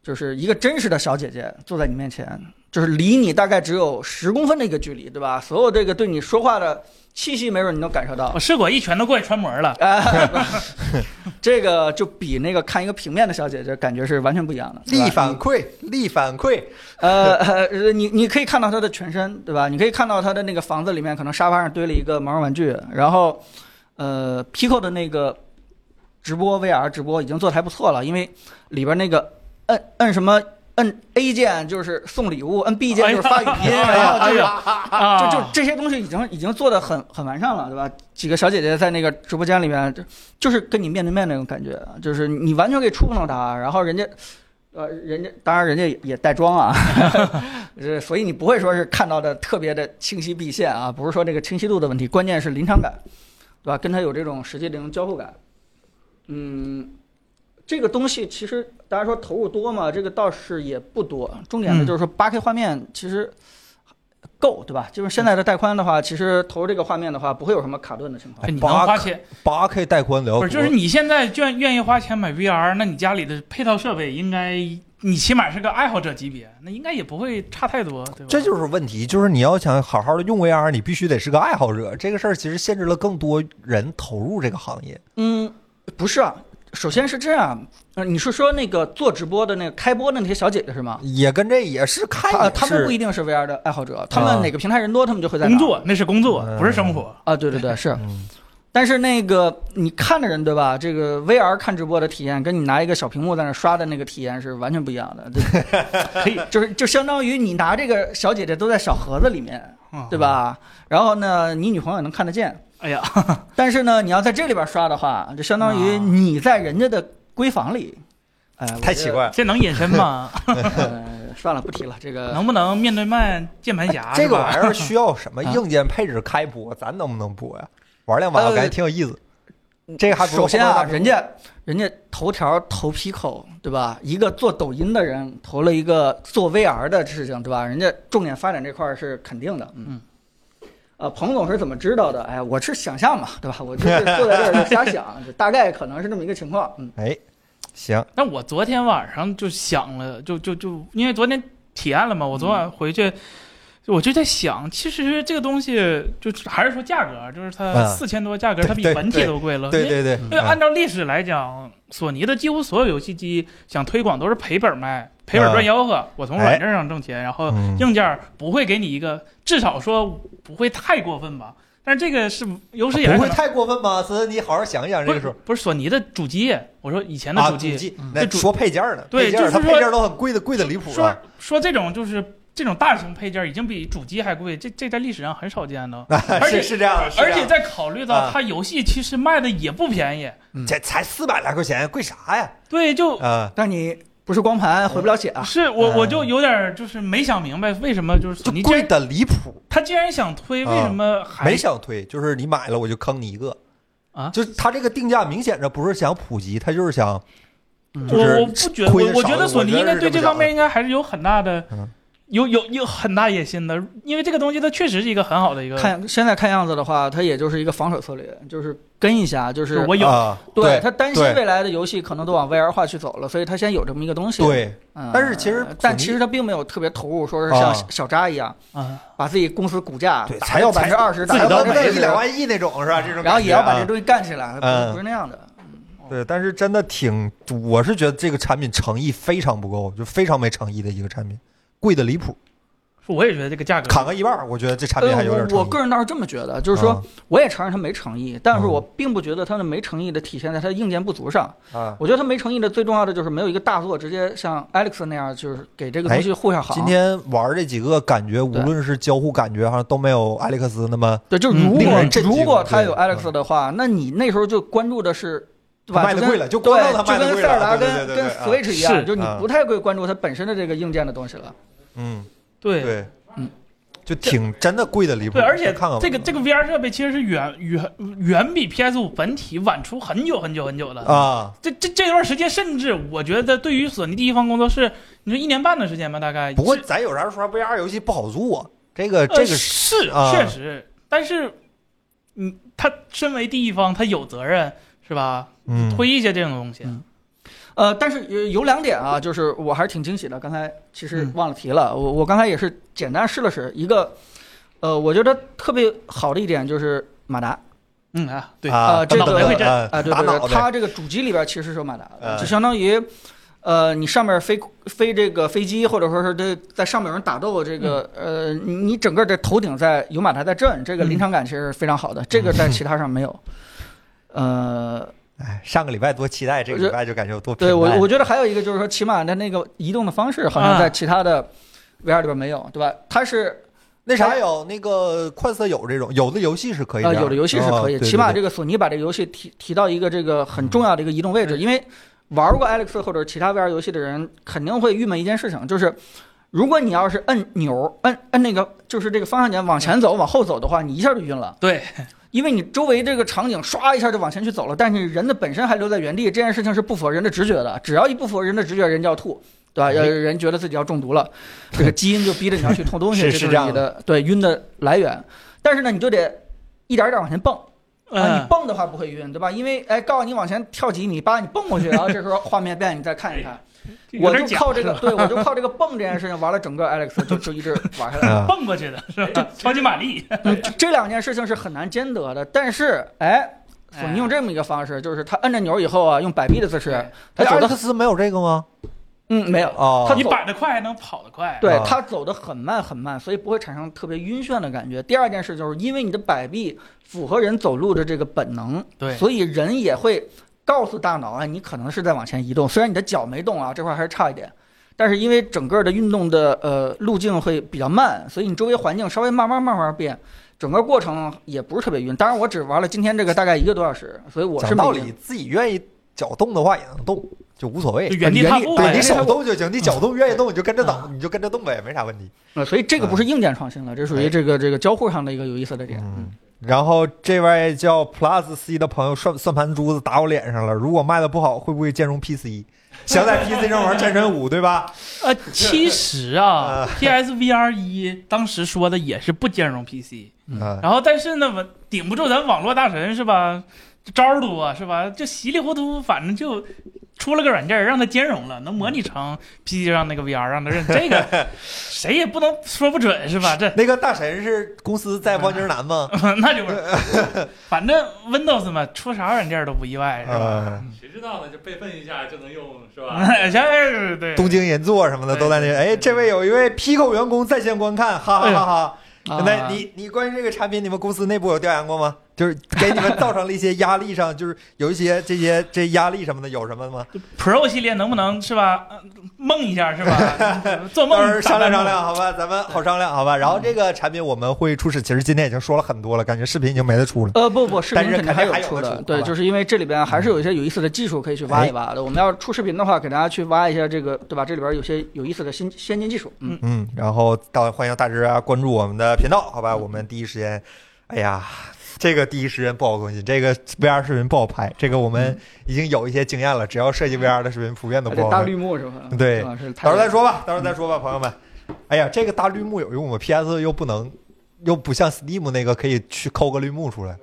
Speaker 1: 就是一个真实的小姐姐坐在你面前，就是离你大概只有十公分的一个距离，对吧？所有这个对你说话的气息，没准你能感受到
Speaker 3: 我。试过一拳头过去穿模了，
Speaker 1: 哎， 这个就比那个看一个平面的小姐姐感觉是完全不一样的。对吧
Speaker 2: 力反馈，力反馈，
Speaker 1: 呃呃，你你可以看到她的全身，对吧？你可以看到她的那个房子里面，可能沙发上堆了一个毛绒玩具，然后，呃，Pico 的那个直播 VR 直播已经做的还不错了，因为里边那个摁摁什么摁 A 键就是送礼物，摁 B 键就是发语音，
Speaker 3: 哎
Speaker 1: 然
Speaker 3: 呀
Speaker 1: 后
Speaker 3: 哎
Speaker 1: 就是
Speaker 3: 呀啊，
Speaker 1: 就就这些东西已经已经做的很很完善了，对吧？几个小姐姐在那个直播间里面，就就是跟你面对面那种感觉，就是你完全可以触碰到她，然后人家，呃，人家当然人家也也带妆啊， 呃所以你不会说是看到的特别的清晰毕现啊，不是说这个清晰度的问题，关键是临场感，对吧？跟她有这种实际的这种交互感，嗯。这个东西其实大家说投入多嘛，这个倒是也不多。重点的就是说，八 K 画面其实够，对吧？就是现在的带宽的话，其实投入这个画面的话，不会有什么卡顿的情况
Speaker 3: 哎就。你能花钱，
Speaker 2: 八 K 带宽聊
Speaker 3: 不是就是你现在愿愿意花钱买 VR，那你家里的配套设备应该，你起码是个爱好者级别，那应该也不会差太多，对吧？
Speaker 2: 这就是问题，就是你要想好好的用 VR，你必须得是个爱好者。这个事儿其实限制了更多人投入这个行业。
Speaker 1: 嗯，不是啊，首先是这样，呃，你是说那个做直播的那个开播的那些小姐姐是吗？
Speaker 2: 也跟这也是看
Speaker 1: 她
Speaker 2: 也
Speaker 1: 呃
Speaker 2: 是，
Speaker 1: 她们不一定是 VR 的爱好者，她们哪个平台人多，她们就会在哪
Speaker 3: 工作那是工作，
Speaker 2: 嗯
Speaker 3: 不是生活。
Speaker 1: 啊。对对对，是。
Speaker 2: 嗯
Speaker 1: 但是那个你看的人对吧？这个 VR 看直播的体验，跟你拿一个小屏幕在那刷的那个体验是完全不一样的。对， 可以，就是就相当于你拿这个小姐姐都在小盒子里面，
Speaker 3: 嗯
Speaker 1: 对吧？然后呢，你女朋友也能看得见。
Speaker 3: 哎呀，
Speaker 1: 但是呢，你要在这里边刷的话，就相当于
Speaker 3: 啊
Speaker 1: 你在人家的闺房里，哎，我
Speaker 2: 太
Speaker 1: 觉
Speaker 2: 奇
Speaker 1: 得、
Speaker 2: 怪了。
Speaker 3: 这能隐身 吗？
Speaker 1: 呃算了，不提了。这 个
Speaker 3: 能不能面对面键盘侠？
Speaker 2: 哎这个
Speaker 3: 是吧啊
Speaker 2: 玩意儿需要什么硬件配置开播？咱能不能播呀？玩两把，我
Speaker 1: 呃
Speaker 2: 感觉挺有意思。这个还不
Speaker 1: 首先啊，人
Speaker 2: 家
Speaker 1: 家人家头条投 Pico 对吧？一个做抖音的人投了一个做 VR 的事情对吧？人家重点发展这块儿是肯定的，嗯。呃，彭总是怎么知道的？哎呀，我是想象嘛，对吧？我就是坐在这儿就瞎想， 就大概可能是这么一个情况。嗯，
Speaker 2: 哎，行，
Speaker 3: 但我昨天晚上就想了，就就就因为昨天体验了嘛，我
Speaker 2: 嗯
Speaker 3: 昨晚回去。我就在想，其实这个东西就还是说价格，啊就是它
Speaker 2: 嗯
Speaker 3: 四千多价格，它比
Speaker 2: 对
Speaker 3: 本体都贵了。
Speaker 2: 对对对，
Speaker 3: 呃因为
Speaker 2: 嗯
Speaker 3: 按照历史来讲，索尼的几乎所有游戏机想推广都是赔本卖，赔本赚吆喝。我从软件上挣钱，然后
Speaker 2: 嗯
Speaker 3: 硬件不会给你一个，至少说不会太过分吧。但是这个是有史以来
Speaker 2: 啊不会
Speaker 3: 可能
Speaker 2: 太过分吧？思思，你好好想一想，
Speaker 3: 不
Speaker 2: 这个时
Speaker 3: 是
Speaker 2: 候
Speaker 3: 不是索尼的主机，我说以前的
Speaker 2: 啊，
Speaker 3: 主机，嗯
Speaker 2: 那
Speaker 3: 这主
Speaker 2: 说配件呢？
Speaker 3: 对
Speaker 2: 配件
Speaker 3: 就是
Speaker 2: 它
Speaker 3: 说
Speaker 2: 配件都很贵的，贵的离谱
Speaker 3: 说
Speaker 2: 啊。
Speaker 3: 说这种就是这种大型配件已经比主机还贵，这这在历史上很少见的。而且
Speaker 2: 是是这样的，是这啊
Speaker 3: 而
Speaker 2: 样
Speaker 3: 且
Speaker 2: 的
Speaker 3: 再考虑到
Speaker 2: 啊
Speaker 3: 它游戏其实卖的也不便宜，
Speaker 2: 这才四百来块钱，贵啥呀？
Speaker 3: 对，就
Speaker 2: 啊，
Speaker 1: 但你不是光盘回不了血啊。
Speaker 3: 是我
Speaker 2: 嗯
Speaker 3: 我就有点儿就是没想明白为什么就是索
Speaker 2: 就
Speaker 3: 尼既
Speaker 2: 贵
Speaker 3: 然
Speaker 2: 的离谱。
Speaker 3: 他既然想推，为什么还
Speaker 2: 啊没想推，就是你买了我就坑你一个
Speaker 3: 啊
Speaker 2: 就是他这个定价明显着不是想普及，他就是想就
Speaker 3: 我
Speaker 2: 是
Speaker 3: 我不觉得，
Speaker 2: 亏
Speaker 3: 我
Speaker 2: 得
Speaker 3: 我
Speaker 2: 少
Speaker 3: 觉得
Speaker 2: 我
Speaker 3: 索尼
Speaker 2: 觉得
Speaker 3: 应该
Speaker 2: 是
Speaker 3: 对
Speaker 2: 这
Speaker 3: 这
Speaker 2: 么
Speaker 3: 方面
Speaker 2: 想
Speaker 3: 应该还是有很大的
Speaker 2: 嗯，
Speaker 3: 有有有很大野心的，因为这个东西它确实是一个很好的一个。
Speaker 1: 看现在看样子的话，它也就是一个防守策略，就是跟一下，就是
Speaker 3: 我有
Speaker 2: 啊，
Speaker 1: 对
Speaker 2: 对
Speaker 1: 他担心
Speaker 2: 对
Speaker 1: 未来的游戏可能都往 VR 化去走了，所以他先有这么一个东西。，
Speaker 2: 对，
Speaker 1: 嗯、
Speaker 2: 但是其实
Speaker 1: 但
Speaker 2: 索尼
Speaker 1: 其实他并没有特别投入，说是
Speaker 2: 啊
Speaker 1: 像小扎一样，
Speaker 3: 啊，
Speaker 1: 把自己公司股价
Speaker 2: 对
Speaker 1: 打
Speaker 2: 才
Speaker 1: 到
Speaker 2: 要
Speaker 1: 百分
Speaker 2: 才
Speaker 1: 之二十，
Speaker 2: 自
Speaker 1: 打
Speaker 2: 己
Speaker 1: 到百
Speaker 2: 都没
Speaker 1: 分
Speaker 2: 一
Speaker 1: 之
Speaker 2: 两万亿那种是吧？这种啊
Speaker 1: 然后也要把这
Speaker 2: 种
Speaker 1: 东西干起来，不是
Speaker 2: 嗯
Speaker 1: 不是那样的。
Speaker 2: 对，但是真的挺，我是觉得这个产品诚意非常不够，就非常没诚意的一个产品，贵的离谱，
Speaker 3: 我也觉得这个价格
Speaker 2: 砍个一半儿，我觉得这产
Speaker 1: 呃
Speaker 2: 品还有点
Speaker 1: 我
Speaker 2: 诚
Speaker 1: 我
Speaker 2: 意
Speaker 1: 个人倒是这么觉得，就是说
Speaker 2: 啊，
Speaker 1: 我也承认他没诚意，但是
Speaker 2: 嗯
Speaker 1: 我并不觉得他的没诚意的体现在他的硬件不足上。
Speaker 2: 啊。
Speaker 1: 我觉得他没诚意的最重要的就是没有一个大作直接像 Alex 那样，就是给这个东西护上好。
Speaker 2: 哎今天玩这几个感觉，无
Speaker 1: 对
Speaker 2: 论是交互感觉，好像都没有艾利克斯那么
Speaker 1: 对，就是如
Speaker 3: 嗯令
Speaker 1: 果
Speaker 2: 人震惊
Speaker 1: 如果他有
Speaker 2: 对
Speaker 1: Alex 的话，那你那时候就关注的是。对吧？
Speaker 2: 卖得
Speaker 1: 就跟
Speaker 2: 贵了就光
Speaker 1: 对，
Speaker 2: 让它卖
Speaker 1: 就
Speaker 2: 得
Speaker 1: 跟
Speaker 2: 贵
Speaker 1: 塞尔
Speaker 2: 了
Speaker 1: 达
Speaker 2: 对
Speaker 1: 跟
Speaker 2: 对对
Speaker 1: 跟
Speaker 2: 对啊
Speaker 1: Switch 一样，
Speaker 3: 是
Speaker 1: 就你
Speaker 2: 啊
Speaker 1: 不太会关注它本身的这个硬件的东西了。
Speaker 2: 嗯，
Speaker 3: 对
Speaker 2: 对，
Speaker 1: 嗯，
Speaker 2: 就挺真的贵的离谱。
Speaker 3: 对，而且
Speaker 2: 看看吧
Speaker 3: 这个这个 VR 设备其实是远远远比 PS 五本体晚出很久很久很久的。
Speaker 2: 啊，
Speaker 3: 这这这段时间，甚至我觉得对于索尼第一方工作室，你说一年半的时间吧，大概。
Speaker 2: 不过
Speaker 3: 是
Speaker 2: 咱有啥说 VR 游戏不好做，这个
Speaker 3: 呃
Speaker 2: 这个
Speaker 3: 是
Speaker 2: 啊
Speaker 3: 确实，但是，嗯，他身为第一方，他有责任是吧？
Speaker 2: 嗯
Speaker 3: 推一些这种东西，
Speaker 1: 嗯呃，但是有有两点啊，就是我还是挺惊喜的。刚才其
Speaker 2: 嗯
Speaker 1: 实忘了提了，我我刚才也是简单试了试一个，呃，我觉得特别好的一点就是马达，
Speaker 3: 嗯啊，对
Speaker 2: 啊，
Speaker 1: 呃这
Speaker 2: 打脑
Speaker 1: 个
Speaker 2: 袋会
Speaker 3: 震
Speaker 2: 嗯
Speaker 1: 啊，对
Speaker 2: 打
Speaker 1: 对
Speaker 2: 脑
Speaker 1: 对，它
Speaker 2: 袋，
Speaker 1: 这个主机里边其实是有马达的，
Speaker 2: 呃
Speaker 1: 就相当于，呃，你上面飞飞这个飞机，或者说是这在上面有人打斗，这个
Speaker 2: 嗯
Speaker 1: 呃，你你整个这头顶在有马达在震，这个临场感其实是非常好的，这个在其他上没有。呃，
Speaker 2: 哎上个礼拜多期待，这个礼拜就感觉有多
Speaker 1: 对我
Speaker 2: 平淡
Speaker 1: 我觉得还有一个就是说，起码它那个移动的方式好像在
Speaker 3: 啊
Speaker 1: 其他的 VR 里边没有，对吧？它是
Speaker 2: 那啥有那个快色有这种，有的游戏是可以这
Speaker 1: 呃，
Speaker 2: 样，
Speaker 1: 有的游戏是
Speaker 2: 哦
Speaker 1: 可以，
Speaker 2: 对
Speaker 1: 起码
Speaker 2: 对
Speaker 1: 这个索尼把这个游戏提提到一个这个很重要的一个移动位置，因为玩过 Alex 或者其他 VR 游戏的人肯定会郁闷一件事情，就是如果你要是摁钮，摁摁那个就是这个方向键往前走、往后走的话，你一下就晕了，
Speaker 3: 对，
Speaker 1: 因为你周围这个场景唰一下就往前去走了，但是人的本身还留在原地，这件事情是不符合人的直觉的，只要一不符合人的直觉，人就要吐。对吧？要
Speaker 2: 哎
Speaker 1: 人觉得自己要中毒了，这个基因就逼着你要去吐东西，
Speaker 2: 是
Speaker 1: 这
Speaker 2: 是
Speaker 1: 就
Speaker 2: 这样
Speaker 1: 你的对晕的来源。但是呢，你就得一点儿一点儿往前蹦，啊，你
Speaker 3: 嗯，
Speaker 1: 蹦的话不会晕，对吧？因为哎，告诉你往前跳几米，把你蹦过去，然后这时候画面变，你再看一看。我
Speaker 3: 有点
Speaker 1: 就
Speaker 3: 假
Speaker 1: 靠这个，
Speaker 3: 是吧
Speaker 1: 对我就靠这个蹦这件事情玩了整个 Alex，就就一直玩下来。
Speaker 2: 啊
Speaker 3: 蹦过去的是吧？超级玛丽，
Speaker 1: 嗯这两件事情是很难兼得的，但是哎，索尼用
Speaker 3: 哎
Speaker 1: 这么一个方式，就是他摁着钮以后啊，用摆臂的姿势， 他
Speaker 2: 哎
Speaker 1: 走
Speaker 2: 艾
Speaker 1: 的
Speaker 2: 克斯没有这个吗？
Speaker 1: 嗯没有，
Speaker 2: 哦，
Speaker 1: 他
Speaker 3: 你
Speaker 1: 走
Speaker 3: 摆得快还能跑得快，
Speaker 1: 对
Speaker 2: 啊
Speaker 1: 他走的很慢很慢，所以不会产生特别晕眩的感觉。第二件事就是因为你的摆臂符合人走路的这个本能，
Speaker 3: 对
Speaker 1: 所以人也会告诉大脑啊，你可能是在往前移动，虽然你的脚没动啊，这块还是差一点。但是因为整个的运动的呃路径会比较慢，所以你周围环境稍微慢慢慢慢变，整个过程也不是特别晕。当然，我只玩了今天这个大概一个多小时，所以我是
Speaker 2: 讲
Speaker 1: 没
Speaker 2: 道
Speaker 1: 晕
Speaker 2: 理，自己愿意脚动的话也能动，就无所谓
Speaker 3: 就。原地踏步
Speaker 2: 对
Speaker 3: 呗
Speaker 2: 你。手动就行，你脚
Speaker 1: 嗯
Speaker 2: 动愿意动你就跟着动，你就跟着动呗，没啥问题。
Speaker 1: 呃，所以这个不是硬件创新了，这属于
Speaker 2: 哎
Speaker 1: 这个这个交互上的一个有意思的点。
Speaker 2: 嗯，然后这位叫 Plus C 的朋友算算盘珠子打我脸上了，如果卖的不好，会不会兼容 PC？想在 PC 上玩《战神五》对吧？
Speaker 3: 呃，其实啊，PSVR 一当时说的也是不兼容 PC，
Speaker 2: 嗯，
Speaker 3: 然后但是呢，我顶不住咱网络大神是吧？招儿多是吧？就稀里糊涂，反正就出了个软件儿让它兼容了，能模拟
Speaker 2: 嗯
Speaker 3: 成 PC 上那个 VR，让它认 这个，谁也不能说不准是吧？这
Speaker 2: 那个大神是公司在望京南 吗？
Speaker 3: 那就不是，反正 Windows 嘛，出啥软件儿都不意外是吧？
Speaker 2: 嗯，
Speaker 4: 谁知道呢？就备份一下就能用，是吧？
Speaker 3: 哎对对
Speaker 2: 东京银座什么的都在那。哎，这位有一位 Pico 员工在线观看，哈哈哈哈。那
Speaker 1: 啊
Speaker 2: 你你关于这个产品，你们公司内部有调研过吗？就是给你 们造成了一些压力上，就是有一些这些这压力什么的，有什么吗？
Speaker 3: Pro 系列能不能是吧？呃梦一下 是吧？做
Speaker 2: 到
Speaker 3: 梦
Speaker 2: 时候商量
Speaker 3: 打
Speaker 2: 商
Speaker 3: 扮
Speaker 2: 量，好吧，咱们好商量，好吧。然后这个产品我们会出示，其实今天已经说了很多了，感觉视频已经没得出了。
Speaker 1: 呃，不不，视频
Speaker 2: 但是
Speaker 1: 肯定
Speaker 2: 肯定还
Speaker 1: 有
Speaker 2: 有
Speaker 1: 出
Speaker 2: 得
Speaker 1: 的
Speaker 2: 出，
Speaker 1: 对，
Speaker 2: 好吧哎
Speaker 1: 就是因为这里边还是有一些有意思的技术可以去挖一挖的。我们要出视频的话，给大家去挖一下这个，对吧？这里边有些有意思的新先进技术，嗯，
Speaker 2: 嗯，然后到欢迎大家关注我们的频道，好吧？我们第一时间，哎呀，这个第一时间不好更新，这个 VR 视频不好拍，这个我们已经有一些经验了，只要设计 VR 的视频，普遍都
Speaker 1: 还
Speaker 2: 不
Speaker 1: 得
Speaker 2: 好
Speaker 1: 大
Speaker 2: 拍。
Speaker 1: 绿幕是吧？
Speaker 2: 对
Speaker 1: 啊是
Speaker 2: 到
Speaker 1: 太
Speaker 2: 时候再说吧，到时候再说吧，朋友们。哎呀，这个大绿幕有用吗？PS 又不能，又不像 Steam 那个可以去抠个绿幕出来，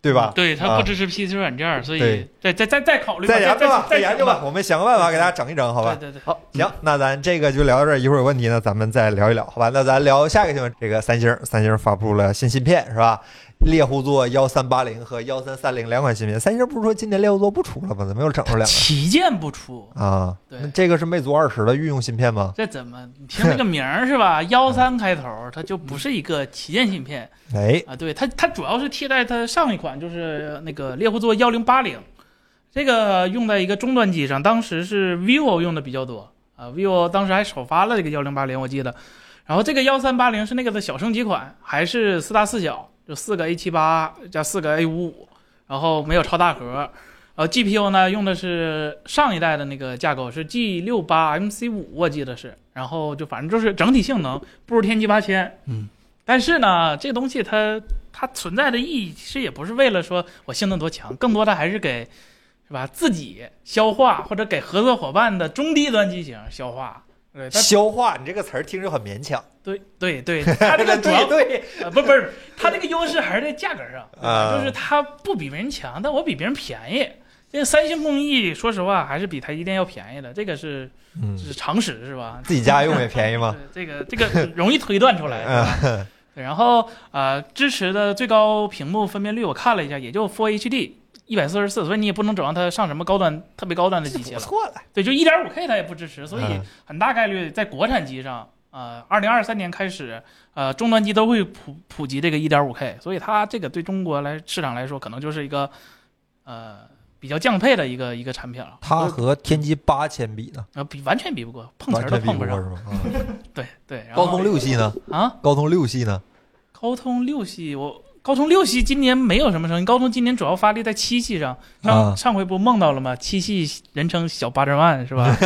Speaker 2: 对吧？
Speaker 3: 对，它
Speaker 2: 啊
Speaker 3: 不支持 PC 软件儿，所以
Speaker 2: 对
Speaker 3: 再再再再考虑吧，
Speaker 2: 再研
Speaker 3: 再
Speaker 2: 究吧，
Speaker 3: 再
Speaker 2: 再研究吧，，我们想个办法给大家整一整，好吧
Speaker 3: 对？对对，
Speaker 2: 行，那咱这个就聊到这儿，一会儿有问题呢，咱们再聊一聊，好吧？那咱聊下一个新闻，这个三星，三星发布了新芯片，是吧？猎户座幺三八零和幺三三零两款芯片，三星不是说今年猎户座不出了吗？怎么又整出两
Speaker 3: 旗舰不出，
Speaker 2: 个啊？
Speaker 3: 对
Speaker 2: 那这个是魅族二十的御用芯片吗？
Speaker 3: 这怎么？你听这个名儿 是吧？幺三开头，它就不是一个旗舰芯片
Speaker 2: 哎，
Speaker 3: 啊。对，它它主要是替代它上一款，就是那个猎户座幺零八零，这个用在一个终端机上，当时是 vivo 用的比较多啊。vivo 当时还首发了这个幺零八零，我记得。然后这个幺三八零是那个的小升级款，还是四大四小，就四个 A 七八加四个 A 五五，然后没有超大核。然后 GPU 呢用的是上一代的那个架构，是 G 六八 MC 五，我记得是。然后就反正就是整体性能不如天玑八千，
Speaker 1: 嗯。
Speaker 3: 但是呢，这东西它它存在的意义其实也不是为了说我性能多强，更多的还是给是吧自己消化，或者给合作伙伴的中低端机型消化。对，它
Speaker 2: 哎消化，你这个词儿听着很勉强。
Speaker 3: 对对 对，它这个主
Speaker 2: 对
Speaker 3: 要
Speaker 2: 对，
Speaker 3: 呃不不是它这个优势还是在价格上，对吧
Speaker 2: 啊
Speaker 3: 就是它不比别人强，但我比别人便宜。这个三星工艺，说实话还是比台积电要便宜的，这个是
Speaker 2: 嗯
Speaker 3: 这，是常识是吧？
Speaker 2: 自己家用也便宜 嘛。
Speaker 3: 对，这个这个 容易推断出来，
Speaker 2: 嗯
Speaker 3: 是吧？ 对然后呃，支持的最高屏幕分辨率我看了一下，也就 Full HD 一百四十四，所以你也不能指望它上什么高端特别高端的机器
Speaker 2: 不
Speaker 3: 了。
Speaker 2: 错了，
Speaker 3: 对，就一点五 K 它也不支持，所以
Speaker 2: 嗯
Speaker 3: 很大概率在国产机上，呃，二零二三年开始，呃，终端机都会普普及这个一点五 K，所以它这个对中国来市场来说，可能就是一个呃比较降配的一个一个产品了，
Speaker 2: 它和天玑八千比呢，
Speaker 3: 呃，比完全比不过，碰瓷
Speaker 2: 完
Speaker 3: 儿都
Speaker 2: 全比
Speaker 3: 碰
Speaker 2: 不
Speaker 3: 不
Speaker 2: 过
Speaker 3: 上。
Speaker 2: 是吧？嗯
Speaker 3: 对对，然后
Speaker 2: 高通六系呢？
Speaker 3: 啊，
Speaker 2: 高通六系呢？
Speaker 3: 高通六系我。高通六系今年没有什么声音，高通今年主要发力在七系上。上、
Speaker 2: 啊
Speaker 3: 上回不梦到了吗？七系人称小八珍万是吧？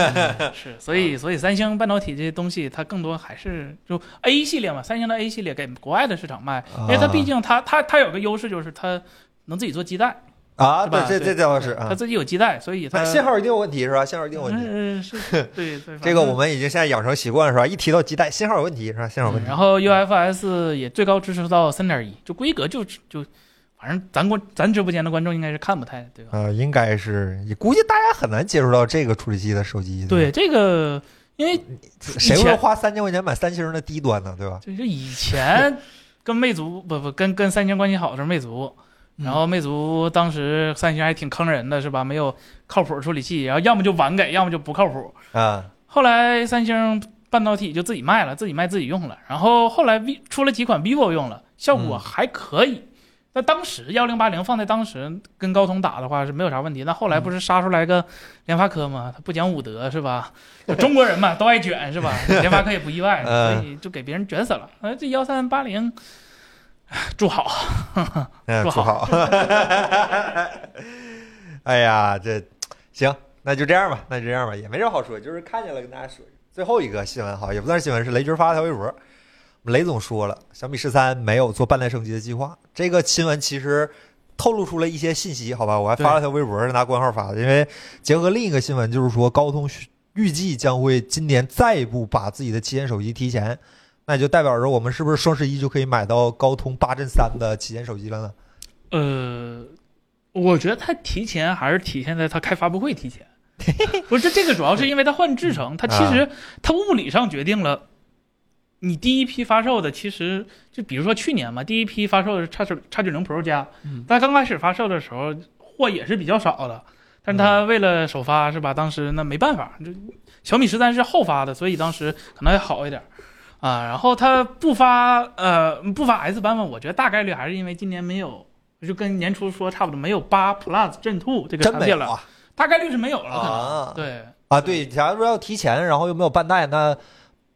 Speaker 3: 是， 所以所以三星半导体这些东西，它更多还是就 A 系列嘛，三星的 A 系列给国外的市场卖，
Speaker 2: 啊
Speaker 3: 因为它毕竟它它它有个优势就是它能自己做基带，
Speaker 2: 啊，
Speaker 3: 是吧
Speaker 2: 对，这这
Speaker 3: 对
Speaker 2: 倒是
Speaker 3: 它
Speaker 2: 啊。
Speaker 3: 自己有基带，所以它
Speaker 2: 哎信号一定有问题是吧？信号一定有问题。
Speaker 3: 嗯是，对对，
Speaker 2: 这个
Speaker 3: 反正
Speaker 2: 我们已经现在养成习惯是吧？一提到基带，信号有问题是吧？信号有问题
Speaker 3: 嗯然后 UFS 也最高支持到三点一，就规格就就，反正咱观咱直播间的观众应该是看不太对吧？
Speaker 2: 啊，应该是，也估计大家很难接触到这个处理器的手机。
Speaker 3: 对，这个，因为
Speaker 2: 谁
Speaker 3: 以
Speaker 2: 会
Speaker 3: 前
Speaker 2: 花三千块钱买三星的低端呢？对吧？
Speaker 3: 就是以前跟魅族 不不跟跟三星关系好的是魅族，然后魅族当时三星还挺坑人的是吧？没有靠谱处理器，然后要么就晚给，要么就不靠谱。
Speaker 2: 啊，
Speaker 3: 后来三星半导体就自己卖了，自己卖自己用了。然后后来 V 出了几款 vivo 用了，效果
Speaker 2: 嗯
Speaker 3: 还可以。那当时幺零八零放在当时跟高通打的话是没有啥问题。那后来不是杀出来个联发科吗？他不讲武德是吧？就中国人嘛，都爱卷是吧？联发科也不意外，
Speaker 2: 嗯
Speaker 3: 所以就给别人卷死了。哎，这幺三八零，哎祝好。
Speaker 2: 嗯，
Speaker 3: 说
Speaker 2: 不好。 哎呀，这行，那就这样吧，那就这样吧，也没啥好说，就是看见了跟大家说。最后一个新闻哈，也不算是新闻，是雷军发了条微博，我们雷总说了，小米十三没有做半代升级的计划。这个新闻其实透露出了一些信息，好吧？我还发了条微博，是拿官号发的，因为结合另一个新闻，就是说高通预计将会今年再不把自己的旗舰手机提前，那就代表着我们是不是双十一就可以买到高通八阵三的旗舰手机了呢？
Speaker 3: 呃，我觉得它提前还是体现在它开发布会提前。不是这个，主要是因为它换制程，它其实它物理上决定了，你第一批发售的其实就比如说去年嘛，第一批发售的是叉九叉九零 Pro 加
Speaker 1: 嗯，
Speaker 3: 但刚开始发售的时候货也是比较少的，但是它为了首发是吧？当时那没办法，就小米十三是后发的，所以当时可能还好一点。啊，然后它不发呃不发 S 版本，我觉得大概率还是因为今年没有，就跟年初说差不多，没有八 Plus 阵兔这个
Speaker 2: 真
Speaker 3: 产
Speaker 2: 没有
Speaker 3: 品了，
Speaker 2: 啊！
Speaker 3: 大概率是没有了，可能、
Speaker 2: 啊
Speaker 3: 对。
Speaker 2: 啊，对，假如要提前，然后又没有半代，那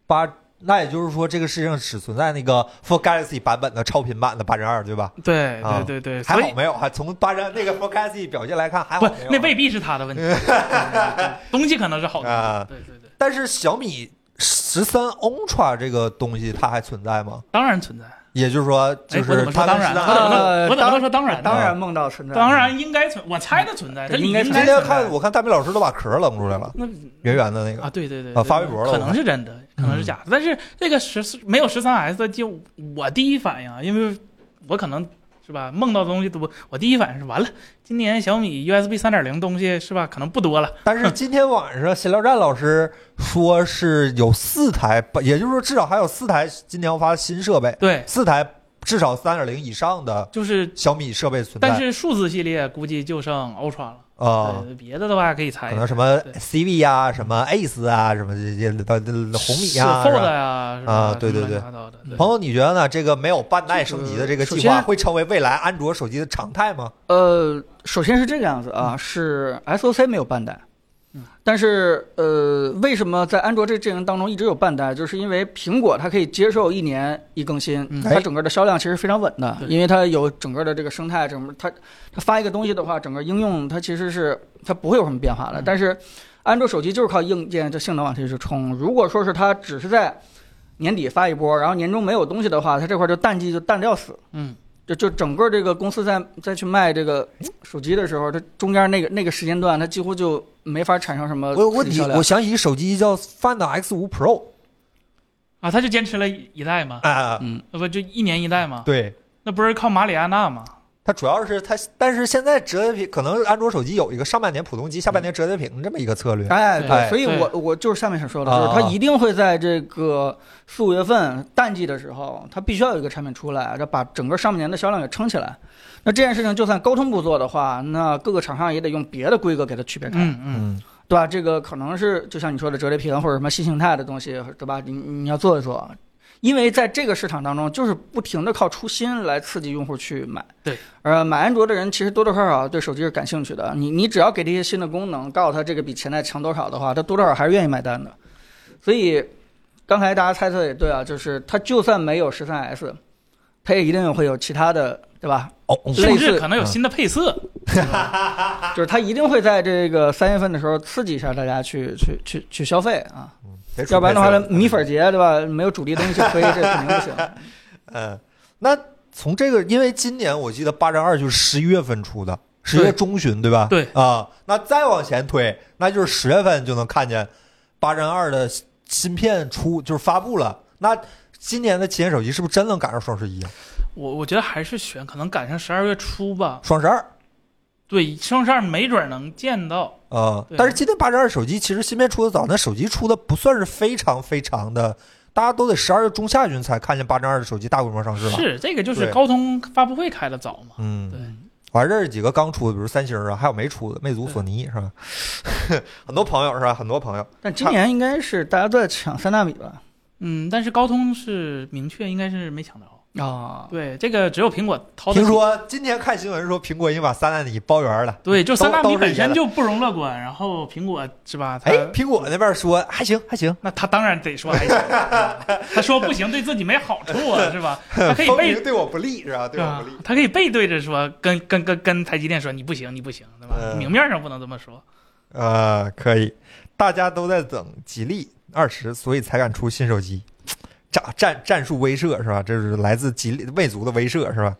Speaker 2: 八。那也就是说，这个世界上只存在那个 For Galaxy 版本的超频版的八阵二，对吧？
Speaker 3: 对
Speaker 2: 啊
Speaker 3: 对对对，
Speaker 2: 还
Speaker 3: 所
Speaker 2: 好
Speaker 3: 以
Speaker 2: 没有，还啊从八阵那个 For Galaxy 表现来看，还好
Speaker 3: 不
Speaker 2: 没有啊。
Speaker 3: 那未必是他的问题，对对对东西可能是好
Speaker 2: 啊
Speaker 3: 的，对对对，
Speaker 2: 但是小米十三 Ultra 这个东西它还存在吗？
Speaker 3: 当然存在。
Speaker 2: 也就是说，
Speaker 3: 哎
Speaker 2: 就，
Speaker 3: 我
Speaker 2: 是啊呃
Speaker 3: 怎么
Speaker 2: 它
Speaker 3: 说当
Speaker 2: 跟
Speaker 3: 然？
Speaker 1: 当然
Speaker 2: 十三
Speaker 3: 我怎么能我怎么能说当然呢？
Speaker 1: 当然梦到存在，
Speaker 3: 当然应该存，我猜它存在，它
Speaker 1: 对
Speaker 3: 理应
Speaker 1: 应该
Speaker 2: 今
Speaker 1: 存
Speaker 3: 该
Speaker 2: 天
Speaker 1: 在
Speaker 2: 看我看大明老师都把壳扔出来了，
Speaker 3: 那
Speaker 2: 圆圆的那
Speaker 3: 啊，
Speaker 2: 个
Speaker 3: 对对对，
Speaker 2: 啊
Speaker 3: 对
Speaker 2: 发微博了嗯
Speaker 3: 可能是真的，可能是假的。但是那个十四没有十三 S 的，就我第一反应，啊，因为我可能是吧，梦到的东西多，我第一反应是完了，今年小米 USB 三点零东西是吧，可能不多了。
Speaker 2: 但是今天晚上闲聊站老师说是有四台，也就是说至少还有四台今年要发新设备，
Speaker 3: 对，
Speaker 2: 四台至少三点零以上的
Speaker 3: 就是，
Speaker 2: 小米设备存在
Speaker 3: 但是数字系列估计就剩 Ultra 了，
Speaker 2: 啊。
Speaker 3: 对别的的话可以猜
Speaker 2: 可
Speaker 3: 一
Speaker 2: 能
Speaker 3: 下。
Speaker 2: 什么
Speaker 3: 对
Speaker 2: CV 啊，什么 Ace 啊，什么这些的红米啊，
Speaker 3: 是
Speaker 2: 是
Speaker 3: Fold
Speaker 2: 吧？
Speaker 3: 呀，是吧
Speaker 2: 啊对对
Speaker 3: 乱七
Speaker 2: 对
Speaker 3: 八糟的
Speaker 2: 朋友，你觉得呢？这个没有半代升级的这个计划
Speaker 1: 这个首先
Speaker 2: 会成为未来安卓手机的常态吗？
Speaker 1: 呃，首先是这个样子啊，是 SOC 没有半代
Speaker 3: 嗯，
Speaker 1: 但是呃，为什么在安卓这个阵营当中一直有半代？就是因为苹果它可以接受一年一更新，
Speaker 3: 嗯
Speaker 1: 它整个的销量其实非常稳的，
Speaker 3: 对
Speaker 1: 因为它有整个的这个生态，整个它它发一个东西的话，整个应用它其实是它不会有什么变化的。
Speaker 3: 嗯
Speaker 1: 但是安卓手机就是靠硬件的性能往前去冲，如果说是它只是在年底发一波，然后年终没有东西的话，它这块就淡季就淡的要死。
Speaker 3: 嗯，
Speaker 1: 就就整个这个公司在再去卖这个手机的时候，它中间那个那个时间段，它几乎就没法产生什么
Speaker 2: 我有问
Speaker 1: 自己
Speaker 2: 题，
Speaker 1: 销量
Speaker 2: 我想起手机叫 Find X 5 Pro
Speaker 3: 啊，他就坚持了一代嘛，呃
Speaker 2: 啊，
Speaker 1: 嗯，
Speaker 3: 那不就一年一代嘛？
Speaker 2: 对，
Speaker 3: 那不是靠马里亚纳嘛？
Speaker 2: 它主要是它，但是现在折叠屏可能安卓手机有一个上半年普通机，下半年折叠屏这么一个策略。
Speaker 1: 哎，
Speaker 2: 哎
Speaker 1: 对，所以我我就是下面想说的，
Speaker 2: 啊
Speaker 1: 就是它一定会在这个四五月份淡季的时候，它必须要有一个产品出来，要把整个上半年的销量给撑起来。那这件事情就算高通不做的话，那各个厂商也得用别的规格给它区别开，
Speaker 3: 嗯嗯，
Speaker 2: 嗯
Speaker 1: 对吧？这个可能是就像你说的折叠屏或者什么新形态的东西，对吧？你你要做一做，因为在这个市场当中，就是不停的靠出新来刺激用户去买。
Speaker 3: 对，
Speaker 1: 呃，买安卓的人其实多多少少对手机是感兴趣的。你你只要给这些新的功能，告诉他这个比前代强多少的话，他多多少少还是愿意买单的。所以刚才大家猜测也对啊，就是他就算没有十三 S，他也一定会有其他的，对吧？
Speaker 2: 哦，哦
Speaker 1: 类
Speaker 3: 甚
Speaker 1: 似
Speaker 3: 至可能有新的配色，
Speaker 1: 就是他一定会在这个三月份的时候刺激一下大家去去去去消费啊，
Speaker 2: 别出
Speaker 1: 要不然的话
Speaker 2: 配
Speaker 1: 呢
Speaker 2: 色，了
Speaker 1: 米粉节对吧？没有主力东西去推，这肯定不行。
Speaker 2: 嗯，那从这个，因为今年我记得八战二就是十一月份出的，十一月中旬对吧？
Speaker 3: 对
Speaker 2: 啊，那再往前推，那就是十月份就能看见八战二的芯片出，就是发布了。那今年的旗舰手机是不是真能赶上双十一啊？
Speaker 3: 我我觉得还是选可能赶上十二月初吧。
Speaker 2: 双十二
Speaker 3: 对，双十二没准能见到。
Speaker 2: 啊，
Speaker 3: 对
Speaker 2: 但是今年八战二手机其实芯片出的早，那手机出的不算是非常非常的，大家都得十二月中下旬才看见八战二的手机大规模上市吧？
Speaker 3: 是这个就是
Speaker 2: 对
Speaker 3: 高通发布会开的早嘛？
Speaker 2: 嗯，
Speaker 3: 对，
Speaker 2: 我还认识几个刚出的，比如三星啊，还有没出的，魅族、索尼是吧？ 很多朋友是吧？很多朋友，
Speaker 1: 但今年应该是大家都在抢三纳米吧？
Speaker 3: 嗯，但是高通是明确应该是没抢着。
Speaker 1: 啊，
Speaker 3: 对，这个只有苹果掏得
Speaker 2: 听
Speaker 3: 起。
Speaker 2: 说今天看新闻说苹果已经把三纳米包圆了。
Speaker 3: 对，就三纳
Speaker 2: 都
Speaker 3: 米
Speaker 2: 都是
Speaker 3: 本
Speaker 2: 一样
Speaker 3: 身
Speaker 2: 的
Speaker 3: 就不容乐观，然后苹果是吧？它
Speaker 2: 哎，苹果那边说还行还行，
Speaker 3: 那他当然得说还行，他说不行对自己没好处啊，是吧？他可以
Speaker 2: 风
Speaker 3: 背
Speaker 2: 评对我不利是吧？对我
Speaker 3: 啊
Speaker 2: 不利。，
Speaker 3: 他可以背对着说，跟跟跟跟台积电说你不行你不行，对吧？
Speaker 2: 嗯
Speaker 3: 明面上不能这么说。
Speaker 2: 呃，可以，大家都在等吉利二十，所以才敢出新手机。战战战术威慑是吧？这是来自吉利魅族的威慑是吧？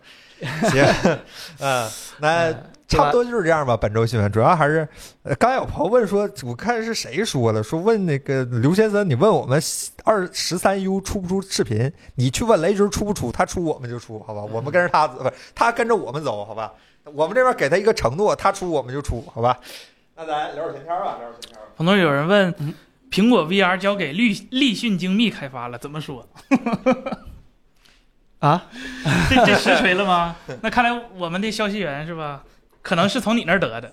Speaker 2: 行， 嗯、那差不多就是这样吧。本周新闻主要还是，呃刚才有朋友问说，我看是谁说的，说问那个刘先生，你问我们二十三 U 出不出视频？你去问雷军出不出，他出我们就出，好吧？我们跟着他走，不是他跟着我们走，好吧？我们这边给他一个承诺，他出我们就出，好吧？那咱聊会儿闲天儿吧，聊会儿闲天儿吧。
Speaker 3: 很多人有人问
Speaker 1: 嗯，
Speaker 3: 苹果 VR 交给立立讯精密开发了，怎么说？
Speaker 1: 啊，
Speaker 3: 这这实锤 了吗？那看来我们的消息源是吧？可能是从你那儿 得的。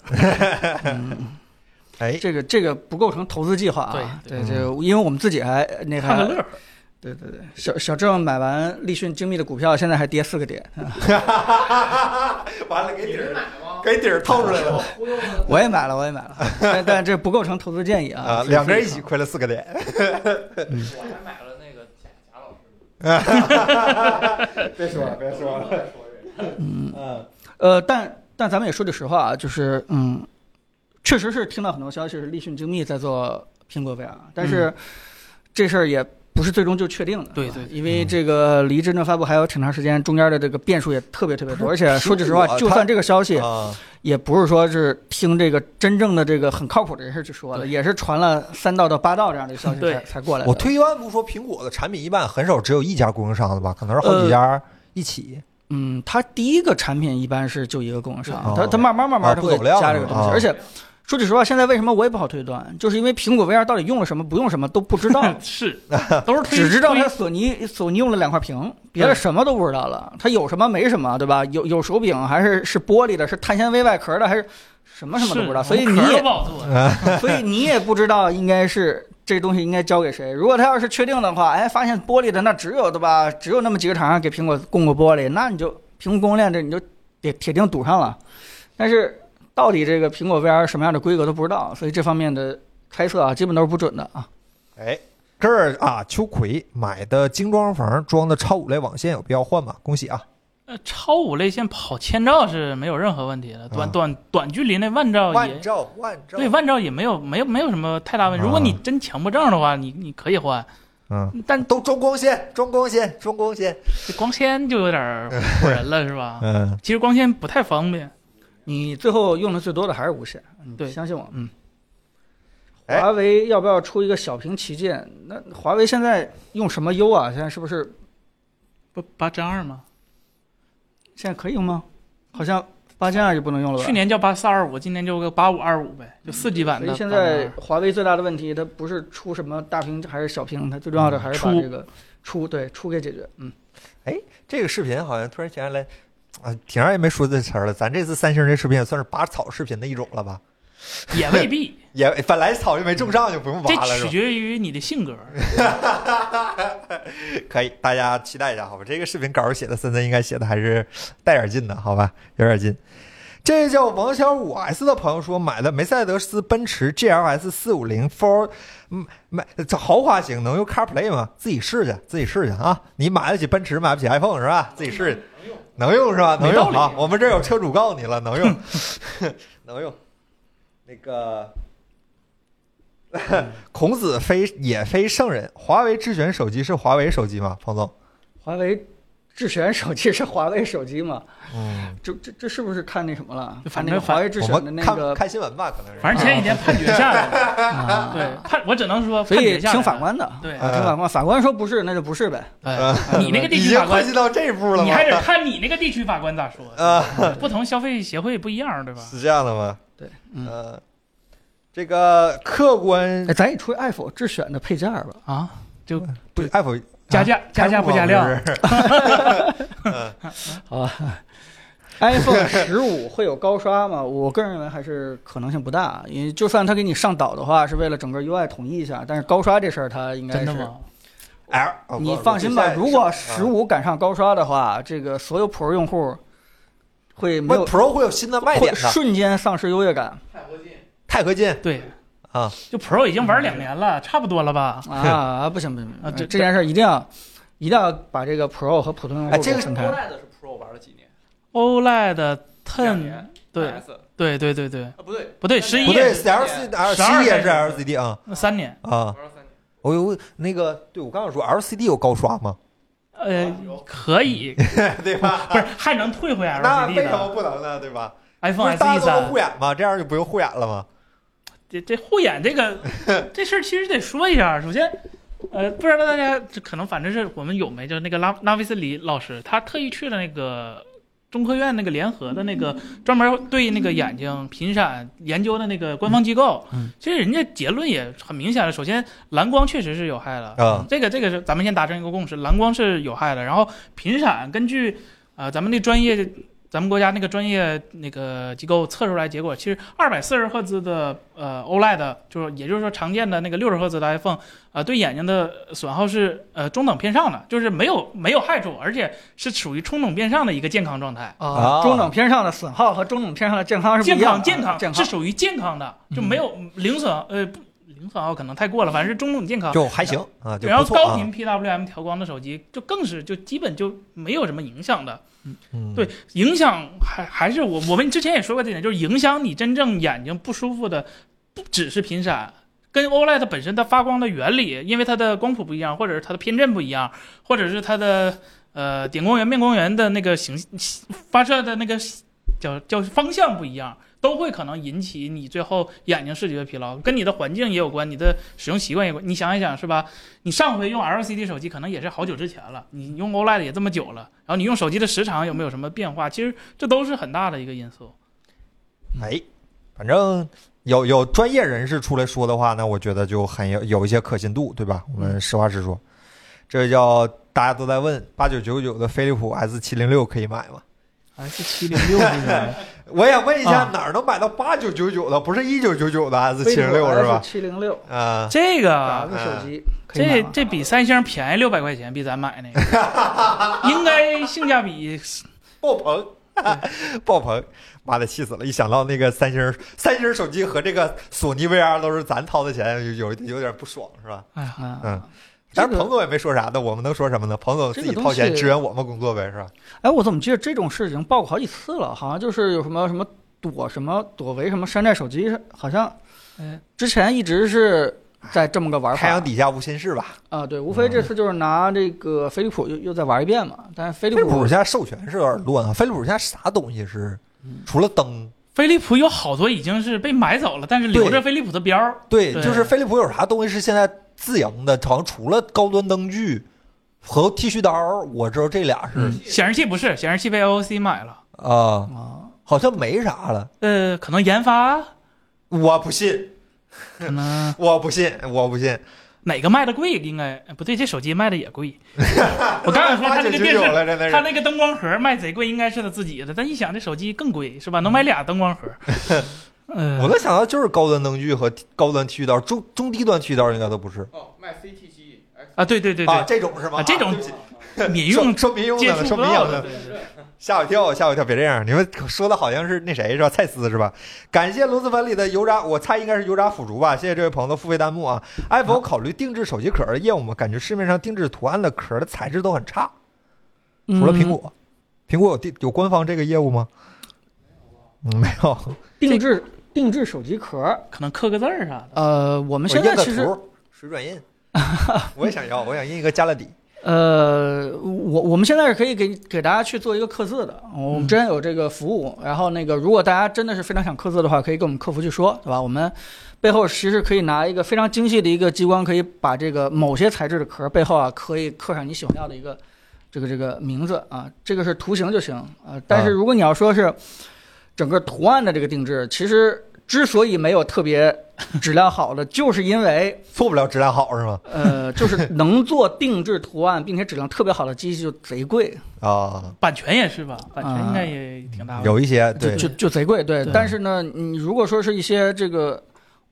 Speaker 2: 哎，
Speaker 1: 这个这个不构成投资计划啊。
Speaker 3: 对
Speaker 1: 对
Speaker 2: 对
Speaker 1: 这个因为我们自己还那
Speaker 3: 看个
Speaker 1: 还
Speaker 3: 乐呵，
Speaker 1: 对对对，小小郑买完立讯精密的股票，现在还跌四个点，
Speaker 2: 完了，给底儿给底儿套出来了
Speaker 1: 我也买了，我也买了，但但这不构成投资建议啊
Speaker 2: 啊！。两个人一起亏了四个点。
Speaker 5: 我还买了那个贾贾老师
Speaker 2: 别说了，别说了。嗯，
Speaker 1: 呃，但但咱们也说句实话啊，就是嗯，确实是听到很多消息是立讯精密在做苹果 VR，但是这事儿也不是最终就确定的。
Speaker 3: 嗯对
Speaker 1: 是吧
Speaker 3: 对
Speaker 1: 因为这个离真正发布还有挺长时间，中间的这个变数也特别特别多。而且说句实话
Speaker 2: 苹果，
Speaker 1: 就
Speaker 2: 它
Speaker 1: 算这个消息
Speaker 2: 啊，
Speaker 1: 也不是说是听这个真正的这个很靠谱的人士去说的，
Speaker 3: 对
Speaker 1: 也是传了三道到八道这样的消息
Speaker 3: 对，
Speaker 1: 才才过来的。
Speaker 2: 我退一万步说，苹果的产品一般很少只有一家供应商的吧？可能是好几家一起。
Speaker 1: 嗯，它第一个产品一般是就一个供应商
Speaker 2: 哦，
Speaker 1: 它它慢慢慢慢
Speaker 2: 啊
Speaker 1: 它
Speaker 2: 不
Speaker 1: 会
Speaker 2: 走量
Speaker 1: 加这个
Speaker 2: 了
Speaker 1: 东西，
Speaker 2: 啊
Speaker 1: 而且说句实话，现在为什么我也不好推断，就是因为苹果 VR 到底用了什么，不用什么都不知道
Speaker 3: 是都是推
Speaker 1: 只知道
Speaker 3: 推
Speaker 1: 它索尼索尼用了两块屏，别的什么都不知道了。它有什么没什么，对吧？有有手柄还是是玻璃的，是碳纤维外壳的，还是什么什么都不知道，
Speaker 3: 是
Speaker 1: 所以
Speaker 3: 壳
Speaker 1: 你
Speaker 3: 都
Speaker 1: 也嗯
Speaker 3: 不好做。
Speaker 1: 所以你也不知道应该是这东西应该交给谁。如果他要是确定的话，哎，发现玻璃的那只有对吧？只有那么几个厂商给苹果供过玻璃，那你就苹果供应链这你就铁铁定堵上了。但是到底这个苹果 VR 什么样的规格都不知道，所以这方面的猜测啊，基本都是不准的啊。
Speaker 2: 哎，这儿啊，秋葵买的精装房装的超五类网线有必要换吗？恭喜啊！
Speaker 3: 呃，超五类线跑千兆是没有任何问题的，短
Speaker 2: 啊
Speaker 3: 短
Speaker 1: 嗯
Speaker 3: 短距离那万兆哦也
Speaker 2: 万兆万兆，
Speaker 3: 对万兆也没有没有没有什么太大问题。
Speaker 1: 嗯
Speaker 3: 如果你真强迫症的话，你你可以换，
Speaker 2: 嗯，
Speaker 3: 但
Speaker 2: 都装光纤，装光纤，装光纤。
Speaker 3: 这光纤就有 点儿唬人了，是吧？
Speaker 2: 嗯，
Speaker 3: 其实光纤不太方便。
Speaker 1: 你最后用的最多的还是无线，你
Speaker 3: 对
Speaker 1: 相信我，嗯。
Speaker 2: 哎
Speaker 1: 华为要不要出一个小屏旗舰？那华为现在用什么 U 啊？现在是不是
Speaker 3: 不八针二吗？
Speaker 1: 现在可以用吗？好像八千二就不能用了吧？
Speaker 3: 去年叫八四二五，今年就个八五二五呗，就四 G 版
Speaker 1: 嗯所
Speaker 3: 啊
Speaker 1: 以
Speaker 3: 的。
Speaker 1: 现在华为最大的问题，它不是出什么大屏还是小屏，它最重要的还是把
Speaker 3: 出
Speaker 1: 这个出对出给解决。嗯，
Speaker 2: 这个视频好像突然想起来，啊，挺长也没说这词儿了。咱这次三星这视频也算是拔草视频的一种了吧？
Speaker 3: 也未 必，
Speaker 2: 也本来草就没种上，就不用
Speaker 3: 这
Speaker 2: 拔了，是
Speaker 3: 取
Speaker 2: 吧？
Speaker 3: 决于你的性格。
Speaker 2: 可以，大家期待一下，好吧？这个视频稿写的森森应该写的还是带点劲的，好吧？有点劲。这叫王小五 S 的朋友说，买了梅赛德斯奔驰 GLS 四五零 Four，嗯，买这豪华型能用 CarPlay 吗？自己试去，自己试去啊！你买得起奔驰，买不起 iPhone 是吧？自己试去，能用是吧？能
Speaker 3: 没道
Speaker 2: 用
Speaker 3: 理
Speaker 2: 啊！我们这有车主告诉你了， 能用，能用。那个孔子非也非圣人，华为智选手机是华为手机吗？彭总，
Speaker 1: 华为智选手机是华为手机嘛？
Speaker 2: 嗯，
Speaker 1: 这这这是不是看那什么了？
Speaker 3: 反
Speaker 1: 看那个
Speaker 3: 正反
Speaker 1: 华为智
Speaker 2: 我
Speaker 1: 选的
Speaker 2: 们
Speaker 1: 那
Speaker 2: 看
Speaker 1: 个，
Speaker 2: 看新闻吧，可能是。
Speaker 3: 反正前几天判决下来了，
Speaker 1: 啊
Speaker 3: 对判我只能说
Speaker 1: 所
Speaker 3: 判
Speaker 1: 以
Speaker 3: 决下来
Speaker 1: 听
Speaker 3: 了
Speaker 1: 法。官的。
Speaker 3: 对，
Speaker 1: 啊听法
Speaker 2: 呃
Speaker 1: 官，法官说不是，那就不是呗。
Speaker 3: 哎你那个地
Speaker 2: 已
Speaker 3: 区
Speaker 2: 经
Speaker 3: 法
Speaker 2: 关
Speaker 3: 官，
Speaker 2: 系到这一步了
Speaker 3: 你还得
Speaker 2: 吗？
Speaker 3: 看你那个地区法官咋说。
Speaker 2: 啊，
Speaker 3: 不同消费协会不一样，对吧？
Speaker 2: 是这样的吗？
Speaker 1: 对，嗯，
Speaker 2: 嗯，这个客观
Speaker 1: 哎，咱也出 iPhone 智选的配件 吧。
Speaker 3: 啊，就
Speaker 2: 不是 iPhone
Speaker 3: 加价加价不 加量，
Speaker 2: 呃
Speaker 1: 好吧，iPhone 十五会有高刷吗？我个人认为还是可能性不大，因为就算他给你上岛的话，是为了整个 UI 统一一下，但是高刷这事儿它应该
Speaker 3: 真
Speaker 1: 是
Speaker 3: 的吗？
Speaker 2: L，哦
Speaker 1: 你放心吧，如果十五赶上高刷的话，这个所有 Pro 用户会没有
Speaker 2: Pro 会有新的卖
Speaker 1: 会
Speaker 2: 点的，
Speaker 1: 瞬间丧失优越 感
Speaker 2: 钛合金
Speaker 3: 对
Speaker 2: 啊，
Speaker 3: 就 Pro 已经玩两年了，差不多了吧？
Speaker 1: 啊！不行不行，
Speaker 3: 啊这
Speaker 1: 这件事儿一定要一定要把这个 Pro 和普通用户
Speaker 2: 哎这
Speaker 1: 给
Speaker 2: 个
Speaker 1: 分开。
Speaker 5: 是 Pro 玩了几年？
Speaker 3: OLED
Speaker 5: 两
Speaker 3: E Ten，
Speaker 5: 年。
Speaker 3: 对
Speaker 5: S
Speaker 3: 对对对对，
Speaker 5: 啊不对
Speaker 3: 不对
Speaker 5: 三年
Speaker 2: 不对
Speaker 3: 11
Speaker 2: ，LCD 啊，
Speaker 3: 12
Speaker 2: 十一也是
Speaker 3: 开始
Speaker 2: LCD 啊
Speaker 3: 那三年，
Speaker 2: 啊，
Speaker 5: 玩了三年
Speaker 2: 我有那个，对我刚刚说 LCD 有高刷吗？
Speaker 3: 呃，可以，
Speaker 2: 对吧？
Speaker 3: 不是还能退回
Speaker 2: 那
Speaker 3: LCD
Speaker 2: 为什么
Speaker 3: 的
Speaker 2: 不能呢？对吧？不
Speaker 3: iPhone
Speaker 2: 是大
Speaker 3: SE
Speaker 2: 家都
Speaker 3: 三
Speaker 2: 护？眼嘛，这样就不用护眼了吗？
Speaker 3: 这这护眼 这个这事儿其实得说一下，首先。呃，不知道大家这可能反正是我们有没就是那个拉拉维斯里老师，他特意去了那个中科院那个联合的那个专门对那个眼睛频闪研究的那个官方机构，
Speaker 1: 嗯
Speaker 3: 其实人家结论也很明显了。首先，蓝光确实是有害的，
Speaker 2: 啊
Speaker 3: 这个这个是咱们先达成一个共识，蓝光是有害的。然后频闪根据啊咱们那专业，咱们国家那个专业那个机构测出来结果，其实二百四十赫兹的呃 OLED，就是也就是说常见的那个六十赫兹的 iPhone，啊、对眼睛的损耗是呃中等偏上的，就是没有没有害处，而且是属于中等偏上的一个健康状态。
Speaker 2: 啊
Speaker 1: 中等偏上的损耗和中等偏上的健康是不
Speaker 3: 健
Speaker 1: 一样
Speaker 3: 康
Speaker 1: 的
Speaker 3: 健
Speaker 1: 啊
Speaker 3: 康
Speaker 1: 健康嗯
Speaker 3: 是属于健康的，就没有零损呃不零损耗可能太过了，反正是中等健康。
Speaker 2: 就还行啊，就
Speaker 3: 然
Speaker 2: 不
Speaker 3: 后
Speaker 2: 错啊
Speaker 3: 高频 PWM 调光的手机就更是就基本就没有什么影响的，
Speaker 2: 嗯
Speaker 3: 对影响还还是我我们之前也说过这点，就是影响你真正眼睛不舒服的不只是频闪。跟 OLED 本身它发光的原理，因为它的光谱不一样，或者是它的偏振不一样，或者是它的呃点光源、面光源的那个形发射的那个叫叫方向不一样，都会可能引起你最后眼睛视觉疲劳，跟你的环境也有关，你的使用习惯也有关。你想一想是吧？你上回用 LCD 手机可能也是好久之前了，你用 OLED 也这么久了，然后你用手机的时长有没有什么变化？其实这都是很大的一个因素。
Speaker 2: 哎，反正有有专业人士出来说的话呢，我觉得就很有有一些可信度，对吧？我
Speaker 3: 嗯
Speaker 2: 们实话实说，这叫大家都在问八九九九的飞利浦 S 七零六可以买吗？
Speaker 3: S 七零 六那个
Speaker 2: 我也问一下，
Speaker 3: 啊
Speaker 2: 哪儿能买到八九九九的，不是一九九九的 S 七零六是吧？
Speaker 1: 七零六，
Speaker 2: 啊，
Speaker 3: 这
Speaker 1: 打
Speaker 3: 个
Speaker 1: 个手机可以买
Speaker 3: 这
Speaker 1: 吗
Speaker 3: 这比三星便宜六百块钱，比咱买那个应该性价比
Speaker 2: 爆棚。爆棚，妈的气死了！一想到那个三星三星手机和这个索尼 VR 都是咱掏的钱，有有有点不爽是吧？
Speaker 3: 哎呀。
Speaker 1: 啊
Speaker 2: 嗯，
Speaker 1: 这
Speaker 2: 但
Speaker 1: 个
Speaker 2: 是彭总也没说啥，那我们能说什么呢？彭总自己掏
Speaker 1: 这个
Speaker 2: 钱
Speaker 1: 东西
Speaker 2: 支援我们工作呗，是吧？
Speaker 1: 哎，我怎么记得这种事情报过好几次了？好像就是有什么什么躲什么躲为什么山寨手机，好像
Speaker 3: 嗯
Speaker 1: 之前一直是在这么个玩
Speaker 2: 太阳
Speaker 1: 法
Speaker 2: 底下无心事吧？
Speaker 1: 啊。对，无非这次就是拿这个飞利浦又又再玩一遍嘛。但是飞利
Speaker 2: 飞利浦
Speaker 1: 浦啊
Speaker 2: 现在授权是有点乱啊。飞利浦现在啥东西是
Speaker 1: 嗯
Speaker 2: 除了灯，
Speaker 3: 飞利浦有好多已经是被买走了，但是留着飞利浦的标儿。
Speaker 2: 对，
Speaker 3: 对
Speaker 2: 就是飞利浦有啥东西是现在自营的？好像除了高端灯具和剃须刀，我知道这俩是
Speaker 1: 嗯
Speaker 3: 显示器不是，显示器被 OOC 买了。
Speaker 2: 啊，
Speaker 1: 啊，
Speaker 2: 好像没啥了。
Speaker 3: 呃，可能研发
Speaker 2: 我不信，
Speaker 3: 可能
Speaker 2: 我不信，我不信。
Speaker 3: 哪个卖的贵？应该呃不对，这手机卖的也贵。我刚想说他
Speaker 2: 八
Speaker 3: 这
Speaker 2: 九
Speaker 3: 个
Speaker 2: 九
Speaker 3: 电
Speaker 2: 九
Speaker 3: 视，
Speaker 2: 了，真的
Speaker 3: 他
Speaker 2: 是。
Speaker 3: 那个灯光盒卖贼贵，应该是他自己的，但一想这手机更贵是吧？能买俩灯 光盒。
Speaker 2: 嗯我
Speaker 3: 呃，
Speaker 2: 能想到就是高端灯具和高端剃须刀，中中低端剃须刀应该都不是
Speaker 5: 哦，卖 CT 机，
Speaker 3: 啊，对对对
Speaker 2: 啊，这
Speaker 3: 对，
Speaker 2: 种是吗？
Speaker 3: 啊这种
Speaker 2: 啊对不起
Speaker 3: 民用
Speaker 2: 说说民用
Speaker 3: 接
Speaker 2: 的了，
Speaker 3: 触
Speaker 2: 说
Speaker 3: 不
Speaker 2: 民用的
Speaker 3: 到的，
Speaker 2: 了，
Speaker 3: 对对对
Speaker 2: 吓我一跳，吓我一跳，别这样！你们说的好像是那谁是吧？蔡司是吧？感谢螺蛳粉里的油炸，我猜应该是油炸腐竹吧。谢谢这位朋友的付费弹幕啊！iPhone 考虑定制手机壳的业务吗？感觉市面上定制图案的壳的材质都很差，
Speaker 1: 嗯
Speaker 2: 除了苹
Speaker 3: 嗯
Speaker 2: 果，苹果有定有官方这个业务吗？嗯，没有。
Speaker 1: 定制定制手机壳，
Speaker 3: 可能刻个字儿啊啥的。
Speaker 1: 呃，我们
Speaker 2: 我
Speaker 1: 现
Speaker 2: 印
Speaker 1: 在
Speaker 2: 个
Speaker 1: 其实
Speaker 2: 图，水 转印，我也想要，我想印一个加勒比。
Speaker 1: 呃，我我们现在是可以给给大家去做一个刻字的，我们之前有这个服务。然后那个，如果大家真的是非常想刻字的话，可以跟我们客服去说，对吧？我们背后其实可以拿一个非常精细的一个激光，可以把这个某些材质的壳背后啊，可以刻上你喜欢要的一个这个这个名字啊，这个是图形就行啊。但是如果你要说是整个图案的这个定制，其实之所以没有特别质量好的，就是因为
Speaker 2: 做不了质量好是吗？
Speaker 1: 呃，就是能做定制图案并且质量特别好的机器就贼贵，
Speaker 2: 啊，
Speaker 3: 版权也是吧？版权应该也挺大的。
Speaker 2: 有一些
Speaker 1: 就
Speaker 2: 对，
Speaker 1: 就就贼贵。对，
Speaker 3: 对
Speaker 1: 但是呢，你如果说是一些这个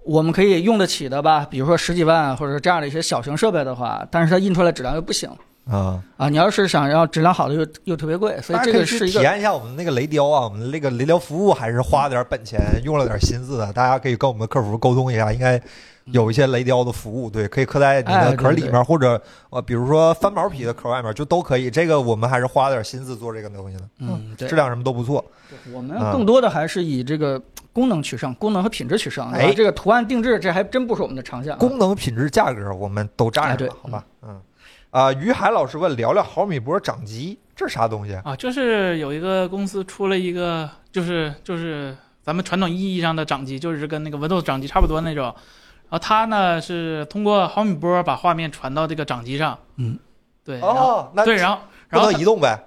Speaker 1: 我们可以用得起的吧，比如说十几万或者这样的一些小型设备的话，但是它印出来质量又不行
Speaker 2: 啊，
Speaker 1: 啊。你要是想要质量好的又又特别贵，所以
Speaker 2: 大家
Speaker 1: 这
Speaker 2: 可以
Speaker 1: 个
Speaker 2: 去
Speaker 1: 是一
Speaker 2: 体
Speaker 1: 个
Speaker 2: 验一下我们那个雷雕啊，我们那个雷雕服务还是花点本钱，用了点心思的。大家可以跟我们客服沟通一下，应该有一些雷雕的服务，对，可以刻在你
Speaker 1: 嗯哎
Speaker 2: 的
Speaker 1: 对
Speaker 2: 壳里面，
Speaker 1: 对
Speaker 2: 或者呃，比如说翻毛皮的壳外面，就都可以。这个我们还是花点心思做这个东西的，
Speaker 1: 嗯，对
Speaker 2: 质，量什么都不错。
Speaker 1: 我们
Speaker 2: 啊
Speaker 1: 更多的还是以这个功能取胜，功能和品质取胜。对吧
Speaker 2: 哎
Speaker 1: 这个图案定制这还真不是我们的长项啊。
Speaker 2: 功能、品质、价格，我们都
Speaker 1: 哎
Speaker 2: 占上
Speaker 1: 对
Speaker 2: 了，好吧？嗯，啊，于海老师问，聊聊毫米波掌机，这是啥东西啊？
Speaker 3: 啊，就是有一个公司出了一个，就是就是咱们传统意义上的掌机，就是跟那个 Windows 掌机差不多那种。然后它呢是通过毫米波把画面传到这个掌机上。
Speaker 1: 嗯，
Speaker 3: 对，然后嗯
Speaker 2: 哦，那
Speaker 3: 对，然后
Speaker 2: 不
Speaker 3: 然后
Speaker 2: 能
Speaker 3: 它
Speaker 2: 移动呗，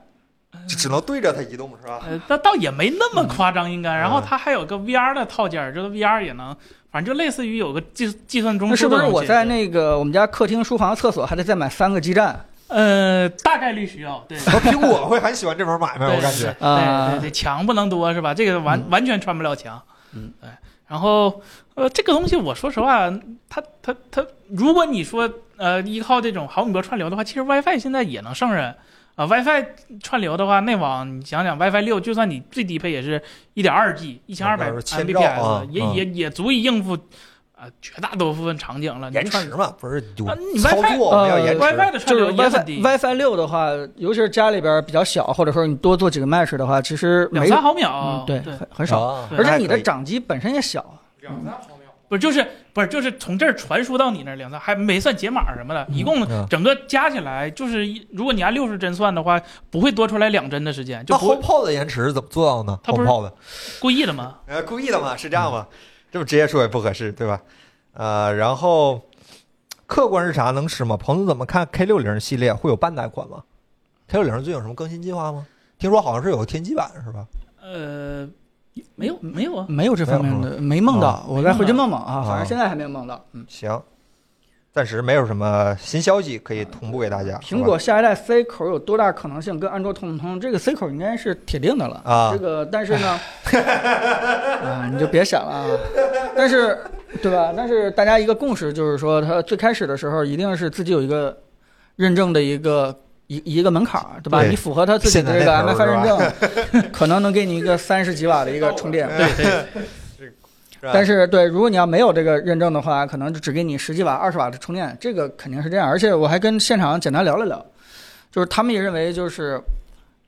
Speaker 2: 就只能对着它移动是吧？
Speaker 3: 呃，但倒也没那么夸张，应该。然后
Speaker 2: 嗯
Speaker 3: 它还有个 VR 的套件儿，就是 VR 也能，反正就类似于有个计计算中
Speaker 1: 那是
Speaker 3: 枢的
Speaker 1: 不
Speaker 3: 东
Speaker 1: 是
Speaker 3: 西。
Speaker 1: 我在那个我们家客厅、书房、厕所还得再买三个基站？
Speaker 3: 呃大概率需要对。
Speaker 2: 然后苹果会很喜欢这门买卖，
Speaker 3: 对
Speaker 2: 我感觉。
Speaker 1: 啊
Speaker 3: 对对对，墙不能多是吧？这个完、完全穿不了墙。
Speaker 1: 嗯，
Speaker 3: 对。然后呃，这个东西我说实话，它它它，如果你说呃依靠这种毫米波串流的话，其实 WiFi 现在也能胜任。啊、w i f i 串流的话，内网你想想，WiFi 六就算你最低配也是一点二 G，一千二百
Speaker 2: 那是千兆啊
Speaker 3: Mbps，也、
Speaker 2: 嗯
Speaker 3: 也也足以应付啊、呃绝大多部分场景了。你
Speaker 2: 延
Speaker 3: 串
Speaker 2: 迟嘛，不是有
Speaker 3: 啊你
Speaker 2: 操
Speaker 3: WiFi- 呃
Speaker 2: 作，我们要延迟。
Speaker 3: WiFi 的串
Speaker 1: 就是
Speaker 3: 流也很
Speaker 1: WiFi
Speaker 3: 低，
Speaker 1: WiFi 六的话，尤其是家里边比较小，或者说你多做几个 match 的话，其实
Speaker 3: 两
Speaker 1: 没
Speaker 3: 三毫秒，
Speaker 1: 嗯对
Speaker 3: 对
Speaker 1: 很很少，
Speaker 2: 啊
Speaker 1: 而且你的
Speaker 2: 那还可以
Speaker 1: 掌机本身也小，啊
Speaker 5: 两三毫秒。
Speaker 3: 不是就是不是就是从这儿传输到你那儿两三，还没算解码什么的，一共
Speaker 2: 嗯
Speaker 3: 整个加起来就是一，如果你按六十帧算的话，不会多出来两帧的时间，就
Speaker 2: 那
Speaker 3: 不会
Speaker 2: HomePod 的延迟怎么做到呢
Speaker 3: 它不是
Speaker 2: ？HomePod
Speaker 3: 故意的嘛。
Speaker 2: 呃故意的嘛，是这样吗？这么直接说也不合适，对吧？呃，然后客观是啥？能吃吗？彭总怎么看 K 六零系列会有半代款吗？K 六零最近有什么更新计划吗？听说好像是有个天玑版是吧？
Speaker 3: 呃，没有没有啊，
Speaker 1: 没有这方面的，没梦到，我再回去梦梦啊，
Speaker 2: 啊
Speaker 1: 反正现在还没有梦到。嗯，
Speaker 2: 行，暂时没有什么新消息可以同步给大家。
Speaker 1: 嗯苹果下一代 C 口有多大可能性跟安卓通不通？这个 C 口应该是铁定的了
Speaker 2: 啊
Speaker 1: 这个但是呢，啊，你就别想了啊。但是，对吧？但是大家一个共识就是说，它最开始的时候一定是自己有一个认证的一个。一一个门槛儿，对吧？
Speaker 2: 对
Speaker 1: 你符合它自己的这
Speaker 2: 现
Speaker 1: 个
Speaker 2: 在那头
Speaker 1: MFI
Speaker 2: 儿
Speaker 1: 认证， 可能能给你一个三十几瓦的一个充电。
Speaker 2: 是吧，
Speaker 3: 对对，
Speaker 2: 吧
Speaker 1: 但是对，如果你要没有这个认证的话，可能就只给你十几瓦、二十瓦的充电，这个肯定是这样。而且我还跟现场简单聊了聊，就是他们也认为，就是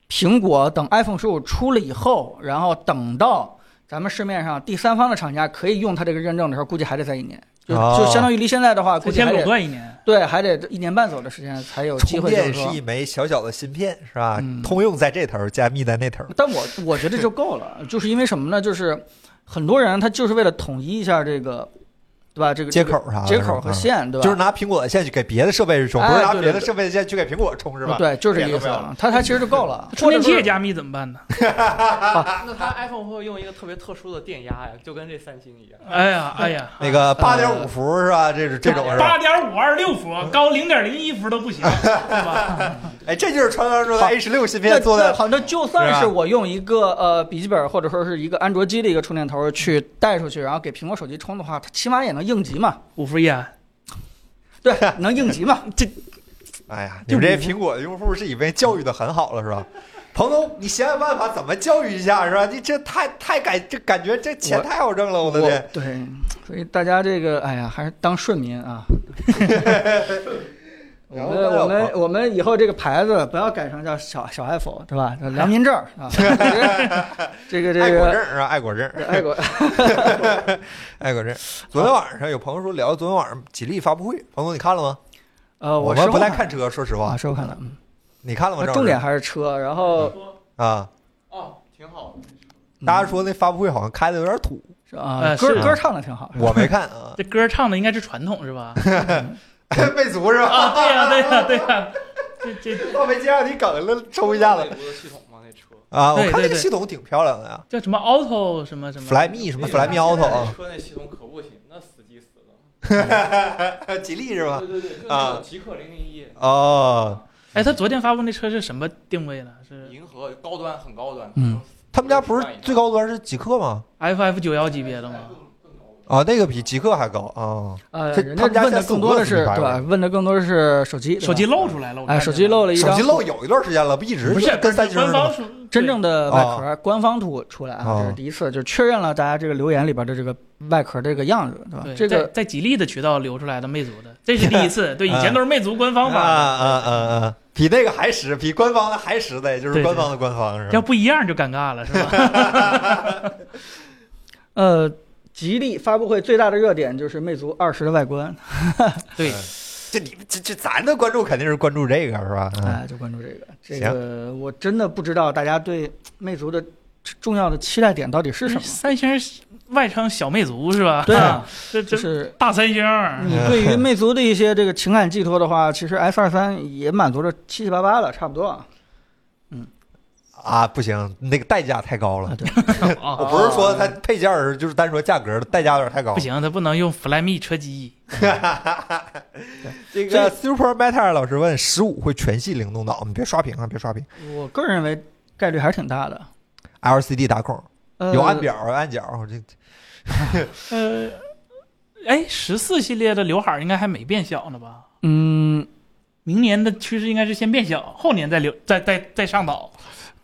Speaker 1: 苹果等 iPhone 十五出了以后，然后等到咱们市面上第三方的厂家可以用它这个认证的时候，估计还得再一年，就
Speaker 2: 哦
Speaker 1: 就相当于离现在的话，嗯估
Speaker 3: 才
Speaker 1: 计
Speaker 3: 先
Speaker 1: 还
Speaker 3: 垄
Speaker 1: 得
Speaker 3: 断一年。
Speaker 1: 对，还得一年半左右的时间才有机
Speaker 2: 充
Speaker 1: 会。就是
Speaker 2: 电是
Speaker 1: 说
Speaker 2: 一枚小小的芯片，是吧？
Speaker 1: 嗯
Speaker 2: 通用在这头，加密在那头。
Speaker 1: 但我我觉得就够了，就是因为什么呢？就是很多人他就是为了统一一下这个对吧？这个
Speaker 2: 接口啥
Speaker 1: 嗯
Speaker 2: 的，
Speaker 1: 接口和
Speaker 2: 是吧
Speaker 1: 线，对吧？
Speaker 2: 就是拿苹果的线去给别的设备去充，
Speaker 1: 哎
Speaker 2: 不是拿
Speaker 1: 对对
Speaker 2: 别的
Speaker 1: 对
Speaker 2: 设备的线去给苹果充是吧？
Speaker 1: 对，就是这
Speaker 2: 一点
Speaker 1: 意
Speaker 2: 都
Speaker 1: 思
Speaker 2: 没有。。
Speaker 1: 它它其实就够了。
Speaker 3: 充电器
Speaker 1: 或
Speaker 3: 也
Speaker 1: 者
Speaker 3: 加密怎么办呢？
Speaker 5: 那它 iPhone 会用一个特别特殊的电压呀，就跟这三星一样。
Speaker 3: 哎呀，哎呀，
Speaker 2: 那个八点五伏是吧？这是这种是吧
Speaker 3: 八？点五二六伏，高零点零一伏都 不行，对吧？
Speaker 2: 哎，这就是传说中的
Speaker 1: 好
Speaker 2: A 十六芯
Speaker 1: 是那
Speaker 2: 片做
Speaker 1: 那
Speaker 2: 的。
Speaker 1: 好，那就算
Speaker 2: 是
Speaker 1: 是
Speaker 2: 吧
Speaker 1: 我用一个呃笔记本或者说是一个安卓机的一个充电头去带出去，然后给苹果手机充的话，它起码也能应急嘛，
Speaker 3: 五伏一啊安，
Speaker 1: 对，能应急嘛。这
Speaker 2: 哎呀，你们这些苹果的用户是已被教育的很好了是吧？彭总，你想想办法怎么教育一下是吧？你这太太感这感觉这钱
Speaker 1: 我
Speaker 2: 太好挣了，我的天！
Speaker 1: 对，所以大家这个，哎呀，还是当顺民 啊。我
Speaker 2: 然后
Speaker 1: 们我
Speaker 2: 还有
Speaker 1: 们我们以后这个牌子不要改成叫小小爱否，对吧？叫良民证啊， 这个这哎
Speaker 2: 爱国
Speaker 1: 个
Speaker 2: 证是吧？爱国证，
Speaker 1: 爱国
Speaker 2: 爱国证。昨天晚上有朋友说聊昨天晚上吉利发布会，彭总你看了吗？
Speaker 1: 呃，
Speaker 2: 我
Speaker 1: 是
Speaker 2: 们不太看车，说实话
Speaker 1: 啊，，是我看的，嗯
Speaker 2: 你看了吗？郑老师
Speaker 1: 重点还是车，然后
Speaker 2: 啊，
Speaker 5: 哦，挺好的。
Speaker 1: 嗯
Speaker 2: 大家说那发布会好像开的有点 土，
Speaker 1: 是啊
Speaker 3: 呃
Speaker 1: 歌
Speaker 3: 是啊
Speaker 1: 歌唱的挺好，
Speaker 2: 我没看啊，
Speaker 3: 这歌唱的应该是传统是吧？
Speaker 2: 魅族是 吧？
Speaker 3: 啊，对呀、对呀、对呀、 这这
Speaker 2: 我没接到你梗了，抽一下子
Speaker 5: 美国的系统吗？那车
Speaker 2: 啊！我
Speaker 3: 对
Speaker 2: 看那
Speaker 3: 对
Speaker 2: 个
Speaker 3: 对
Speaker 2: 系统挺漂亮的呀
Speaker 3: 叫什么 auto 什么什么
Speaker 2: ，Flyme 什么 Flyme
Speaker 5: 那
Speaker 2: Auto
Speaker 5: 车那系统可不行，那死机死了。
Speaker 2: 啊， 吉利是吧？
Speaker 5: 对对对，就
Speaker 2: 那
Speaker 5: 那
Speaker 2: 个
Speaker 5: 个极氪零零一，
Speaker 2: 哦，
Speaker 3: 哎，他昨天发布那车是什么定位呢？是
Speaker 5: 银河高端很高端。
Speaker 1: 嗯，
Speaker 2: 他们家不是最高端是极客吗？
Speaker 3: FF 九幺级别的吗？
Speaker 2: 啊，那个比极客还高啊！
Speaker 1: 呃，
Speaker 2: 他
Speaker 1: 人
Speaker 2: 他们家
Speaker 1: 家问的
Speaker 2: 现在
Speaker 1: 更多的
Speaker 2: 四五
Speaker 1: 是
Speaker 2: 个品牌
Speaker 1: 对吧？问的更多的是手机，对吧
Speaker 3: 手机露出来了，我
Speaker 1: 哎，
Speaker 3: 看
Speaker 1: 手
Speaker 3: 见
Speaker 1: 机
Speaker 3: 了
Speaker 1: 露了一
Speaker 2: 手
Speaker 1: 张
Speaker 2: 机漏有一段时间了，不一直
Speaker 3: 不是
Speaker 2: 跟三星似的
Speaker 3: 官
Speaker 2: 吗
Speaker 3: 方说
Speaker 1: 真正的外壳、
Speaker 2: 哦
Speaker 1: 官方图出来啊，
Speaker 2: 哦
Speaker 1: 这是第一次，就确认了大家这个留言里边的这个外壳这个样子，对吧
Speaker 3: 对？
Speaker 1: 这
Speaker 3: 在
Speaker 1: 个
Speaker 3: 在吉利的渠道流出来的魅族的，这是第一次，对，以前都是魅族官方
Speaker 2: 啊
Speaker 3: 发的，
Speaker 2: 啊啊啊！比那个还实，比官方的还实在，就是
Speaker 3: 对对
Speaker 2: 官方的官方是
Speaker 3: 要
Speaker 2: 吧？
Speaker 3: 不一样就尴尬了，是 吧？
Speaker 1: 呃，吉利发布会最大的热点就是魅族二十的外观，
Speaker 3: 对，
Speaker 2: 这你们这这咱的关注肯定是关注这个是吧？嗯
Speaker 1: 哎，就关注这个。这个我真的不知道大家对魅族的重要的期待点到底是 什么。
Speaker 3: 三星外称小魅族是吧？
Speaker 1: 对啊，
Speaker 3: 这
Speaker 1: 就
Speaker 3: 这
Speaker 1: 是
Speaker 3: 大三星，
Speaker 1: 你对于魅族的一些这个情感寄托的话，其实 S 二三也满足了七七八八了，差不多啊。
Speaker 2: 啊，不行，那个代价太高了
Speaker 1: 啊。对，
Speaker 2: 我不是说它配件儿，就是单说价格的代价有点太高。
Speaker 3: 不，行，它不能用 Flyme 车机，
Speaker 2: 这
Speaker 5: 嗯
Speaker 2: 个 Super Meta 老师问十五会全系灵动岛，你别刷屏啊，别刷屏
Speaker 1: 我个人认为概率还是挺大的。
Speaker 2: ，LCD 打孔，
Speaker 1: 呃
Speaker 2: 有按表有按角，这
Speaker 3: 呃，哎，十四系列的刘海儿应该还没变小呢吧？
Speaker 1: 嗯，
Speaker 3: 明年的趋势应该是先变小，后年再留再再再上岛。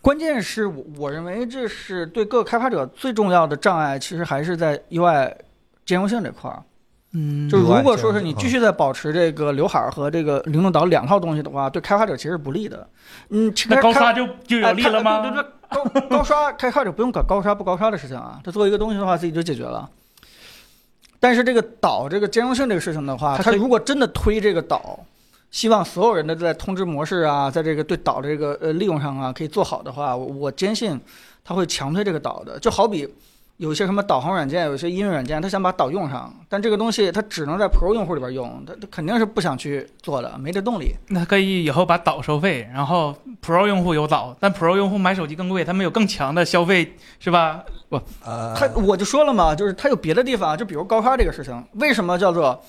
Speaker 1: 关键是我我认为这是对各个开发者最重要的障碍，其实还是在 UI 兼容性这块儿。
Speaker 3: 嗯
Speaker 1: 就
Speaker 2: 嗯
Speaker 1: 如果
Speaker 2: UI
Speaker 1: 说是
Speaker 2: 兼容性
Speaker 1: 你继续在保持这个刘海儿和这个灵动岛两套东西的话，对开发者其实是不利的。嗯，其实
Speaker 3: 那高
Speaker 1: 开
Speaker 3: 刷就就有
Speaker 2: 呃
Speaker 1: 哎
Speaker 3: 利
Speaker 1: 开
Speaker 3: 了吗？
Speaker 1: 对对对高 高刷开发者不用搞高刷不高刷的事情啊，他做一个东西的话自己就解决了。但是这个岛这个兼容性这个事情的话，
Speaker 3: 它
Speaker 1: 他
Speaker 3: 可以
Speaker 1: 如果真的推这个岛，希望所有人的在通知模式啊，在这个对岛的这个呃利用上啊，可以做好的话，我我坚信他会强推这个岛的。就好比有一些什么导航软件，有一些音乐软件，他想把岛用上，但这个东西它只能在 Pro 用户里边用，他他肯定是不想去做的，没这动力。
Speaker 3: 那可以以后把岛收费，然后 Pro 用户有岛，但 Pro 用户买手机更贵，他们有更强的消费，是吧？
Speaker 2: 呃，
Speaker 1: 他我就说了嘛，就是他有别的地方，就比如高刷这个事情，为什么叫做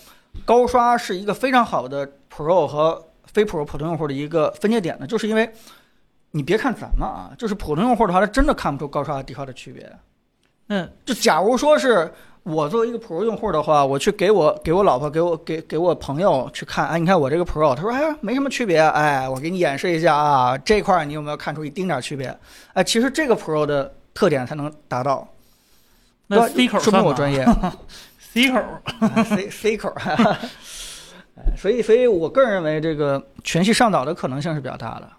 Speaker 1: 高刷是一个非常好的 Pro 和非 Pro 普通用户的一个分界点呢？就是因为你别看咱们啊，就是普通用户的话，他真的看不出高刷和低刷的区别。
Speaker 3: 嗯，
Speaker 1: 就假如说是我作为一个 Pro 用户的话，我去给我给我老婆给我给给我朋友去看，哎，你看我这个 Pro，他说哎呀没什么区别，哎，我给你演示一下啊，这块儿你有没有看出一丁点儿区别？哎，其实这个 Pro 的特点才能达到。
Speaker 3: 那 C 口
Speaker 1: 说明
Speaker 3: 算
Speaker 1: 我
Speaker 3: 吗
Speaker 1: 专 业
Speaker 3: C 口，
Speaker 1: ，C C 啊口。哎所以，所以我个人认为，这个全系上岛的可能性是比较大的。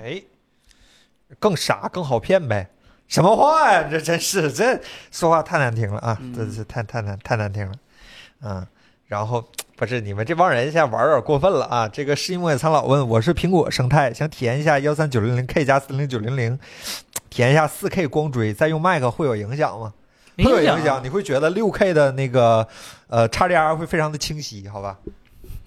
Speaker 2: 哎，更傻更好骗呗。什么话呀、这真是这说话太难听了啊！这这太太难太难听了，嗯。然后不是你们这帮人现在玩儿有点过分了啊！这个是因为苍老问我是苹果生态，想体验一下幺三九零零 K 加四零九零零，体验一下四 K 光追，再用 Mac 会有影响吗？
Speaker 3: 没
Speaker 2: 会有啊
Speaker 3: 影
Speaker 2: 影
Speaker 3: 响啊
Speaker 2: 响，你会觉得六 K 的那个呃 XDR 会非常的清晰，好 吧？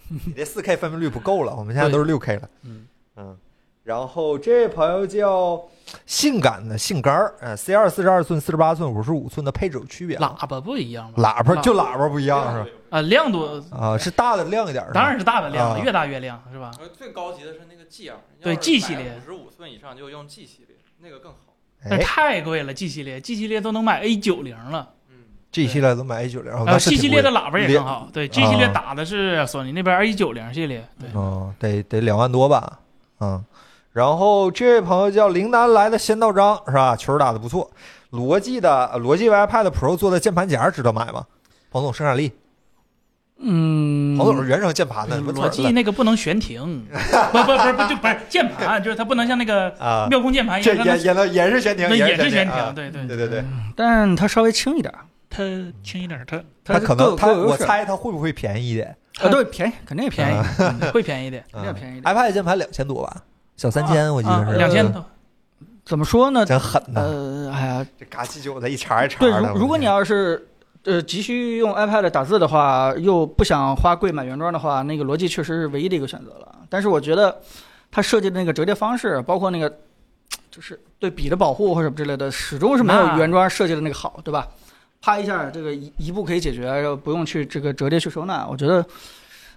Speaker 2: 你这四 K 分辨率不够了，我们现在都是六 K 了。
Speaker 1: 嗯
Speaker 2: 嗯然后这朋友叫性感的性杆儿，嗯，C 二四十二寸、四十八寸、五十五寸的配置有区别吗，啊
Speaker 3: 喇叭不一样吧？
Speaker 2: 喇叭就喇叭不一样是吧？
Speaker 3: 啊，亮度
Speaker 2: 啊，是大的亮一点儿，
Speaker 3: 当然是大的亮了，
Speaker 2: 啊
Speaker 3: 越大越亮是吧？
Speaker 5: 呃，最高级的是那个 G 啊，
Speaker 3: 对 G 系列
Speaker 5: 五十五寸以上就用 G 系列，那个更好。
Speaker 2: 是吧
Speaker 3: 但
Speaker 2: 哎
Speaker 3: 是太贵了，G 系列，G 系列都能买 A 九零了，
Speaker 5: 嗯，
Speaker 2: ，G 系列都买 A 九零，
Speaker 3: 然后
Speaker 2: 哦那是
Speaker 3: G
Speaker 2: 挺
Speaker 3: 呃系列
Speaker 2: 贵
Speaker 3: 的喇叭也更好。对，G
Speaker 2: 啊
Speaker 3: 系列打的是索尼那边 A 九零系列，对，
Speaker 2: 哦，得得两万多吧，嗯。然后这位朋友叫林南来的仙道章是吧？球打得不错，罗技的罗技 iPad Pro 做的键盘夹值得买吗？彭总生产力，
Speaker 1: 嗯
Speaker 2: 彭总是原生键盘的，不错
Speaker 3: 逻辑那个不能悬停，不不不是不就不是键盘，就是它不能像那个
Speaker 2: 啊，
Speaker 3: 妙控键盘一
Speaker 2: 这
Speaker 3: 样，它
Speaker 2: 也
Speaker 3: 能
Speaker 2: 也能也是悬停，
Speaker 3: 那也
Speaker 2: 是
Speaker 3: 是悬
Speaker 2: 啊
Speaker 3: 停，对对，
Speaker 2: 对对对，
Speaker 1: 但它稍微轻一点儿，
Speaker 3: 它轻一点，它
Speaker 2: 他
Speaker 1: 是
Speaker 2: 可
Speaker 1: 各
Speaker 2: 能
Speaker 1: 有
Speaker 2: 他
Speaker 1: 各有优
Speaker 2: 我
Speaker 1: 势
Speaker 2: 猜他会不会便宜一点？
Speaker 1: 啊，对，便宜，肯定也便
Speaker 3: 便
Speaker 1: 宜
Speaker 3: 宜，嗯会便宜一 点，
Speaker 1: 肯定也便宜一点。
Speaker 2: 嗯 iPad 键盘两千多吧，小三千我记
Speaker 3: 啊
Speaker 2: 得，是嗯
Speaker 3: 两千
Speaker 1: 呃
Speaker 3: 多，
Speaker 1: 怎么说呢？
Speaker 2: 真狠呐！
Speaker 1: 呃，哎呀，
Speaker 2: 这嘎叽就的一茬一茬
Speaker 1: 对，
Speaker 2: 的。我
Speaker 1: 如如果你要是呃急需用 iPad 打字的话，又不想花贵买原装的话，那个罗技确实是唯一的一个选择了。但是我觉得它设计的那个折叠方式，包括那个就是对笔的保护或者之类的，始终是没有
Speaker 3: 那
Speaker 1: 原装设计的那个好，对吧？啪一下，这个一一步可以解决，不用去这个折叠去收纳。我觉得，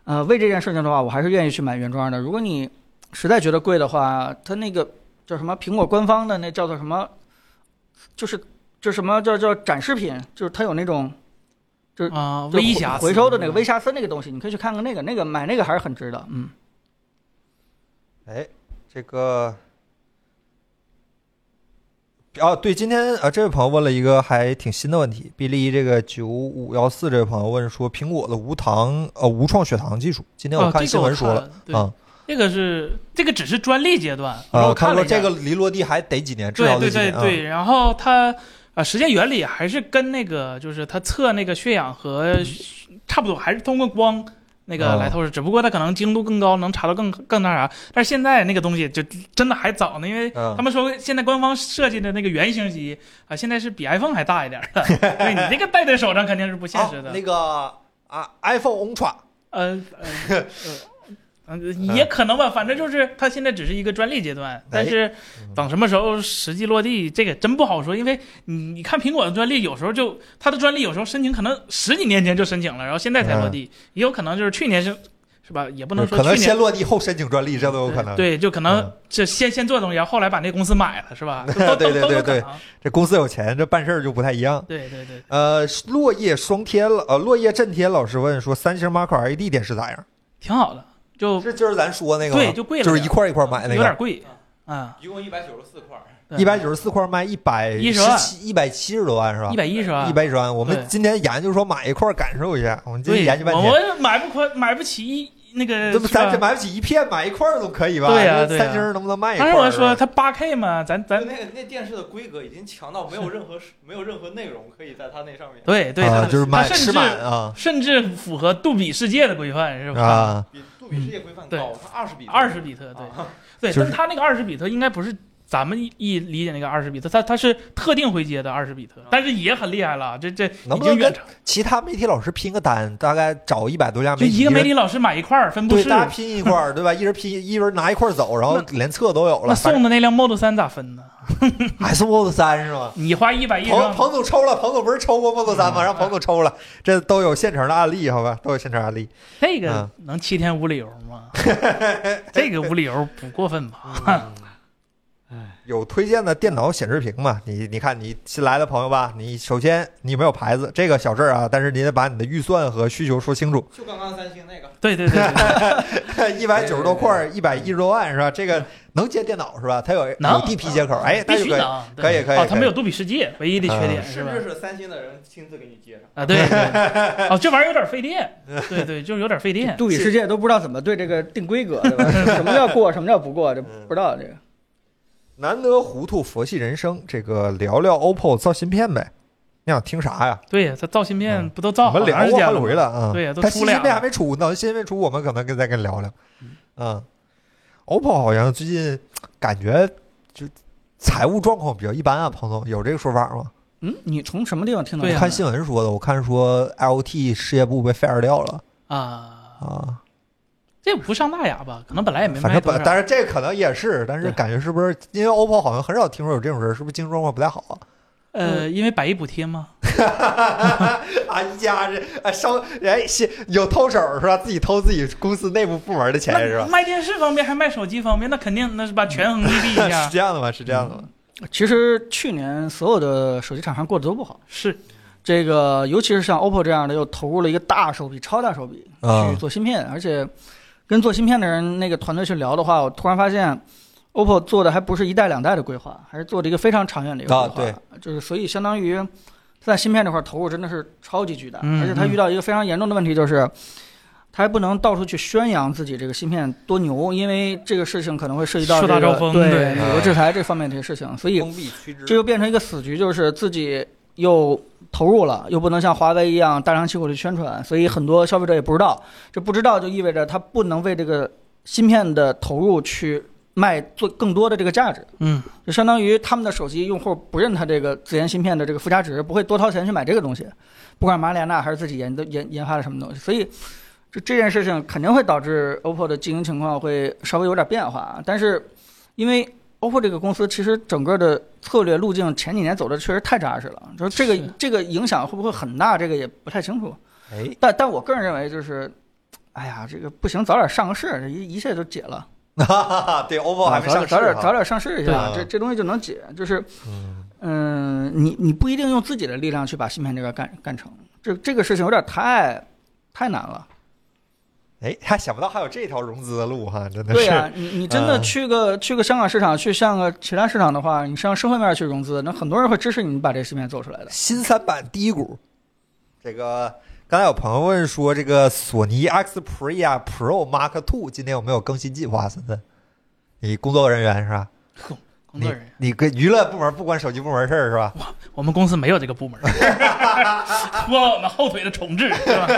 Speaker 1: 呃，为这件事情的话，我还是愿意去买原装的。如果你实在觉得贵的话，它那个叫什么苹果官方的那叫做什么，就是就什么叫叫展示品，就是它有那种
Speaker 2: 嗯
Speaker 3: 啊，
Speaker 1: 就
Speaker 3: 微瑕
Speaker 1: 回
Speaker 3: 疵嗯
Speaker 1: 回收的那个微瑕疵那个东西，你可以去看看那个，那个买那个还是很值的。嗯，
Speaker 2: 哎，这个，哦，对，今天啊，这位朋友问了一个还挺新的问题，比利这个九五幺四这位朋友问说，苹果的无糖呃无创血糖技术，今天
Speaker 3: 哦，
Speaker 2: 我
Speaker 3: 这
Speaker 2: 看
Speaker 3: 个
Speaker 2: 新闻
Speaker 3: 我
Speaker 2: 说
Speaker 3: 看
Speaker 2: 了，
Speaker 3: 对
Speaker 2: 嗯，
Speaker 3: 这个是这个只是专利阶段，
Speaker 2: 啊，
Speaker 3: 我
Speaker 2: 看
Speaker 3: 了
Speaker 2: 说
Speaker 3: 一下
Speaker 2: 这个离落地还得几年，至
Speaker 3: 对
Speaker 2: 少得
Speaker 3: 对
Speaker 2: 几
Speaker 3: 对
Speaker 2: 年啊。
Speaker 3: 对，然后它啊，实践原理还是跟那个就是它测那个血氧和差不多，还是通过光那个
Speaker 2: 哦
Speaker 3: 来透视，只不过它可能精度更高，能查到更更那啥。但是现在那个东西就真的还早呢，因为
Speaker 2: 嗯
Speaker 3: 他们说现在官方设计的那个原型机啊，现在是比 iPhone 还大一点 儿的，对你那个戴在手上肯定是不现实
Speaker 2: 啊
Speaker 3: 的。
Speaker 2: 那个啊，iPhone Ultra
Speaker 3: 呃呃呃 呃，
Speaker 2: 嗯
Speaker 3: 也可能吧，反正就是它现在只是一个专利阶
Speaker 2: 哎
Speaker 3: 段，但是等什么时候实际落地，这个真不好说。因为你你看苹果的专利，有时候就它的专利有时候申请可能十几年前就申请了，然后现在才落地，也有可能就是去年是是吧？也不能说
Speaker 2: 嗯可能
Speaker 3: 去年
Speaker 2: 先。落地后申请专利，这都有可能。，
Speaker 3: 对，就可能
Speaker 2: 嗯
Speaker 3: 这先先做东西，然后后来把那公司买了，是吧？都 都
Speaker 2: 对对
Speaker 3: 都都有
Speaker 2: 对
Speaker 3: 可能
Speaker 2: 这公司有钱，这办事儿就不太一样。
Speaker 3: 对对对，
Speaker 2: 呃，落叶霜天了，呃，落叶震天老师问说，三星 Mark LED 电视咋样？
Speaker 3: 挺好的，就
Speaker 2: 这就是咱说那个吗，
Speaker 3: 对就贵了
Speaker 2: 就是
Speaker 3: 点
Speaker 2: 一块儿一块儿买那
Speaker 3: 有点
Speaker 2: 个，
Speaker 3: 贵啊，
Speaker 5: 一共一百九十四块儿，
Speaker 3: 对
Speaker 2: 一百九十四块儿卖一百
Speaker 3: 110万
Speaker 2: 七一百七十多万是吧
Speaker 3: 一？百一十啊万，
Speaker 2: 一百一十万，我们
Speaker 3: 对
Speaker 2: 今天研究说买一块儿感受一下，我们今
Speaker 3: 对
Speaker 2: 天研究半
Speaker 3: 我
Speaker 2: 天，
Speaker 3: 们买不宽，买不起一那个。
Speaker 2: 这不
Speaker 3: 是吧
Speaker 2: 咱这买不起一片，买一块儿总可以吧？
Speaker 3: 对呀
Speaker 2: 这
Speaker 3: 对呀
Speaker 2: 三星能不能卖一
Speaker 3: 当
Speaker 2: 块儿？啊
Speaker 3: 时我说它八 K 嘛，咱咱
Speaker 5: 就那个那电视的规格已经强到没有任何没有任何内容可以在它那上面。
Speaker 3: 对对，
Speaker 2: 啊
Speaker 3: 它
Speaker 2: 就是买
Speaker 3: 它
Speaker 2: 吃
Speaker 3: 甚
Speaker 2: 满
Speaker 3: 至
Speaker 2: 啊
Speaker 3: 甚至符合杜比世界的规范是吧？
Speaker 2: 啊，
Speaker 5: 比杜比世界规范高，它二十比
Speaker 3: 嗯二十比特，对
Speaker 5: 啊，
Speaker 3: 对，
Speaker 2: 就是
Speaker 3: 但它那个二十比特应该不是咱们一一理解那个二十比特，它它是特定回接的二十比特，但是也很厉害了，这这
Speaker 2: 能不
Speaker 3: 已
Speaker 2: 能
Speaker 3: 经远
Speaker 2: 跟
Speaker 3: 超。
Speaker 2: 其他媒体老师拼个单，大概找一百多家
Speaker 3: 就
Speaker 2: 媒体，
Speaker 3: 一个媒体老师买一块儿分布
Speaker 2: 对
Speaker 3: 式，
Speaker 2: 大家拼一块儿，对吧？一人拼一人拿一块儿走，然后连测都有
Speaker 3: 那
Speaker 2: 了，
Speaker 3: 送的那辆 Model 三咋分呢？
Speaker 2: S Fold 三是吗？
Speaker 3: 你花一百嗯一十
Speaker 2: 彭
Speaker 3: 万，
Speaker 2: 彭总抽了，彭总不是抽过 Model 三吗？让彭总抽了，这都有现成的案例，好吧，都有现成案例。
Speaker 3: 这个
Speaker 2: 嗯
Speaker 3: 能七天无理由 吗？这个无理由不过分吧？
Speaker 2: 有推荐的电脑显示屏吗？你你看，你新来的朋友吧，你首先你没有牌子，这个小事儿啊，但是你得把你的预算和需求说清 楚。
Speaker 5: 就刚刚三星那个，
Speaker 3: 对对对对对。
Speaker 2: 一百九十多块，一百一十多万是吧？这个能接电脑是吧？它有有
Speaker 3: 嗯能
Speaker 2: DP 接口，哎，那就
Speaker 3: 必须
Speaker 2: 可以
Speaker 3: 的。啊，对
Speaker 2: 可以可以
Speaker 3: 哦，它
Speaker 2: 可以
Speaker 3: 没有杜比世界，唯一的缺点
Speaker 2: 嗯
Speaker 3: 是
Speaker 5: 甚
Speaker 3: 吧？
Speaker 5: 至是三星的人亲自给你接上。
Speaker 3: 啊，对， 对哦，这玩意儿有点费电，对对，就是有点费 电。
Speaker 1: 杜比世界都不知道怎么对这个定规格，对 吧？什么叫过，什么叫不过，这不知道这个。
Speaker 2: 难得糊涂佛系人生，这个聊聊 OPPO 造芯片呗。你想听啥呀？
Speaker 3: 对呀，它造芯片
Speaker 2: 嗯
Speaker 3: 不都造
Speaker 2: 我
Speaker 3: 好
Speaker 2: 们聊
Speaker 3: 长时
Speaker 2: 过
Speaker 3: 间
Speaker 2: 好几
Speaker 3: 了
Speaker 2: 回
Speaker 3: 吗？
Speaker 2: 了啊。
Speaker 3: 对呀都
Speaker 2: 它
Speaker 3: 出
Speaker 2: 新
Speaker 3: 俩
Speaker 2: 芯片
Speaker 3: 了
Speaker 2: 还没出呢，新芯片出我们可能跟再跟聊聊。嗯，OPPO 好像最近感觉就财务状况比较一般啊，彭总有这个说法吗？
Speaker 1: 嗯，你从什么地方听到
Speaker 3: 对
Speaker 1: 的？
Speaker 3: 啊呀
Speaker 2: 我看新闻说的，我看说 L T 事业部被 fire 掉了
Speaker 3: 啊，
Speaker 2: 啊，
Speaker 3: 这不上大雅吧？可能本来也没
Speaker 2: 反
Speaker 3: 卖
Speaker 2: 正
Speaker 3: 多
Speaker 2: 本，
Speaker 3: 少。
Speaker 2: 但是这可能也是，但是
Speaker 3: 对
Speaker 2: 感觉是不是因为 OPPO 好像很少听说有这种人，是不是经济状况不太好 啊？
Speaker 3: 呃，因为百亿补贴嘛，
Speaker 2: 啊，一家这啊商哎是有偷手是吧？自己偷自己公司内部部门的钱是
Speaker 3: 那
Speaker 2: 吧？
Speaker 3: 卖电视方面还卖手机方面，那肯定那是把权衡利弊 一
Speaker 2: 是
Speaker 3: 下。
Speaker 2: 这样的吗？是这样的吗？
Speaker 1: 其实去年所有的手机厂商过得都不好，
Speaker 3: 是，
Speaker 1: 这个尤其是像 OPPO 这样的，又投入了一个大手笔、超大手笔
Speaker 2: 啊
Speaker 1: 去做芯片，而且跟做芯片的人那个团队去聊的话，我突然发现。OPPO 做的还不是一代两代的规划，还是做了一个非常长远的一个规划，
Speaker 2: 啊
Speaker 1: 就是所以相当于在芯片这块儿投入真的是超级巨大，
Speaker 3: 嗯
Speaker 1: 而且他遇到一个非常严重的问题就是，他还不能到处去宣扬自己这个芯片多牛，因为这个事情可能会涉及到、这
Speaker 3: 树大
Speaker 1: 个、
Speaker 3: 招风对
Speaker 1: 对
Speaker 2: 啊
Speaker 1: 美国制裁这方面的一些事情，所以
Speaker 3: 哎
Speaker 2: 闭趋之
Speaker 1: 这就变成一个死局，就是自己又投入了，又不能像华为一样大张旗鼓的宣传，所以很多消费者也不知道。这不知道就意味着他不能为这个芯片的投入去卖做更多的这个价值，
Speaker 3: 嗯，
Speaker 1: 就相当于他们的手机用户不认他这个自研芯片的这个附加值，不会多掏钱去买这个东西，不管马里亚纳还是自己研的研研发的什么东西，所以。这这件事情肯定会导致 OPPO 的经营情况会稍微有点变化，啊但是因为 OPPO 这个公司其实整个的策略路径前几年走的确实太扎实了，就是这
Speaker 3: 是
Speaker 1: 个这个影响会不会很大，这个也不太清楚。
Speaker 2: 哎，
Speaker 1: 但但我个人认为就是，哎呀，这个不行，早点上个市，这一一切就解了。啊
Speaker 2: 对 OPPO 哦还没
Speaker 1: 早点
Speaker 2: 上市
Speaker 1: 早点
Speaker 2: 哈
Speaker 1: 早点上市一
Speaker 2: 对
Speaker 1: 下
Speaker 2: 啊，
Speaker 1: 这这东西就能解。就是
Speaker 2: 嗯
Speaker 1: 嗯、你你不一定用自己的力量去把芯片这个干干成，这这个事情有点太太难了。
Speaker 2: 哎，还想不到还有这条融资的路哈，真的
Speaker 1: 对
Speaker 2: 是。
Speaker 1: 呀、你你真的
Speaker 2: 嗯
Speaker 1: 去个、去个香港市场，去像个其他市场的话，你上社会面去融资，那很多人会支持你把这个芯片做出来的。
Speaker 2: 新三板第一股，这个刚才有朋友问说，这个索尼 Xperia Pro Mark Two 今天有没有更新计划？森森，你工作人员是吧？
Speaker 3: 工作人员，
Speaker 2: 你你跟娱乐部门不管手机部门事儿是吧？
Speaker 3: 我们公司没有这个 部门， 拖我们后腿的重置，是吧？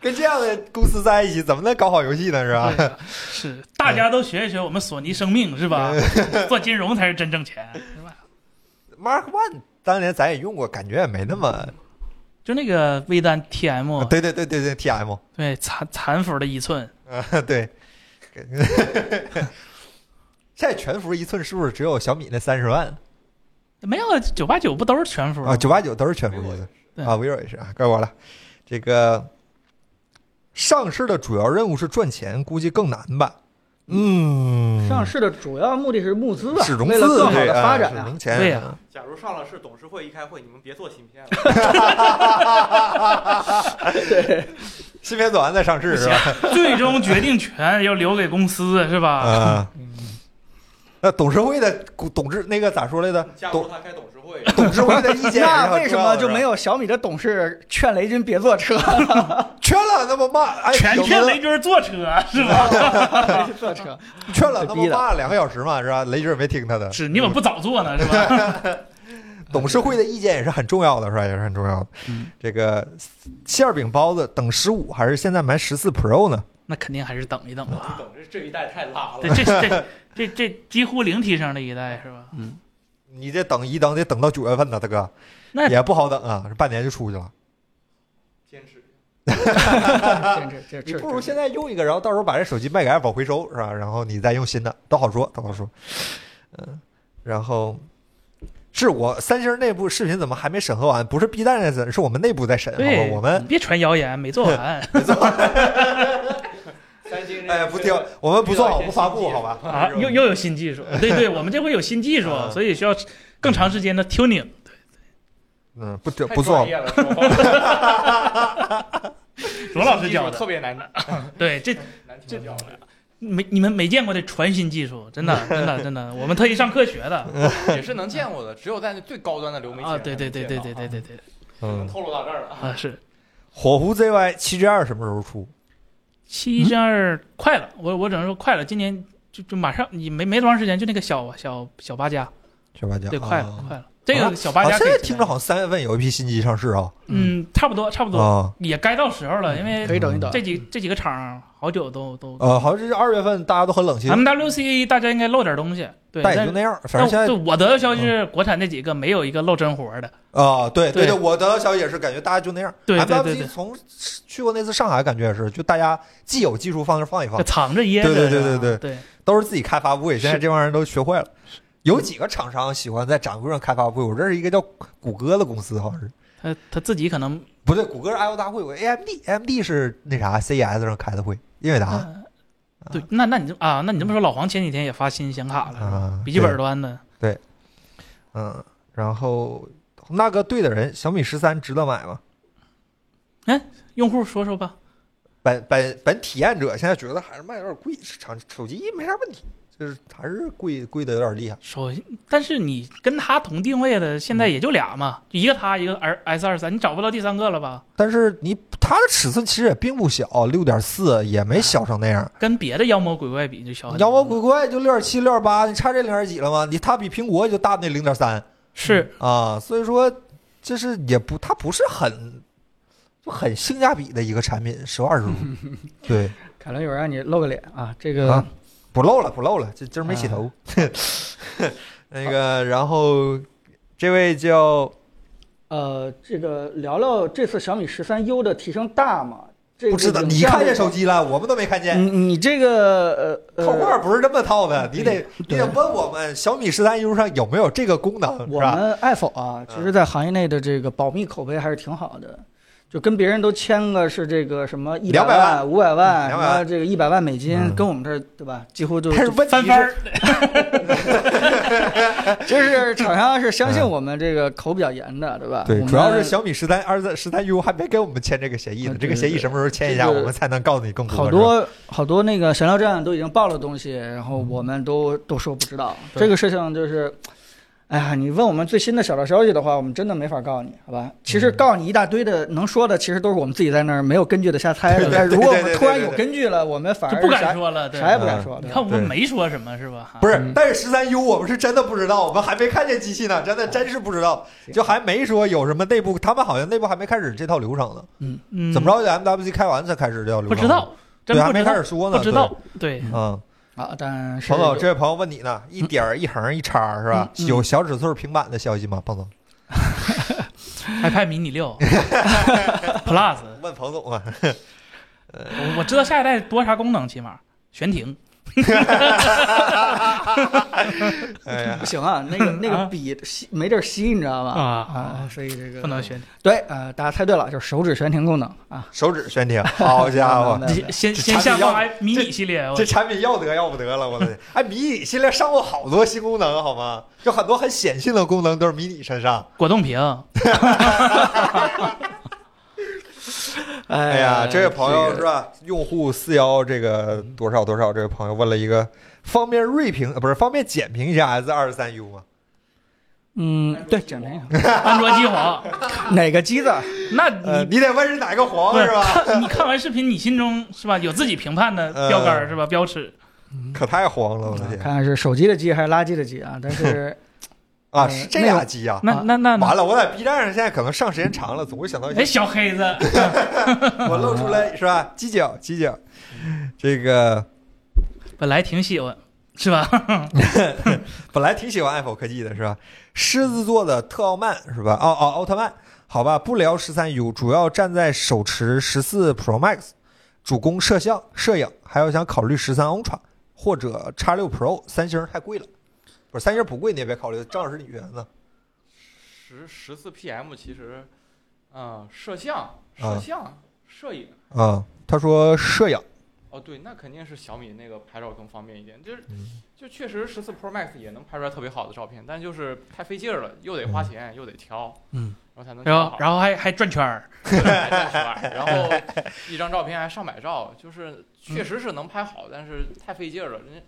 Speaker 2: 跟这样的公司在一起，怎么能搞好游戏呢？是吧？
Speaker 3: 对是，大家都学一学我们索尼生命，是吧？
Speaker 2: 嗯
Speaker 3: 做金融才是真挣钱，是吧？
Speaker 2: Mark One 当年咱也用过，感觉也没那么……
Speaker 3: 就那个微单 TM，
Speaker 2: 啊对对对对对，TM，
Speaker 3: 对残残幅的一寸，
Speaker 2: 呃， 对。给现在全幅一寸是不是只有小米那三十万
Speaker 3: 没有九八九不都是全幅
Speaker 2: 啊？九八九都是全幅一寸
Speaker 3: 对
Speaker 2: 啊，vivo 也是啊，该我了。这个上市的主要任务是赚钱，估计更难吧？嗯，
Speaker 1: 上市的主要目的是募资啊，
Speaker 2: 是融
Speaker 1: 为了
Speaker 2: 资
Speaker 1: 更好
Speaker 2: 对
Speaker 1: 的
Speaker 2: 啊
Speaker 1: 发展
Speaker 2: 是
Speaker 1: 啊。
Speaker 2: 融钱
Speaker 3: 对呀
Speaker 6: 假如上了市董事会一开会，你们别做芯 片了。
Speaker 2: 芯片做完再上市是吧？
Speaker 3: 最终决定权要留给公司，是 吧？
Speaker 2: 啊，
Speaker 1: 嗯
Speaker 2: 那董事会的股董事那个咋说来着？
Speaker 6: 加入
Speaker 2: 董
Speaker 6: 他开董事会，
Speaker 2: 董事会的意见也是很
Speaker 1: 那为什
Speaker 2: 重要
Speaker 1: 么
Speaker 2: 的
Speaker 1: 就是
Speaker 2: 吧
Speaker 1: 没有小米的董事劝雷军别坐车？
Speaker 2: 劝了？那么骂，哎，
Speaker 3: 全
Speaker 2: 有
Speaker 3: 骗
Speaker 2: 的
Speaker 3: 雷军坐车，是吧？
Speaker 1: 坐 车，
Speaker 2: 劝了，
Speaker 1: 被
Speaker 2: 那不
Speaker 1: 逼的
Speaker 2: 骂了两个小时嘛，是吧？雷军也没听他的。
Speaker 3: 是你怎么不早做呢？是
Speaker 2: 嗯
Speaker 3: 吧？
Speaker 2: 董事会的意见也是很重要的，是吧？也是很重要的。
Speaker 3: 嗯
Speaker 2: 这个馅饼包子等十五还是现在买十四 Pro 呢？
Speaker 3: 那肯定还是等一等吧。
Speaker 6: 等这这一代太拉
Speaker 3: 对
Speaker 6: 了。，
Speaker 3: 这这这这几乎零提升的一代，是吧？
Speaker 2: 嗯你这等一等得等到九月份呢，大哥，
Speaker 3: 那
Speaker 2: 也不好等啊，这半年就出去了。
Speaker 6: 坚持，
Speaker 1: 这这
Speaker 2: 你
Speaker 1: 这
Speaker 2: 不如现在用一个，然后到时候把这手机卖给 Apple 回收，是吧？然后你再用新的，都好说，都好说。嗯，然后是我三星内部视频怎么还没审核完？不是 B 站在审，是我们内部在审。好
Speaker 3: 对，
Speaker 2: 吧我们
Speaker 3: 别传谣言，没做完
Speaker 6: 三星人
Speaker 2: 哎不听，我们不做好
Speaker 6: 遇到一些
Speaker 2: 不发布，
Speaker 6: 新技术
Speaker 2: 好吧？
Speaker 3: 啊！ 又又有新技术，对对，我们这回有新技术
Speaker 2: 啊，
Speaker 3: 所以需要更长时间的 tuning。
Speaker 2: 嗯，不听
Speaker 5: 太
Speaker 2: 不做
Speaker 5: 专业了，说 话
Speaker 3: 罗老师教
Speaker 5: 技术特
Speaker 3: 的，
Speaker 5: 别难
Speaker 3: 对，这
Speaker 5: 难听掉了，
Speaker 3: 没你们没见过的传新技术，真的真的真的，我们特意上课学的
Speaker 5: 也是能见 过的，只有在那最高端的流媒体
Speaker 3: 啊！
Speaker 5: 上
Speaker 3: 对对对对对对对对
Speaker 5: 能
Speaker 2: 嗯，
Speaker 5: 透露到这儿了。
Speaker 3: 啊！是
Speaker 2: 火狐 ZY 七 G 二什么时候出？
Speaker 3: 七十二快了，我我只能说快了，今年就就马上，你没没多长时间，就那个小小小八加
Speaker 2: 九八九，
Speaker 3: 对，快
Speaker 2: 哦
Speaker 3: 了，快了。这个小八
Speaker 2: 好
Speaker 3: 加
Speaker 2: 像
Speaker 3: 可
Speaker 2: 现
Speaker 3: 以
Speaker 2: 在
Speaker 3: 期
Speaker 2: 听
Speaker 3: 待
Speaker 2: 着好像三月份有一批新机上市啊，
Speaker 3: 嗯，差不多，差不多，
Speaker 2: 啊，
Speaker 3: 也该到时候了，因为
Speaker 1: 可以等一等。啊
Speaker 3: 这几这几个厂好久都都
Speaker 2: 呃，好像这是二月份大家都很冷清，
Speaker 3: MWC 大家应该漏点东西，对，
Speaker 2: 但也
Speaker 3: 但
Speaker 2: 就那样，反
Speaker 3: 但
Speaker 2: 正现在嗯
Speaker 3: 对啊我得到消息是，国产那几个没有一个露真活的。
Speaker 2: 啊，对对
Speaker 3: 对
Speaker 2: 对，我得到消息也是感觉大家就那样，
Speaker 3: 对对对
Speaker 2: MWC
Speaker 3: 对
Speaker 2: 从去过那次上海感觉也是，就大家既有技术放那儿放一放
Speaker 3: 就，藏着掖着。
Speaker 2: 对对
Speaker 3: 是吧
Speaker 2: 对对
Speaker 3: 对，
Speaker 2: 都是自己开发布会，现在
Speaker 3: 嗯是
Speaker 2: 这帮人都学会了。有几个厂商喜欢在展会上开发布会，我认识一个叫谷歌的公司，好像是
Speaker 3: 他他自己可能
Speaker 2: 不对，谷歌是 I/O 大会，我 AMD，AMD 是那啥 CES 上开的会，英伟达啊嗯
Speaker 3: 嗯对，那那你这啊，那你这么说，老黄前几天也发新显卡了，是吧嗯
Speaker 2: 啊
Speaker 3: 笔记本，端的，
Speaker 2: 对嗯，然后那个对的人，小米十三值得买吗？
Speaker 3: 用户说说吧。
Speaker 2: 本本本体验者现在觉得还是卖有点贵，厂手机没啥问题，就是还是贵贵的有点厉害。
Speaker 3: 首先，但是你跟他同定位的
Speaker 2: 嗯
Speaker 3: 现在也就俩嘛，一个他，一个 R S 二三，你找不到第三个了吧？
Speaker 2: 但是你它的尺寸其实也并不小，六点四也
Speaker 3: 嗯
Speaker 2: 没小成那样。
Speaker 3: 跟别的妖魔鬼怪比就小很多。
Speaker 2: 妖魔鬼怪就六点七、六点八，你差这零点几了吗？你它比苹果也就大那零点三
Speaker 3: 是
Speaker 2: 啊，所以说这是也不，它不是很就很性价比的一个产品，实话 实说，对，
Speaker 1: 凯伦有人让你露个脸啊，这个、
Speaker 2: 啊不露了，不露了，这今儿
Speaker 1: 啊
Speaker 2: 没洗头。 那个，然后这位叫
Speaker 1: 呃，这个聊聊这次小米十三 U 的提升大吗？这个
Speaker 2: 不知道，
Speaker 1: 影
Speaker 2: 你
Speaker 1: 像
Speaker 2: 看
Speaker 1: 这
Speaker 2: 见
Speaker 1: 个
Speaker 2: 手机了，我们都没看见。
Speaker 1: 你你这个呃
Speaker 2: 套
Speaker 1: 呃，
Speaker 2: 话不是这么套的，你得你
Speaker 1: 嗯对
Speaker 2: 得问我们小米十三 U 上有没有这个功能，是
Speaker 1: 我
Speaker 2: 吧？嗯
Speaker 1: 们 i p h o n 啊，其实在行业内的这个保密口碑还是挺好的，就跟别人都签个是这个什么一
Speaker 2: 200
Speaker 1: 万、五百万，
Speaker 2: 嗯
Speaker 1: 什
Speaker 2: 200万
Speaker 1: 么这个一百万美金，
Speaker 2: 嗯
Speaker 1: 跟我们这儿对吧，几乎就
Speaker 2: 但是问题
Speaker 3: 翻番儿
Speaker 2: 是，
Speaker 1: 就是厂商是相
Speaker 2: 嗯
Speaker 1: 信我们这个口比较严的，对吧？我
Speaker 2: 对，
Speaker 1: 们
Speaker 2: 主要是小米十三、二三、十三 U 还没给我们签这个协议呢。
Speaker 1: 嗯
Speaker 2: 这个协议什么时候签一下，
Speaker 1: 对对对
Speaker 2: 我们才能告诉你更多。
Speaker 1: 好
Speaker 2: 是吧
Speaker 1: 多好多那个闲聊站都已经报了东西，然后我们都都说不知道这个事情，就是，哎呀，你问我们最新的小道消息的话，我们真的没法告诉你，好吧？其实告诉你一大堆的能说的，其实都是我们自己在那儿没有根据的瞎猜的。
Speaker 2: 对对对
Speaker 1: 但是如果我们
Speaker 2: 对对对
Speaker 1: 突然
Speaker 2: 对
Speaker 1: 有
Speaker 2: 对
Speaker 1: 根据了，我们反
Speaker 3: 就
Speaker 1: 而
Speaker 3: 不
Speaker 1: 啥
Speaker 3: 敢说了。对，
Speaker 1: 啥也不
Speaker 2: 嗯
Speaker 1: 敢说。
Speaker 3: 你
Speaker 1: 对
Speaker 3: 看
Speaker 1: 吧
Speaker 3: 我
Speaker 2: 对
Speaker 3: 们没说什么是吧？
Speaker 2: 不是
Speaker 1: 嗯，
Speaker 2: 但是十三 U 我们是真的不知道，我们还没看见机器呢，真
Speaker 3: 哦
Speaker 2: 的真是不知道，
Speaker 1: 行
Speaker 2: 就还没说有什么内部，他们好像内部还没开始这套流程呢。
Speaker 3: 嗯，
Speaker 2: 怎么着？MWC 开完才开始这套流
Speaker 3: 不
Speaker 2: 程？
Speaker 3: 知道，真
Speaker 2: 对，还
Speaker 3: 不
Speaker 2: 没
Speaker 3: 知
Speaker 2: 开
Speaker 3: 道，
Speaker 2: 始说呢。
Speaker 3: 不知道。对，
Speaker 2: 对。嗯，
Speaker 1: 啊，但是
Speaker 2: 彭总，这位朋友问你呢，一点
Speaker 3: 嗯
Speaker 2: 儿一横一叉儿是吧？
Speaker 1: 嗯嗯
Speaker 2: 有小尺寸平板的消息吗？彭总，
Speaker 3: iPad mini 六 Plus，
Speaker 2: 问彭总啊。
Speaker 3: 我我知道下一代多啥功能，起码悬停。
Speaker 2: 哎呀
Speaker 1: 不，行啊，那 个那个
Speaker 3: 啊
Speaker 1: 笔吸没地儿吸，你知道吧？
Speaker 3: 啊
Speaker 1: 啊，所以这个
Speaker 3: 不能悬停。
Speaker 1: 对啊，大家猜对了，就是手指悬停功能啊。
Speaker 2: 手指悬停，好家 伙！
Speaker 1: 没有没有没有
Speaker 3: 先
Speaker 2: 这
Speaker 3: 先
Speaker 2: 产
Speaker 3: 下
Speaker 2: 品
Speaker 3: 放
Speaker 2: 要
Speaker 3: i 迷你系列，我
Speaker 2: 这产品要得要不得了，我的天！哎，迷你现在上过好多新功能，好吗？就很多很显性的功能都是迷你身上。
Speaker 3: 果冻屏，
Speaker 2: 哎呀，这位朋友是吧？用户四幺这个多少多少，这位朋友问了一个，方便锐评呃不是方便简评一下 S 二三 U 吗？
Speaker 1: 嗯，对，简单一下。
Speaker 3: 安卓机皇，
Speaker 1: 哪个机子？
Speaker 3: 那
Speaker 2: 呃，
Speaker 3: 你
Speaker 2: 你得问是哪个
Speaker 3: 嗯不
Speaker 2: 黄
Speaker 3: 是
Speaker 2: 是吧？
Speaker 3: 看你看完视频，你心中是吧有自己评判的
Speaker 2: 呃
Speaker 3: 标杆儿是吧标尺？
Speaker 2: 可太黄了，我的
Speaker 1: 看
Speaker 2: 天！
Speaker 1: 看是手机的机还是垃圾的机啊？但 是
Speaker 2: 啊，
Speaker 1: 呃
Speaker 2: 是这俩机呀。
Speaker 3: 嗯那那那
Speaker 2: 啊完
Speaker 3: 那，
Speaker 2: 了，我在 B 站上现在可能上时间长了，总会想到一些
Speaker 3: 哎，小黑子，哎
Speaker 2: 我露出来是吧？犄角，犄角，这个
Speaker 3: 本来挺喜欢是吧？
Speaker 2: 本来挺喜欢 Apple 科技的是吧？狮子座的特奥曼是吧？奥奥奥特曼，好吧，不聊十三 U，主要站在手持十四 Pro Max，主攻摄像、摄影，还有想考虑十三 Ultra 或者叉六 Pro，三星太贵了。不是三星不贵，你也别考虑，正好是你原呢。
Speaker 5: 十十四 PM 其实，嗯，摄像、
Speaker 2: 啊
Speaker 5: 摄像、摄影，
Speaker 2: 啊、他说摄影，
Speaker 5: 哦，对，那肯定是小米那个拍照更方便一点。就是
Speaker 2: 嗯，
Speaker 5: 就确实十四 Pro Max 也能拍出来特别好的照片，但就是太费劲儿了，又得花钱，又得挑，
Speaker 1: 嗯，
Speaker 5: 然后才
Speaker 3: 然
Speaker 5: 能挑
Speaker 3: 后
Speaker 5: 好。
Speaker 3: 然后还还转圈儿，
Speaker 5: 对还这么说吧然后一张照片还上百兆，就是
Speaker 2: 嗯
Speaker 5: 确实是能拍好，但是太费劲儿了。人家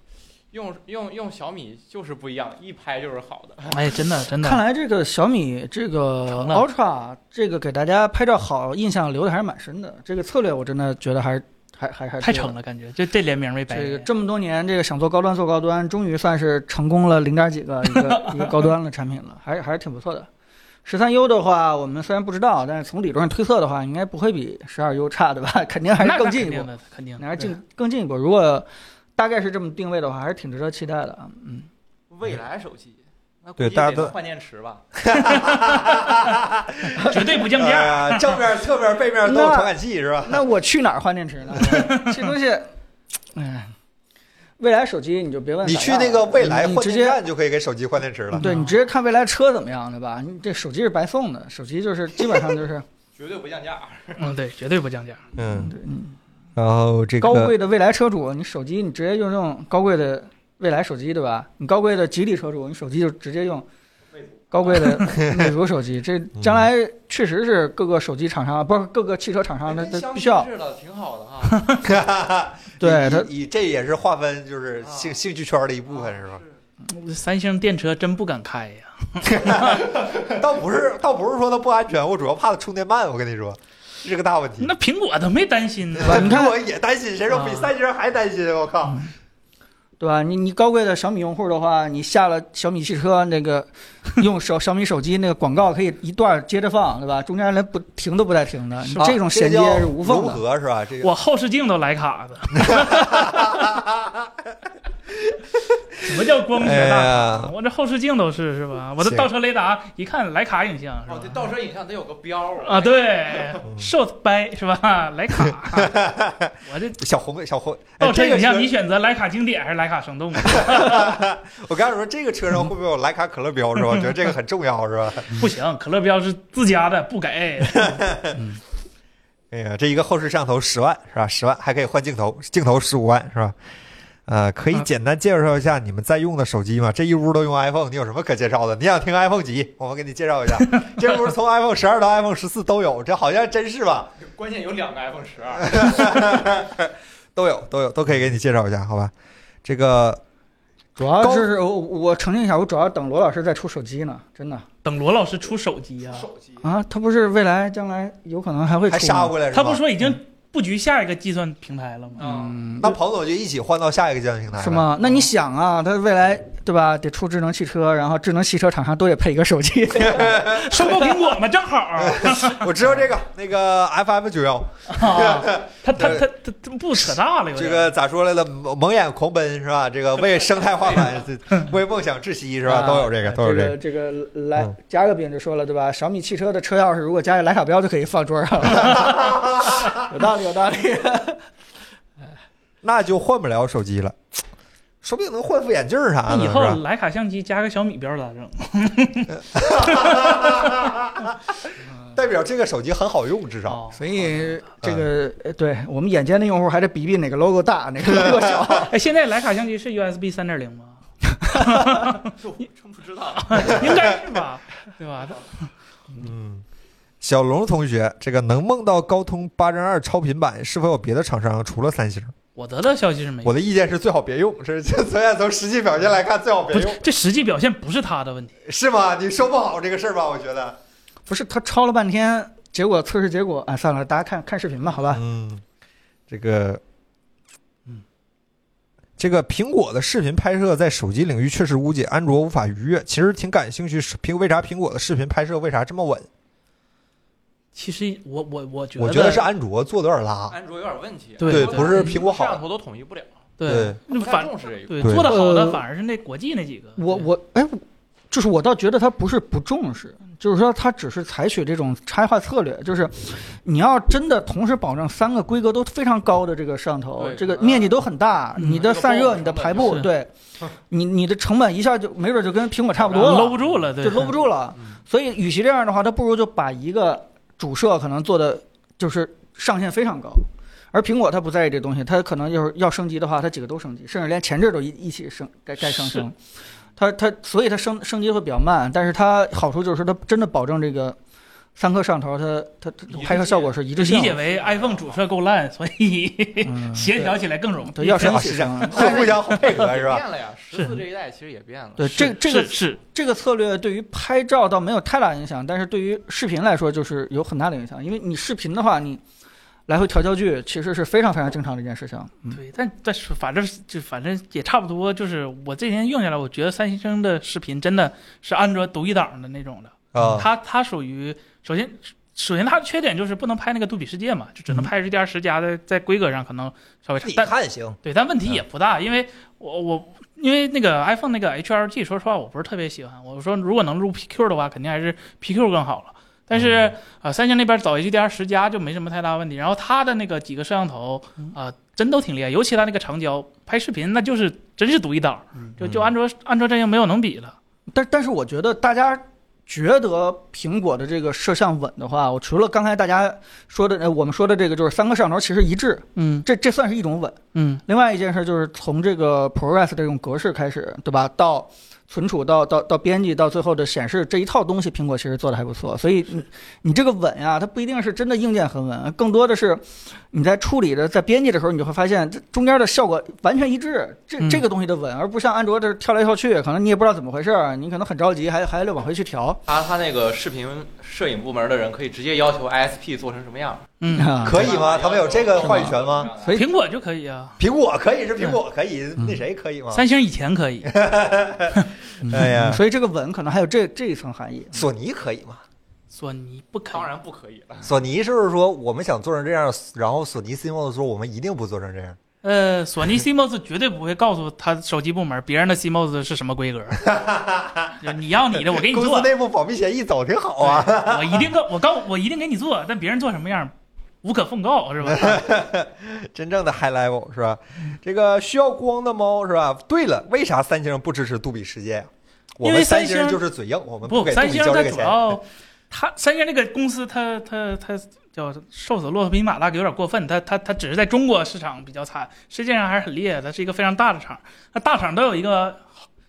Speaker 5: 用用用小米就是不一样，一拍就是好的。
Speaker 3: 哎，真的真的
Speaker 1: 看，来这个小米这个
Speaker 3: 成了
Speaker 1: Ultra 这个给大家拍照好印象留的还是蛮深的。这个策略我真的觉得还是还还还是
Speaker 3: 太成了，感觉就这联名没白
Speaker 1: 这个
Speaker 3: 联。
Speaker 1: 这么多年，这个想做高端做高端，终于算是成功了零点几个一 个一个高端的产品了，还是还是挺不错的。十三 U 的话，我们虽然不知道，但是从理论上推测的话，应该不会比十二 U 差的吧？ 肯定还
Speaker 3: 那
Speaker 1: 是更
Speaker 3: 那
Speaker 1: 进
Speaker 3: 肯
Speaker 1: 一
Speaker 3: 定
Speaker 1: 步，
Speaker 3: 的，肯定的
Speaker 1: 还是
Speaker 3: 对
Speaker 1: 进更进一步。如果大概是这么定位的话，还是挺值得期待的啊。嗯，
Speaker 6: 未来手机，那估
Speaker 2: 对
Speaker 6: 计
Speaker 2: 大家
Speaker 6: 得
Speaker 2: 都
Speaker 6: 换电池吧？
Speaker 3: 绝对不降 价。
Speaker 2: 哎呀正面、侧面、背面都有传感器是吧？
Speaker 1: 那我去哪儿换电池 呢？这东西，哎，未来手机你就别问
Speaker 2: 你
Speaker 1: 啥
Speaker 2: 去
Speaker 1: 样
Speaker 2: 那个
Speaker 1: 了啊
Speaker 2: 未来
Speaker 1: 你
Speaker 2: 换
Speaker 1: 直
Speaker 2: 电
Speaker 1: 接
Speaker 2: 站就可以给手机换电池了。
Speaker 1: 对你直接看未来车怎么样，对吧？你这手机是白送的，手机就是基本上 就是
Speaker 6: 绝对不降价。
Speaker 2: 啊
Speaker 3: 嗯，对，绝对不降价。
Speaker 2: 嗯
Speaker 1: 对嗯，
Speaker 2: 然后这个
Speaker 1: 高 贵的未来车主，你手机你直接用这种高贵的未来手机，对吧？你高贵的吉利车主，你手机就直接用高贵 的魅族手机。这将来确实是各个手机厂商，不是各个汽车厂商，它它必须要
Speaker 6: 是的，挺好的 哈。
Speaker 1: 对它
Speaker 2: 以以这也是划分就是兴
Speaker 6: 啊
Speaker 2: 兴趣圈的一部分是吧？
Speaker 3: 三星电车真不敢开呀，
Speaker 2: 倒不是倒不是说它不安全，我主要怕它充电慢。我跟你说，这是个大问题。
Speaker 3: 那苹果都没担心呢。
Speaker 1: 你看嗯
Speaker 2: 我也担心，谁说比
Speaker 3: 啊
Speaker 2: 三星还担心？我靠！
Speaker 1: 对吧？你你高贵的小米用户的话，你下了小米汽车那 个用手小米手机那个广告可以一段接着放，对吧？中间连不停都不带停的，你这种衔接
Speaker 2: 啊
Speaker 1: 是无缝
Speaker 2: 融
Speaker 1: 的。
Speaker 2: 合是吧？这个
Speaker 3: 我后视镜都徕卡 的。什么叫光学
Speaker 2: 哎
Speaker 3: 大
Speaker 2: 呀
Speaker 3: 卡？我这后视镜都是是吧？我这
Speaker 2: 行
Speaker 3: 倒车雷达一看徕卡影像
Speaker 6: 哦，这
Speaker 3: 是吧？
Speaker 6: 倒车影像得有个标
Speaker 3: 啊，，对，short
Speaker 2: 嗯
Speaker 3: by 是吧？徕卡，我这
Speaker 2: 小红小
Speaker 1: 哦
Speaker 2: 红，哎
Speaker 3: 倒车
Speaker 2: 这个
Speaker 3: 影像
Speaker 2: 车
Speaker 3: 你选择徕卡经典还是徕卡生动
Speaker 2: 哎
Speaker 3: 啊？
Speaker 2: 我刚才说这个车上会不会有徕卡可乐标是吧？我觉得这个很重要是吧？
Speaker 3: 不行，可乐标是自家的，不给。
Speaker 2: 哎呀，这一个后视摄像头十万是吧？十万还可以换镜头，镜头十五万是吧？呃，可
Speaker 1: 啊
Speaker 2: 以简单介绍一下你们在用的手机吗？这一屋都用 iPhone，你有什么可介绍的？你想听 iPhone 几？我们给你 介绍一下。这屋从 iPhone 十二到 iPhone 十四都有，这好像真是吧？
Speaker 6: 关键有两个 iPhone 十 二。
Speaker 2: 都有，都有，都可以给你介绍一下，好吧？这个
Speaker 1: 主要
Speaker 2: 高
Speaker 1: 就是我我澄清一下，我主要等罗老师再出手机呢，真的
Speaker 3: 等罗老师出手机呀、
Speaker 6: 手机
Speaker 1: 啊，他不是未来将来有可能还会
Speaker 2: 还
Speaker 1: 出吗
Speaker 2: 杀过来是吧？
Speaker 3: 他不说已经布局下一个计算平台了吗？
Speaker 6: 啊，
Speaker 1: 嗯
Speaker 2: 那彭总就一起换到下一个计算平台了
Speaker 1: 是？吗？
Speaker 2: 嗯
Speaker 1: 那你想啊，他未来对吧，得出智能汽车，然后智能汽车厂商都得配一个手机，
Speaker 3: 收购苹果嘛，正 好啊。
Speaker 2: 我知道这个那个 FM 九幺，
Speaker 3: 啊他他他他他不扯大了，有
Speaker 2: 这
Speaker 3: 点
Speaker 1: 啊
Speaker 2: 个咋说来了？蒙蒙眼狂奔是吧？这个为生态 化反，为梦想窒息是
Speaker 1: 啊
Speaker 2: 吧？都有这个，都有
Speaker 1: 这
Speaker 2: 这个
Speaker 1: 个。这个来
Speaker 2: 嗯
Speaker 1: 加个饼就说了对吧？小米汽车的车钥匙如果加个徕卡标就可以放桌上了， 有道理有道理。
Speaker 2: 那就换不了手机了，说不定能换副眼镜儿啥
Speaker 3: 那
Speaker 2: 的，
Speaker 3: 以
Speaker 2: 是
Speaker 3: 后
Speaker 2: 吧？
Speaker 3: 徕卡相机加个小米标咋整？
Speaker 2: 代表这个手机很好用，至少。
Speaker 3: 哦
Speaker 1: 所以这个呃对我们眼尖的用户还得比比哪个 logo 大，哪个 logo 小。
Speaker 3: 哎，现在徕卡相机是 USB 三点零吗？
Speaker 6: 这我真不知道。
Speaker 3: 应该是吧， 对吧？
Speaker 2: 嗯，小龙同学，这个能梦到高通八针二超频版，是否有别的厂商除了三星？
Speaker 3: 我得到消息是没有
Speaker 2: 我，的意见是最 好别用，这这虽然从实际表现来看最好别
Speaker 3: 不
Speaker 2: 用
Speaker 3: 是，这实际表现不是他的问题，
Speaker 2: 是吗？你说不好这个事儿吧？我觉得，
Speaker 1: 不是他抄了半天，结果测试结果啊，算了，大家看看视频吧，好
Speaker 3: 啊
Speaker 1: 吧。
Speaker 2: 嗯，这个，嗯，这个苹果的视频拍摄在手机领域确实无解，安卓无法逾越。其实挺感兴趣，是苹为啥苹果的视频拍摄为啥这么稳？
Speaker 3: 其实我我我觉得，哎
Speaker 2: 我觉得是安卓做的有点拉。
Speaker 6: 安卓有点问题，
Speaker 3: 对
Speaker 2: 对不是苹果好
Speaker 6: 摄像头都统一不了，
Speaker 3: 对，
Speaker 6: 不太
Speaker 3: 反
Speaker 6: 重视这一块。
Speaker 3: 对
Speaker 2: 对
Speaker 3: 做的好的
Speaker 1: 呃
Speaker 3: 反而是那国际那几个。
Speaker 1: 我我哎，就是我倒觉得他不是不重视，就是说他只是采取这种差异化策略，就是你要真的同时保证三个规格都非常高的这个摄像头，
Speaker 6: 对
Speaker 1: 这个
Speaker 6: 嗯
Speaker 1: 面积都很大，
Speaker 3: 嗯
Speaker 1: 你的
Speaker 6: 这
Speaker 1: 散
Speaker 6: 个
Speaker 1: 热、
Speaker 6: 包
Speaker 1: 你的
Speaker 6: 成本
Speaker 1: 排布，
Speaker 3: 是
Speaker 1: 对，你你的成本一下就没准就跟苹果差不多了，
Speaker 3: 搂不住了，对，嗯
Speaker 1: 就搂不住了。所以，与其这样的话，他不如就把一个主摄可能做的就是上限非常高，而苹果它不在意这东西，它可能就是要升级的话，它几个都升级，甚至连前置都一一起升，该该上升。它它所以它升升级会比较慢，但是它好处就是它真的保证这个三颗摄像头，它它它
Speaker 6: 一致
Speaker 1: 拍摄效果是一致性
Speaker 3: 理解
Speaker 1: 的。
Speaker 3: 为 iPhone 主摄够烂，所以
Speaker 1: 嗯
Speaker 3: 协调起来更容易。
Speaker 1: 对，要升
Speaker 2: 啊
Speaker 1: 起
Speaker 2: 是这
Speaker 1: 升
Speaker 2: 样
Speaker 1: 了。
Speaker 2: 互互相配合
Speaker 6: 也
Speaker 2: 是吧？
Speaker 6: 变了呀，十四这一代其实也变了。
Speaker 1: 对，这
Speaker 3: 是
Speaker 1: 这个
Speaker 3: 是是
Speaker 1: 这个策略对于拍照倒没有太大影响，但是对于视频来说就是有很大的影响，因为你视频的话，你来回调焦距，其实是非常非常正常的一件事情。嗯，
Speaker 3: 对，但但是反正就反正也差不多，就是我这几天用下来，我觉得三星的视频真的是安卓独一档的那种的。
Speaker 2: 啊，
Speaker 3: 它它属于首先首先它的缺点就是不能拍那个杜比世界嘛，就只能
Speaker 1: 嗯
Speaker 3: 拍 HDR 十加的，在规格上可能稍微差
Speaker 2: 自己，
Speaker 3: 但
Speaker 2: 看行，
Speaker 3: 对，但问题也不大，因为我我因为那个 iPhone 那个 HRG，说实话我不是特别喜欢。我说如果能入 PQ 的话，肯定还是 PQ 更好了。但是呃，三星那边走 HDR 十加就没什么太大问题。然后它的那个几个摄像头啊、真都挺厉害，尤其它那个长焦拍视频，那就是真是独一档，就就安卓安卓阵营没有能比的。
Speaker 1: 但但是我觉得大家觉得苹果的这个摄像稳的话，我除了刚才大家说的，呃，我们说的这个就是三个摄像头其实一致，
Speaker 3: 嗯
Speaker 1: 这这算是一种稳。
Speaker 3: 嗯
Speaker 1: 另外一件事就是从这个 ProRes 这种格式开始，对吧？到存储到到到编辑到最后的显示这一套东西，苹果其实做的还不错。所以你你这个稳呀、它不一定是真的硬件很稳，更多的是你在处理的在编辑的时候，你就会发现这中间的效果完全一致，这
Speaker 3: 嗯
Speaker 1: 这个东西的稳，而不像安卓这跳来跳去，可能你也不知道怎么回事儿，你可
Speaker 3: 嗯
Speaker 1: 能很着急，还还得往回去调。
Speaker 5: 他他那个视频摄影部门的人可以直接要求 ISP 做成什么样，
Speaker 3: 嗯，
Speaker 2: 可以吗？他们有这个话语权吗？？
Speaker 1: 啊所以
Speaker 3: 苹果就可以啊，
Speaker 2: 苹果可以是苹果可以，那谁可以吗？
Speaker 3: 嗯三星以前可以，
Speaker 2: 哎呀
Speaker 1: 嗯所以这个稳可能还有这这一层含义。
Speaker 2: 索尼可以吗？
Speaker 3: 索尼不可以。
Speaker 5: 当然不可以了。
Speaker 2: 索尼是不是说我们想做成这样，然后索尼 E CMOS 说我们一定不做成这样？
Speaker 3: 呃，索尼 CMOS 绝对不会告诉他手机部门别人的 CMOS 是什么规 格，就你要你的，我给你
Speaker 2: 公
Speaker 3: 做哎
Speaker 2: 司，内部保密协议走挺好啊。
Speaker 3: 对我一定告我告我一定给你做，但别人做什么样无可奉告 是吧？
Speaker 2: 真正的 high level 是吧？这个需要光的猫是吧？对了，为啥三星不支持杜比世界呀？啊我
Speaker 3: 因
Speaker 2: 们
Speaker 3: 为三星
Speaker 2: 星就是嘴硬，我们
Speaker 3: 不，
Speaker 2: 给杜
Speaker 3: 三
Speaker 2: 比
Speaker 3: 星
Speaker 2: 交
Speaker 3: 它
Speaker 2: 这个
Speaker 3: 主
Speaker 2: 钱。
Speaker 3: 要它三星这个公司它它它叫瘦死骆驼比马大有点过分，它它它只是在中国市场比较惨，世界上还是很厉害的，它是一个非常大的厂。那大厂都有一个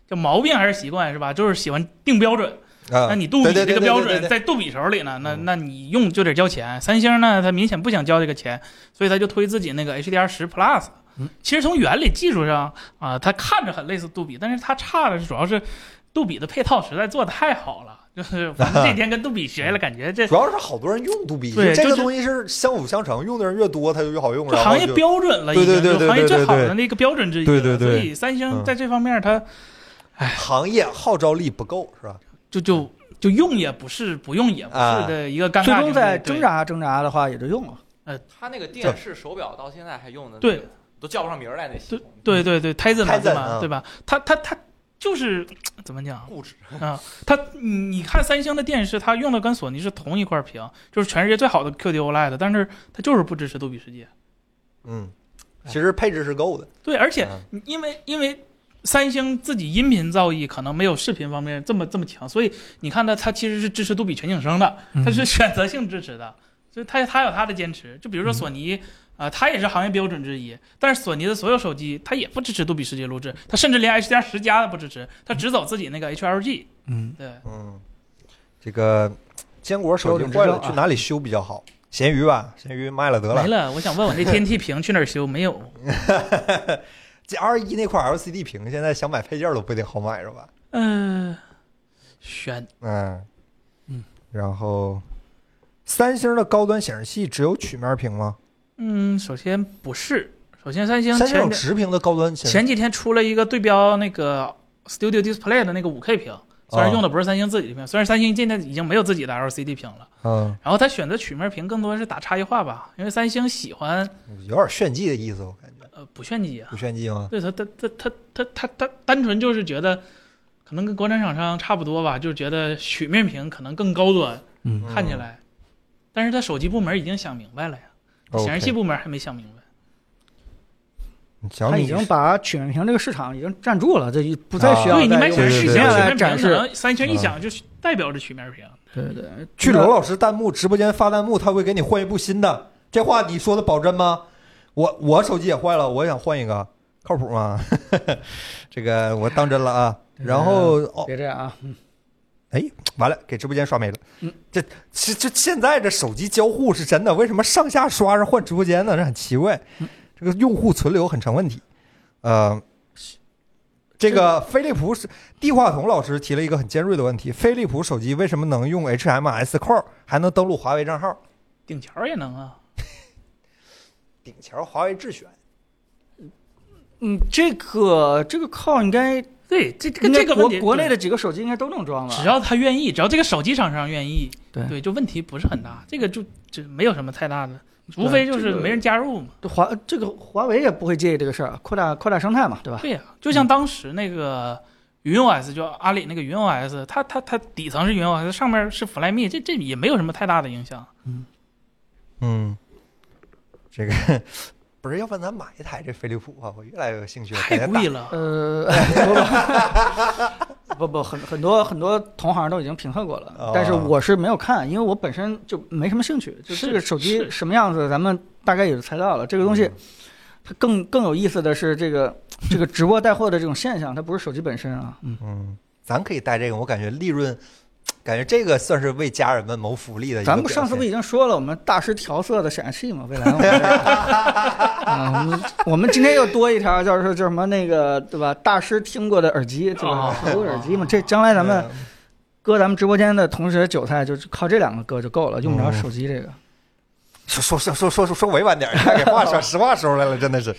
Speaker 3: 叫毛病还是习惯是吧？就是喜欢定标准。
Speaker 2: 啊
Speaker 3: 那你杜比
Speaker 2: 对对
Speaker 3: 这
Speaker 2: 对
Speaker 3: 个
Speaker 2: 对
Speaker 3: 标
Speaker 2: 对对
Speaker 3: 准
Speaker 2: 对
Speaker 3: 在杜比手里呢，那
Speaker 2: 嗯
Speaker 3: 那你用就得交钱。三星呢，它明显不想交这个钱，所以它就推自己那个 HDR 十 Plus
Speaker 1: 嗯。
Speaker 3: 其实从原理技术上啊、它看着很类似杜比，但是它差的是主要是杜比的配套实在做的太好了，就是反正这几天跟杜比学 了，感觉这
Speaker 2: 主要是好多人用杜比，
Speaker 3: 对
Speaker 2: 这个
Speaker 3: 就是
Speaker 2: 东西是相辅相成，用的人越多，它就越好用。
Speaker 3: 这
Speaker 2: 然后
Speaker 3: 行业
Speaker 2: 就
Speaker 3: 标准了，
Speaker 2: 对
Speaker 3: 已经
Speaker 2: 对对
Speaker 3: 就
Speaker 2: 对
Speaker 3: 行业
Speaker 2: 对
Speaker 3: 最
Speaker 2: 对
Speaker 3: 好
Speaker 2: 对
Speaker 3: 的那个标准之一
Speaker 2: 对
Speaker 3: 了。
Speaker 2: 对对
Speaker 3: 所以三星
Speaker 2: 嗯
Speaker 3: 在这方面它
Speaker 2: 哎行业号召力不够是吧？
Speaker 3: 就就就用也不是，不用也不
Speaker 2: 啊
Speaker 3: 是的一个尴尬。
Speaker 1: 最终在挣
Speaker 3: 扎。
Speaker 1: 扎啊挣扎的话，也就用了。
Speaker 5: 他那个电视手表到现在还用的，
Speaker 3: 对，
Speaker 5: 都叫不上名儿来那系统。
Speaker 3: 对对对，胎震嘛，
Speaker 2: Tizen，
Speaker 3: 对
Speaker 2: 嗯
Speaker 3: 吧？对吧？他他他就是怎么讲
Speaker 5: 固执
Speaker 3: 啊？他你你看三星的电视，它用的跟索尼是同一块屏，就是全世界最好的 QD OLED，但 E 是它就是不支持杜比世界。
Speaker 2: 嗯，其实配置是够的。
Speaker 3: 哎对，而且
Speaker 2: 嗯
Speaker 3: 你因为因为三星自己音频造诣可能没有视频方面这么这么强，所以你看它它其实是支持杜比全景声的，
Speaker 2: 嗯
Speaker 3: 它是选择性支持的，所以它它有它的坚持。就比如
Speaker 2: 嗯
Speaker 3: 说索尼。啊、它也是行业标准之一，但是索尼的所有手机它也不支持杜比世界录制，它甚至连 HDR 十加都不支持，它只走自己那个 HLG。
Speaker 1: 嗯，
Speaker 3: 对，
Speaker 2: 嗯，这个坚果手机坏
Speaker 1: 有点
Speaker 2: 了，
Speaker 1: 之争啊
Speaker 2: 去哪里修比较好？闲鱼吧，闲鱼卖了得
Speaker 3: 没
Speaker 2: 了。
Speaker 3: 了。我想问我那天梯屏去哪儿修？没有。
Speaker 2: 这 R 一那块 LCD 屏，现在想买配件都不一定好买是吧？
Speaker 3: 嗯，选
Speaker 2: 嗯
Speaker 1: 嗯，
Speaker 2: 然后三星的高端显示器只有曲面屏吗？
Speaker 3: 嗯，首先不是，首先三星
Speaker 2: 三星
Speaker 3: 前
Speaker 2: 有直屏的高端显示器
Speaker 3: 前几天出了一个对标那个 Studio Display 的那个 5K 屏，虽
Speaker 2: 啊
Speaker 3: 然用的不是三星自己的屏，虽然三星现在已经没有自己的 LCD 屏了，
Speaker 2: 嗯，
Speaker 3: 然后它选择曲面屏更多是打差异化吧，因为三星喜欢
Speaker 2: 有点炫技的意思，我感觉
Speaker 3: 呃不炫技啊
Speaker 2: 不，炫技吗？
Speaker 3: 对它它它它它它它单纯就是觉得。可能跟国产厂商差不多吧，就是觉得曲面屏可能更高端，
Speaker 2: 嗯
Speaker 3: 看起来，但是它手机部门已经想明白了呀，显示器
Speaker 2: OK
Speaker 3: 部门还没想明白。
Speaker 2: 小
Speaker 1: 他
Speaker 2: 米
Speaker 1: 已经把曲面屏这个市场已经占住了，这一不再需要
Speaker 3: 对，你买
Speaker 1: 再
Speaker 2: 对
Speaker 1: 曲
Speaker 2: 对对
Speaker 3: 曲面曲
Speaker 2: 对
Speaker 1: 面
Speaker 3: 面
Speaker 1: 来
Speaker 3: 屏，
Speaker 1: 展
Speaker 3: 可
Speaker 1: 示。
Speaker 3: 能三星一
Speaker 2: 啊
Speaker 3: 想就是代表着曲面屏。
Speaker 1: 对对对，
Speaker 2: 去罗老师弹幕直播间发弹幕，他会给你换一部新的。这话你说的保真吗？我我手机也坏了，我也想换一个，靠谱吗？ 这个我当真了啊。然后哦，
Speaker 1: 别这样啊！
Speaker 2: 完了，给直播间刷没了。
Speaker 1: 嗯，
Speaker 2: 这这这现在这手机交互是真的，为什么上下刷着换直播间呢？这很奇怪，这个用户存留很成问题。呃，这个飞利浦是地话筒老师提了一个很尖锐的问题：飞利浦手机为什么能用 HMS 扣，还能登录华为账号？
Speaker 3: 顶桥也能啊，
Speaker 2: 顶前华为智选，
Speaker 1: 嗯，这个这个靠应该
Speaker 3: 对，这这
Speaker 1: 应
Speaker 3: 个
Speaker 1: 该
Speaker 3: 这个
Speaker 1: 国
Speaker 3: 问题，啊
Speaker 1: 国内
Speaker 3: 的
Speaker 1: 的几个手机应该都能装吧？
Speaker 3: 只要他愿意，只要这个手机厂商愿意，
Speaker 1: 对
Speaker 3: 就问题不是很大，这个就就没有什么太大的，无非就是没人加入嘛。
Speaker 1: 对华这个华为也不会介意这个事儿，啊扩大扩大生态嘛，对吧？
Speaker 3: 对呀、就像当时那个云 OS，就阿里那个云 OS，它它它底层是云 OS，上面是 Flyme，这这也没有什么太大的影响。
Speaker 2: 嗯，这个 不是，要不然咱买一台这飞利浦啊，我越来越有兴趣了。
Speaker 3: 太
Speaker 2: 感觉
Speaker 3: 贵
Speaker 2: 打
Speaker 3: 了，
Speaker 1: 呃， 不不不不，很很多很多同行都已经评测过了
Speaker 2: 哦，
Speaker 1: 但是我是没有看，因为我本身就没什么兴趣。就是这个手机
Speaker 3: 是
Speaker 1: 什么样子，咱们大概也就猜到了。这个东西
Speaker 2: 嗯，
Speaker 1: 它更更有意思的是这个 这个直播带货的这种现象，它不是手机本身啊。嗯，
Speaker 2: 嗯，咱可以带这个，我感觉利润，感觉这个算是为家人们谋福利的一个表现。
Speaker 1: 咱们上次不已经说了，我们大师调色的显示器嘛，未来我们啊，我们我们今天又多一条，就是叫什么那个对吧？大师听过的耳机，对吧？
Speaker 7: 哦
Speaker 1: 听过的耳机嘛，这将来咱们。
Speaker 2: 嗯
Speaker 1: 割咱们直播间的同时韭菜，就靠这两个割就够了，
Speaker 3: 哦
Speaker 1: 用不着手机这个。
Speaker 2: 说说说说说说委婉点儿，给话说实话说出来了，真的是。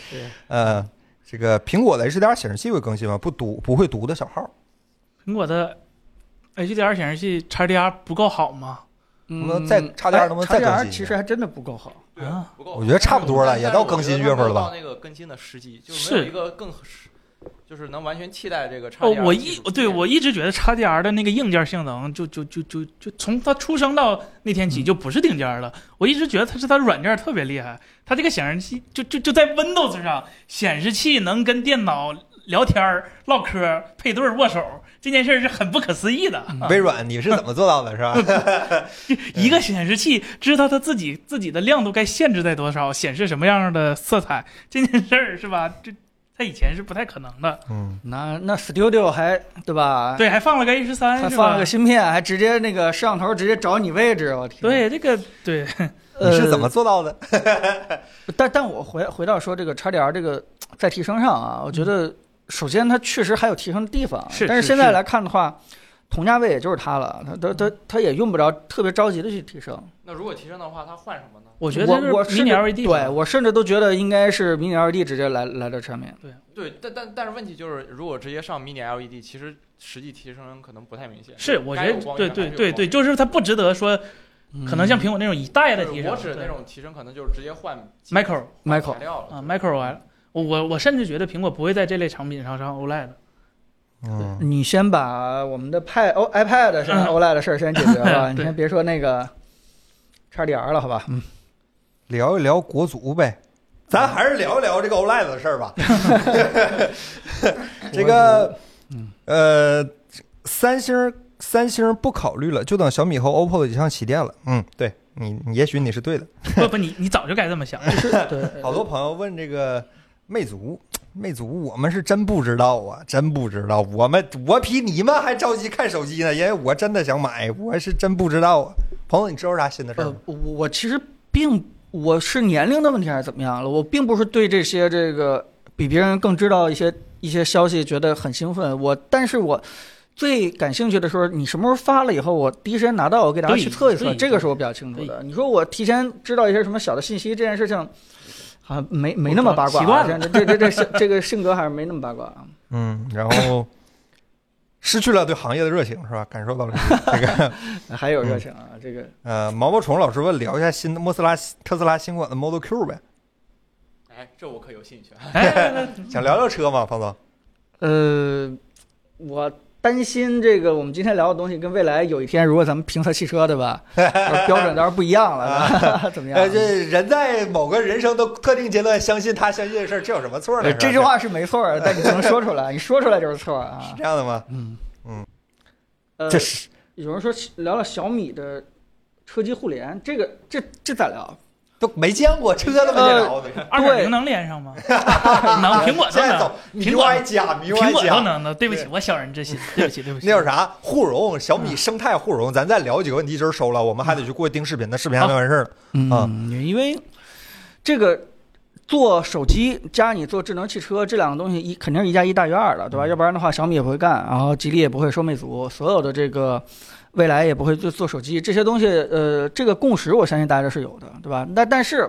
Speaker 2: 呃，这个苹果的 HDR 显示器会更新吗？不读不会读的小号，
Speaker 3: 苹果的 HDR 显示器 XDR 不够好吗？
Speaker 2: 能不能
Speaker 1: 嗯
Speaker 2: 再差
Speaker 1: 哎
Speaker 2: 点儿能不能再更
Speaker 1: XDR
Speaker 2: 新？
Speaker 1: 其实，还真的不够好。
Speaker 3: 啊，
Speaker 5: 不够好，
Speaker 2: 我觉得差不多了，也到更新月份
Speaker 5: 但是我觉得它没有
Speaker 2: 了
Speaker 5: 到
Speaker 2: 吧。
Speaker 5: 那个更新的时机，就是没有一个更合适，就是能完全替代这个叉
Speaker 3: 哦，我一对我一直觉得 XDR 的那个硬件性能就，就就就就从它出生到那天
Speaker 1: 嗯
Speaker 3: 起就不是顶尖儿了。我一直觉得它是它软件儿特别厉害，它这个显示器就就就在 Windows 上，显示器能跟电脑聊天儿、唠嗑儿、配对儿、握手儿，这件事儿是很不可思议的。
Speaker 1: 嗯
Speaker 2: 微软，你是怎么做到的？是吧？
Speaker 3: 一个显示器知道它自己自己的亮度该限制在多少，显示什么样的色彩，这件事儿是吧？这它以前是不太可能的。
Speaker 2: 嗯，
Speaker 1: 那那 Studio 还对吧？，
Speaker 3: 对，还放了个 A 十三，
Speaker 1: 哎还
Speaker 3: 是
Speaker 1: 放了
Speaker 3: 吧
Speaker 1: 个芯片，还直接那个摄像头直接找你位置，我天。，呃
Speaker 3: 对这个对。
Speaker 2: 你是怎么做到的？
Speaker 1: 但但我回回到说这个 XDR 这个在提升上啊，我觉得首先它确实还有提升的地方，
Speaker 3: 嗯是
Speaker 1: 但是
Speaker 3: 是
Speaker 1: 现在
Speaker 3: 是
Speaker 1: 来看的话，同价位也就是它了，它它它它也用不着特别着急的去提升。
Speaker 5: 那如果提升的话，它换什么呢？
Speaker 3: 我觉
Speaker 1: 我
Speaker 3: 得
Speaker 1: 我
Speaker 3: 这是
Speaker 1: 甚
Speaker 3: 迷你 E
Speaker 1: 至
Speaker 3: LED
Speaker 1: 对我甚至都觉得应该是迷你 LED 直接来来到上面。
Speaker 5: 对，但但但是问题就是，如果直接上 mini LED，其 E 实实际提升可能不太明显。
Speaker 3: 是我觉
Speaker 5: 该
Speaker 3: 得
Speaker 5: 有光
Speaker 3: 对
Speaker 5: 源
Speaker 3: 对
Speaker 5: 还是有
Speaker 3: 对
Speaker 5: 光
Speaker 3: 对，就是它不值得说，可能像
Speaker 1: 嗯
Speaker 3: 苹果那种一代的
Speaker 5: 源
Speaker 3: 提
Speaker 5: 就是
Speaker 3: 升，
Speaker 5: 我指的
Speaker 3: 对
Speaker 5: 那种提升，可能就是直接换
Speaker 3: micro
Speaker 5: 材
Speaker 1: Michael，
Speaker 5: 料了
Speaker 3: 啊 micro OLED，我我我甚至觉得苹果不会在这类产品上上 OLED 的。
Speaker 2: 嗯，
Speaker 1: 你先把我们的 Pad、O、iPad 现在 OLED 的事儿先解 决了，
Speaker 3: 嗯对
Speaker 1: 你先别说那个 XDR 了，好吧？嗯，
Speaker 2: 聊一聊国足呗。咱还是聊一聊这个 OLED 的事 儿吧。这个，呃，三星三星不考虑了，就等小米和 OPPO 的几项旗舰了。嗯，对你，你也许你是对的。
Speaker 3: 不不，你你早就该这么想。
Speaker 1: 就是对，
Speaker 2: 好多朋友问这个魅族，魅族，我们是真不知道啊，真不知道。我们我比你们还着急看手机呢，因为我真的想买，我是真不知道啊。朋友，你知道啥新的事儿
Speaker 1: 呃
Speaker 2: 吗？，
Speaker 1: 我我其实并我是年龄的问题还是怎么样了，我并不是对这些这个比别人更知道一些一些消息觉得很兴奋，我但是我。最感兴趣的时候，你什么时候发了以后，我第一时间拿到，我给大家
Speaker 3: 对
Speaker 1: 去测一测，
Speaker 3: 对
Speaker 1: 这个是我比较清楚的。你说我提前知道一些什么小的信息，这件事情，好像没没那么八卦啊，
Speaker 3: 习惯了
Speaker 1: 这这这这性这个性格还是没那么八卦啊。
Speaker 2: 嗯，然后失去了对行业的热情，是吧？感受到了 这个。
Speaker 1: 还有热情啊，这个
Speaker 2: 呃，毛毛虫老师问聊一下新的莫斯拉特斯拉新款的 Model Q 呗，
Speaker 5: 哎，这我可有兴趣。
Speaker 3: 哎，
Speaker 1: 嗯
Speaker 2: 想聊聊车吗，彭总？
Speaker 1: 呃，我担心这个我们今天聊的东西跟未来有一天，如果咱们评测汽车，对 吧？标准当然不一样了， 怎么样？
Speaker 2: 呃，这人在某个人生的特定阶段，相信他相信的事儿，这有什么错呢？
Speaker 1: 呃
Speaker 2: 是吧
Speaker 1: 这句话是没错儿，但你不能说出来， 你说出来就是错儿
Speaker 2: 是
Speaker 1: 啊。
Speaker 2: 这样的吗？
Speaker 1: 嗯
Speaker 2: 嗯，
Speaker 1: 呃
Speaker 2: 这，是
Speaker 1: 有人说聊聊小米的车机互联，这个这这咋聊？
Speaker 2: 都没见过，车都没见着。对
Speaker 3: 二点零能连上吗？能，
Speaker 1: 哎
Speaker 3: 苹果都
Speaker 2: 现在走
Speaker 3: 能，
Speaker 2: MIUI 加
Speaker 3: 苹果
Speaker 2: MIUI
Speaker 3: 都
Speaker 2: 加，
Speaker 3: 能的。对不起，
Speaker 2: 啊对
Speaker 3: 我小人之心，对不起对不 起。
Speaker 2: 那叫啥互融？小米生态互融，咱再聊几个问题，今儿收了，我们还得去过去盯视频呢，视频还没完事儿呢。啊
Speaker 1: 嗯，因为这个做手机加你做智能汽车这两个东西一肯定是一加一大于二的，对
Speaker 2: 嗯
Speaker 1: 吧？要不然的话，小米也不会干，然后吉利也不会收魅族，所有的这个未来也不会做做手机这些东西。呃，这个共识我相信大家是有的，对吧？那但是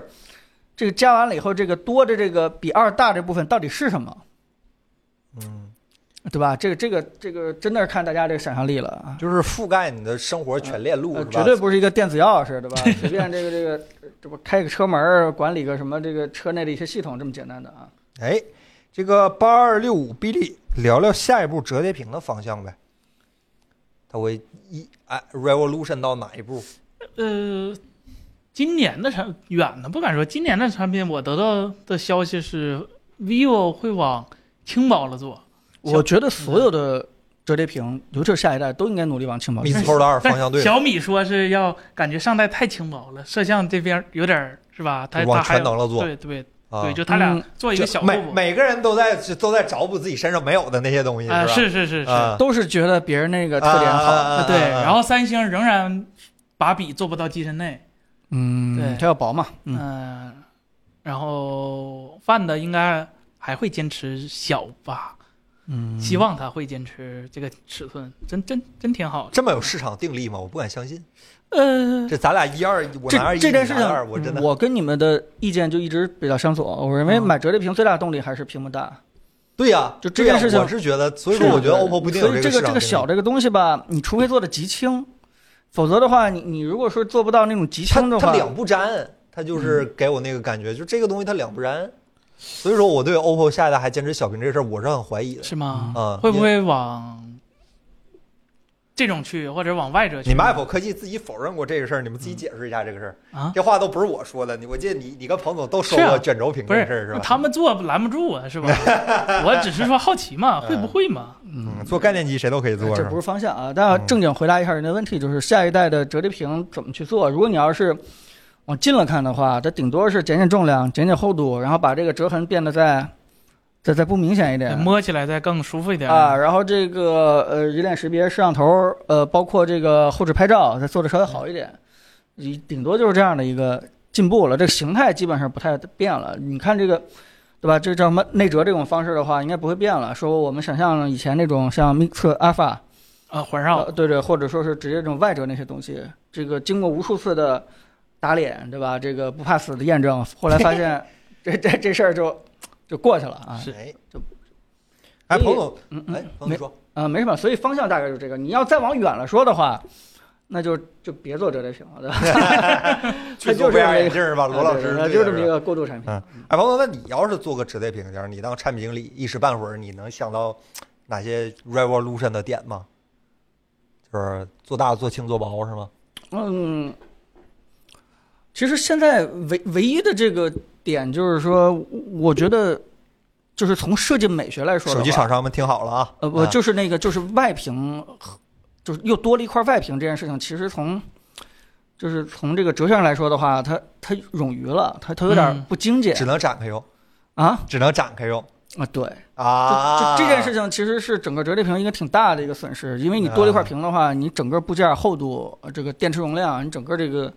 Speaker 1: 这个加完了以后，这个多的这个比二大这部分到底是什么，
Speaker 2: 嗯，
Speaker 1: 对吧？这个这个这个真的是看大家这个想象力了啊。
Speaker 2: 就是覆盖你的生活全链路，
Speaker 1: 呃
Speaker 2: 是吧
Speaker 1: 绝对不是一个电子钥匙，对吧？ 随便这个这个，这不开个车门儿，管理个什么这个车内的一些系统，这么简单的啊？
Speaker 2: 哎，这个八二六五 B 利聊聊下一步折叠屏的方向呗，它会一哎 revolution 到哪一步？
Speaker 8: 呃，今年的产远的不敢说，今年的产品我得到的消息是，vivo 会往轻薄了做。
Speaker 1: 我觉得所有的折叠屏，尤其是下一代，都应该努力往轻薄。
Speaker 2: 密斯透的二方向对了，
Speaker 8: 小米说是要感觉上代太轻薄了，摄像这边有点儿是吧？它它
Speaker 2: 往
Speaker 8: 还
Speaker 2: 全
Speaker 8: 有
Speaker 2: 能了做
Speaker 8: 对对
Speaker 2: 啊
Speaker 8: 对，。就他俩
Speaker 1: 嗯
Speaker 8: 做一个小
Speaker 2: 就每
Speaker 8: 步步。
Speaker 2: 每个人都在都在找补自己身上没有的那些东西，
Speaker 8: 啊，
Speaker 2: 吧？
Speaker 8: 是是是是，
Speaker 2: 啊，
Speaker 1: 都是觉得别人那个特点
Speaker 2: 啊
Speaker 1: 好，
Speaker 2: 啊啊啊
Speaker 8: 对。
Speaker 2: 啊
Speaker 8: 然后三星仍然把笔做不到机身内，对
Speaker 1: 嗯，它要薄嘛，嗯，
Speaker 8: 嗯，然后 Find 应该还会坚持小吧，嗯，希望它会坚持这个尺寸，真真真挺好的。
Speaker 2: 这么有市场定力吗？我不敢相信。
Speaker 8: 呃，
Speaker 2: 这咱俩一二，我拿
Speaker 1: 这
Speaker 2: 二
Speaker 1: 这
Speaker 2: 一，
Speaker 1: 件
Speaker 2: 你
Speaker 1: 事
Speaker 2: 拿
Speaker 1: 情
Speaker 2: 二，，我真
Speaker 1: 嗯
Speaker 2: 的
Speaker 1: 我跟你们的意见就一直比较相左。我认为
Speaker 8: 嗯
Speaker 1: 买折叠屏最大的动力还是屏幕大，
Speaker 2: 对呀，
Speaker 1: 就这
Speaker 2: 对
Speaker 1: 件
Speaker 2: 呀
Speaker 1: 事情
Speaker 2: 我是觉得，所以
Speaker 1: 是
Speaker 2: 说
Speaker 1: 啊
Speaker 2: 我觉得 OPPO 不一定有
Speaker 1: 所以
Speaker 2: 个
Speaker 1: 这
Speaker 2: 市
Speaker 1: 这
Speaker 2: 场
Speaker 1: 个
Speaker 2: 定
Speaker 1: 小
Speaker 2: 力。
Speaker 1: 这个东西吧，你除非做的极轻，否则的话，你你如果说做不到那种极轻
Speaker 2: 它
Speaker 1: 的
Speaker 2: 它
Speaker 1: 话，嗯
Speaker 2: 两不沾，它就是给我那个感觉，就这个东西它两不沾。所以说我对 OPPO 下一代还坚持小屏这事儿，我是很怀疑的。
Speaker 8: 是吗？
Speaker 2: 嗯
Speaker 8: 会不会往这种去，或者往外折去？
Speaker 2: 你们 Apple 科技自己否认过这个事儿，你们自己解释一下这个事儿。
Speaker 1: 嗯
Speaker 8: 啊？
Speaker 2: 这话都不是我说的，你我记得你你跟彭总都说
Speaker 8: 是
Speaker 2: 过
Speaker 8: 啊
Speaker 2: 卷轴屏
Speaker 8: 不
Speaker 2: 这
Speaker 8: 是，
Speaker 2: 事儿是
Speaker 8: 那
Speaker 2: 吧？
Speaker 8: 他们做拦不住啊，是 吧？我只是说好奇嘛，会不会嘛？
Speaker 2: 嗯，做概念机谁都可以做，
Speaker 1: 哎这
Speaker 2: 是吧
Speaker 1: 不是方向啊。但要正经回答一下人的问题，就是下一代的折叠屏怎么去做？如果你要是往近了看的话，它顶多是减减重量、减减厚度，然后把这个折痕变得再再再不明显一点。
Speaker 8: 摸起来再更舒服一点
Speaker 1: 啊，然后这个呃人脸识别、摄像头，呃，包括这个后置拍照，再做的稍微好一点，你顶多就是这样的一个进步了。这个形态基本上不太变了。你看这个，对吧？这叫什么内折这种方式的话，应该不会变了。说我们想象以前那种像 Mix Alpha，
Speaker 8: 啊，环绕
Speaker 1: 呃，对对，或者说是直接这种外折那些东西，这个经过无数次的打脸，对吧？这个不怕死的验证，后来发现这这这事儿就就过去了啊。
Speaker 2: 哎
Speaker 1: 就，
Speaker 2: 哎，
Speaker 1: 所以
Speaker 2: 彭总，
Speaker 1: 嗯
Speaker 2: 哎
Speaker 1: 嗯，，
Speaker 2: 彭总说，
Speaker 1: 啊、没什么，所以方向大概就是这个。你要再往远了说的话，那就就别做折叠屏了，对吧？
Speaker 2: 剧
Speaker 1: 他
Speaker 2: 组
Speaker 1: 嗯哎就是
Speaker 2: 不压
Speaker 1: 这
Speaker 2: 眼
Speaker 1: 个
Speaker 2: 镜是吧？罗 老
Speaker 1: 对
Speaker 2: 师
Speaker 1: 对对
Speaker 2: 对
Speaker 1: 就
Speaker 2: 的
Speaker 1: 这么一
Speaker 2: 是吧
Speaker 1: 个过渡产品。
Speaker 2: 嗯哎，彭总，那你要是做个折叠屏，就是你当产品经理，一时半会儿你能想到哪些 revolution 的点吗？就是做大、做轻、做薄是吗？
Speaker 1: 嗯，其实现在唯唯一的这个点就是说，我觉得就是从设计美学来说的
Speaker 2: 手
Speaker 1: 话，
Speaker 2: 机厂商们听好了啊，
Speaker 1: 呃，我
Speaker 2: 啊
Speaker 1: 就是那个，就是外屏和，就是又多了一块外屏这件事情，其实从，就是从这个哲学上来说的话，它它冗余了，它它有点
Speaker 8: 嗯
Speaker 1: 不精简、
Speaker 2: 只能展开用，
Speaker 1: 啊
Speaker 2: 只能展开用
Speaker 1: 啊，对，就
Speaker 2: 啊！
Speaker 1: 就这件事情其实是整个折叠屏一个挺大的一个损失，因为你多
Speaker 2: 啊
Speaker 1: 了一块屏的话，你整个部件厚度、呃这个电池容量、你整个这个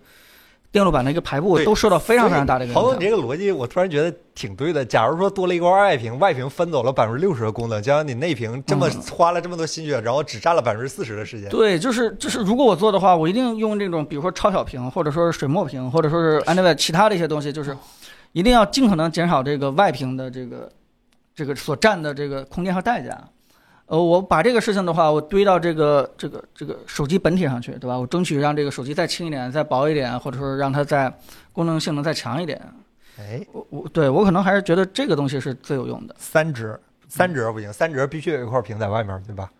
Speaker 1: 电路板的一个排布
Speaker 2: 对
Speaker 1: 都受到非常非常大的一个
Speaker 2: 彭总，
Speaker 1: 影
Speaker 2: 你
Speaker 1: 响。
Speaker 2: 这个逻辑我突然觉得挺对的。假如说多了一块外屏，外屏分走了百分之六十的功能，加上你内屏这么
Speaker 1: 嗯
Speaker 2: 花了这么多心血，然后只占了百分之四十的时间，
Speaker 1: 对，就是就是，如果我做的话，我一定用这种，比如说超小屏，或者说是水墨屏，或者说是 anyway 其他的一些东西，就是一定要尽可能减少这个外屏的这个这个所占的这个空间和代价。呃，我把这个事情的话，我堆到这个这个这个手机本体上去，对吧？我争取让这个手机再轻一点，再薄一点，或者说让它再功能性能再强一点。
Speaker 2: 哎，
Speaker 1: 我我对我可能还是觉得这个东西是最有用的。
Speaker 2: 三折，三折不行，三折必须有一块屏在外面，对吧？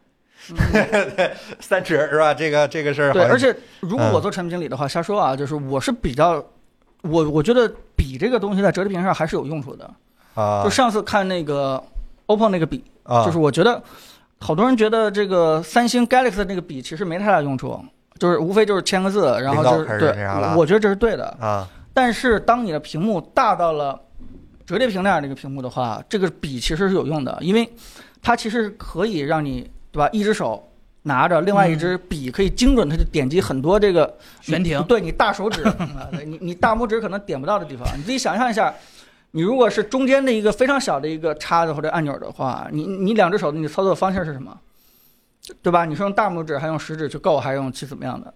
Speaker 2: 对， 三折是吧？这个这个事儿好
Speaker 1: 嗯对，
Speaker 2: 像，
Speaker 1: 而且如果
Speaker 2: 嗯
Speaker 1: 我做产品经理的话，瞎说啊，就是我是比较，我我觉得笔这个东西在折叠屏上还是有用处的。
Speaker 2: 啊，
Speaker 1: 就上次看那个 OPPO 那个笔，
Speaker 2: 啊，
Speaker 1: 就是我觉得好多人觉得这个三星 Galaxy 的那个笔其实没太大用处，就是无非就是签个字，然后
Speaker 2: 领导
Speaker 1: 就是
Speaker 2: 开始
Speaker 1: 对
Speaker 2: 那啥了，
Speaker 1: 我觉得这是对的。
Speaker 2: 啊，
Speaker 1: 但是当你的屏幕大到了折叠屏那样的一个屏幕的话，这个笔其实是有用的，因为它其实可以让你对吧，一只手拿着，另外一只笔可以精准的去点击很多这个
Speaker 8: 悬 停
Speaker 1: 对你大手指，啊对你你大拇指可能点不到的地方，你自己想象一下。你如果是中间的一个非常小的一个叉子或者按钮的话，你你两只手的你操作方向是什么，对吧？你是用大拇指还是用食指去够，还是用去怎么样的？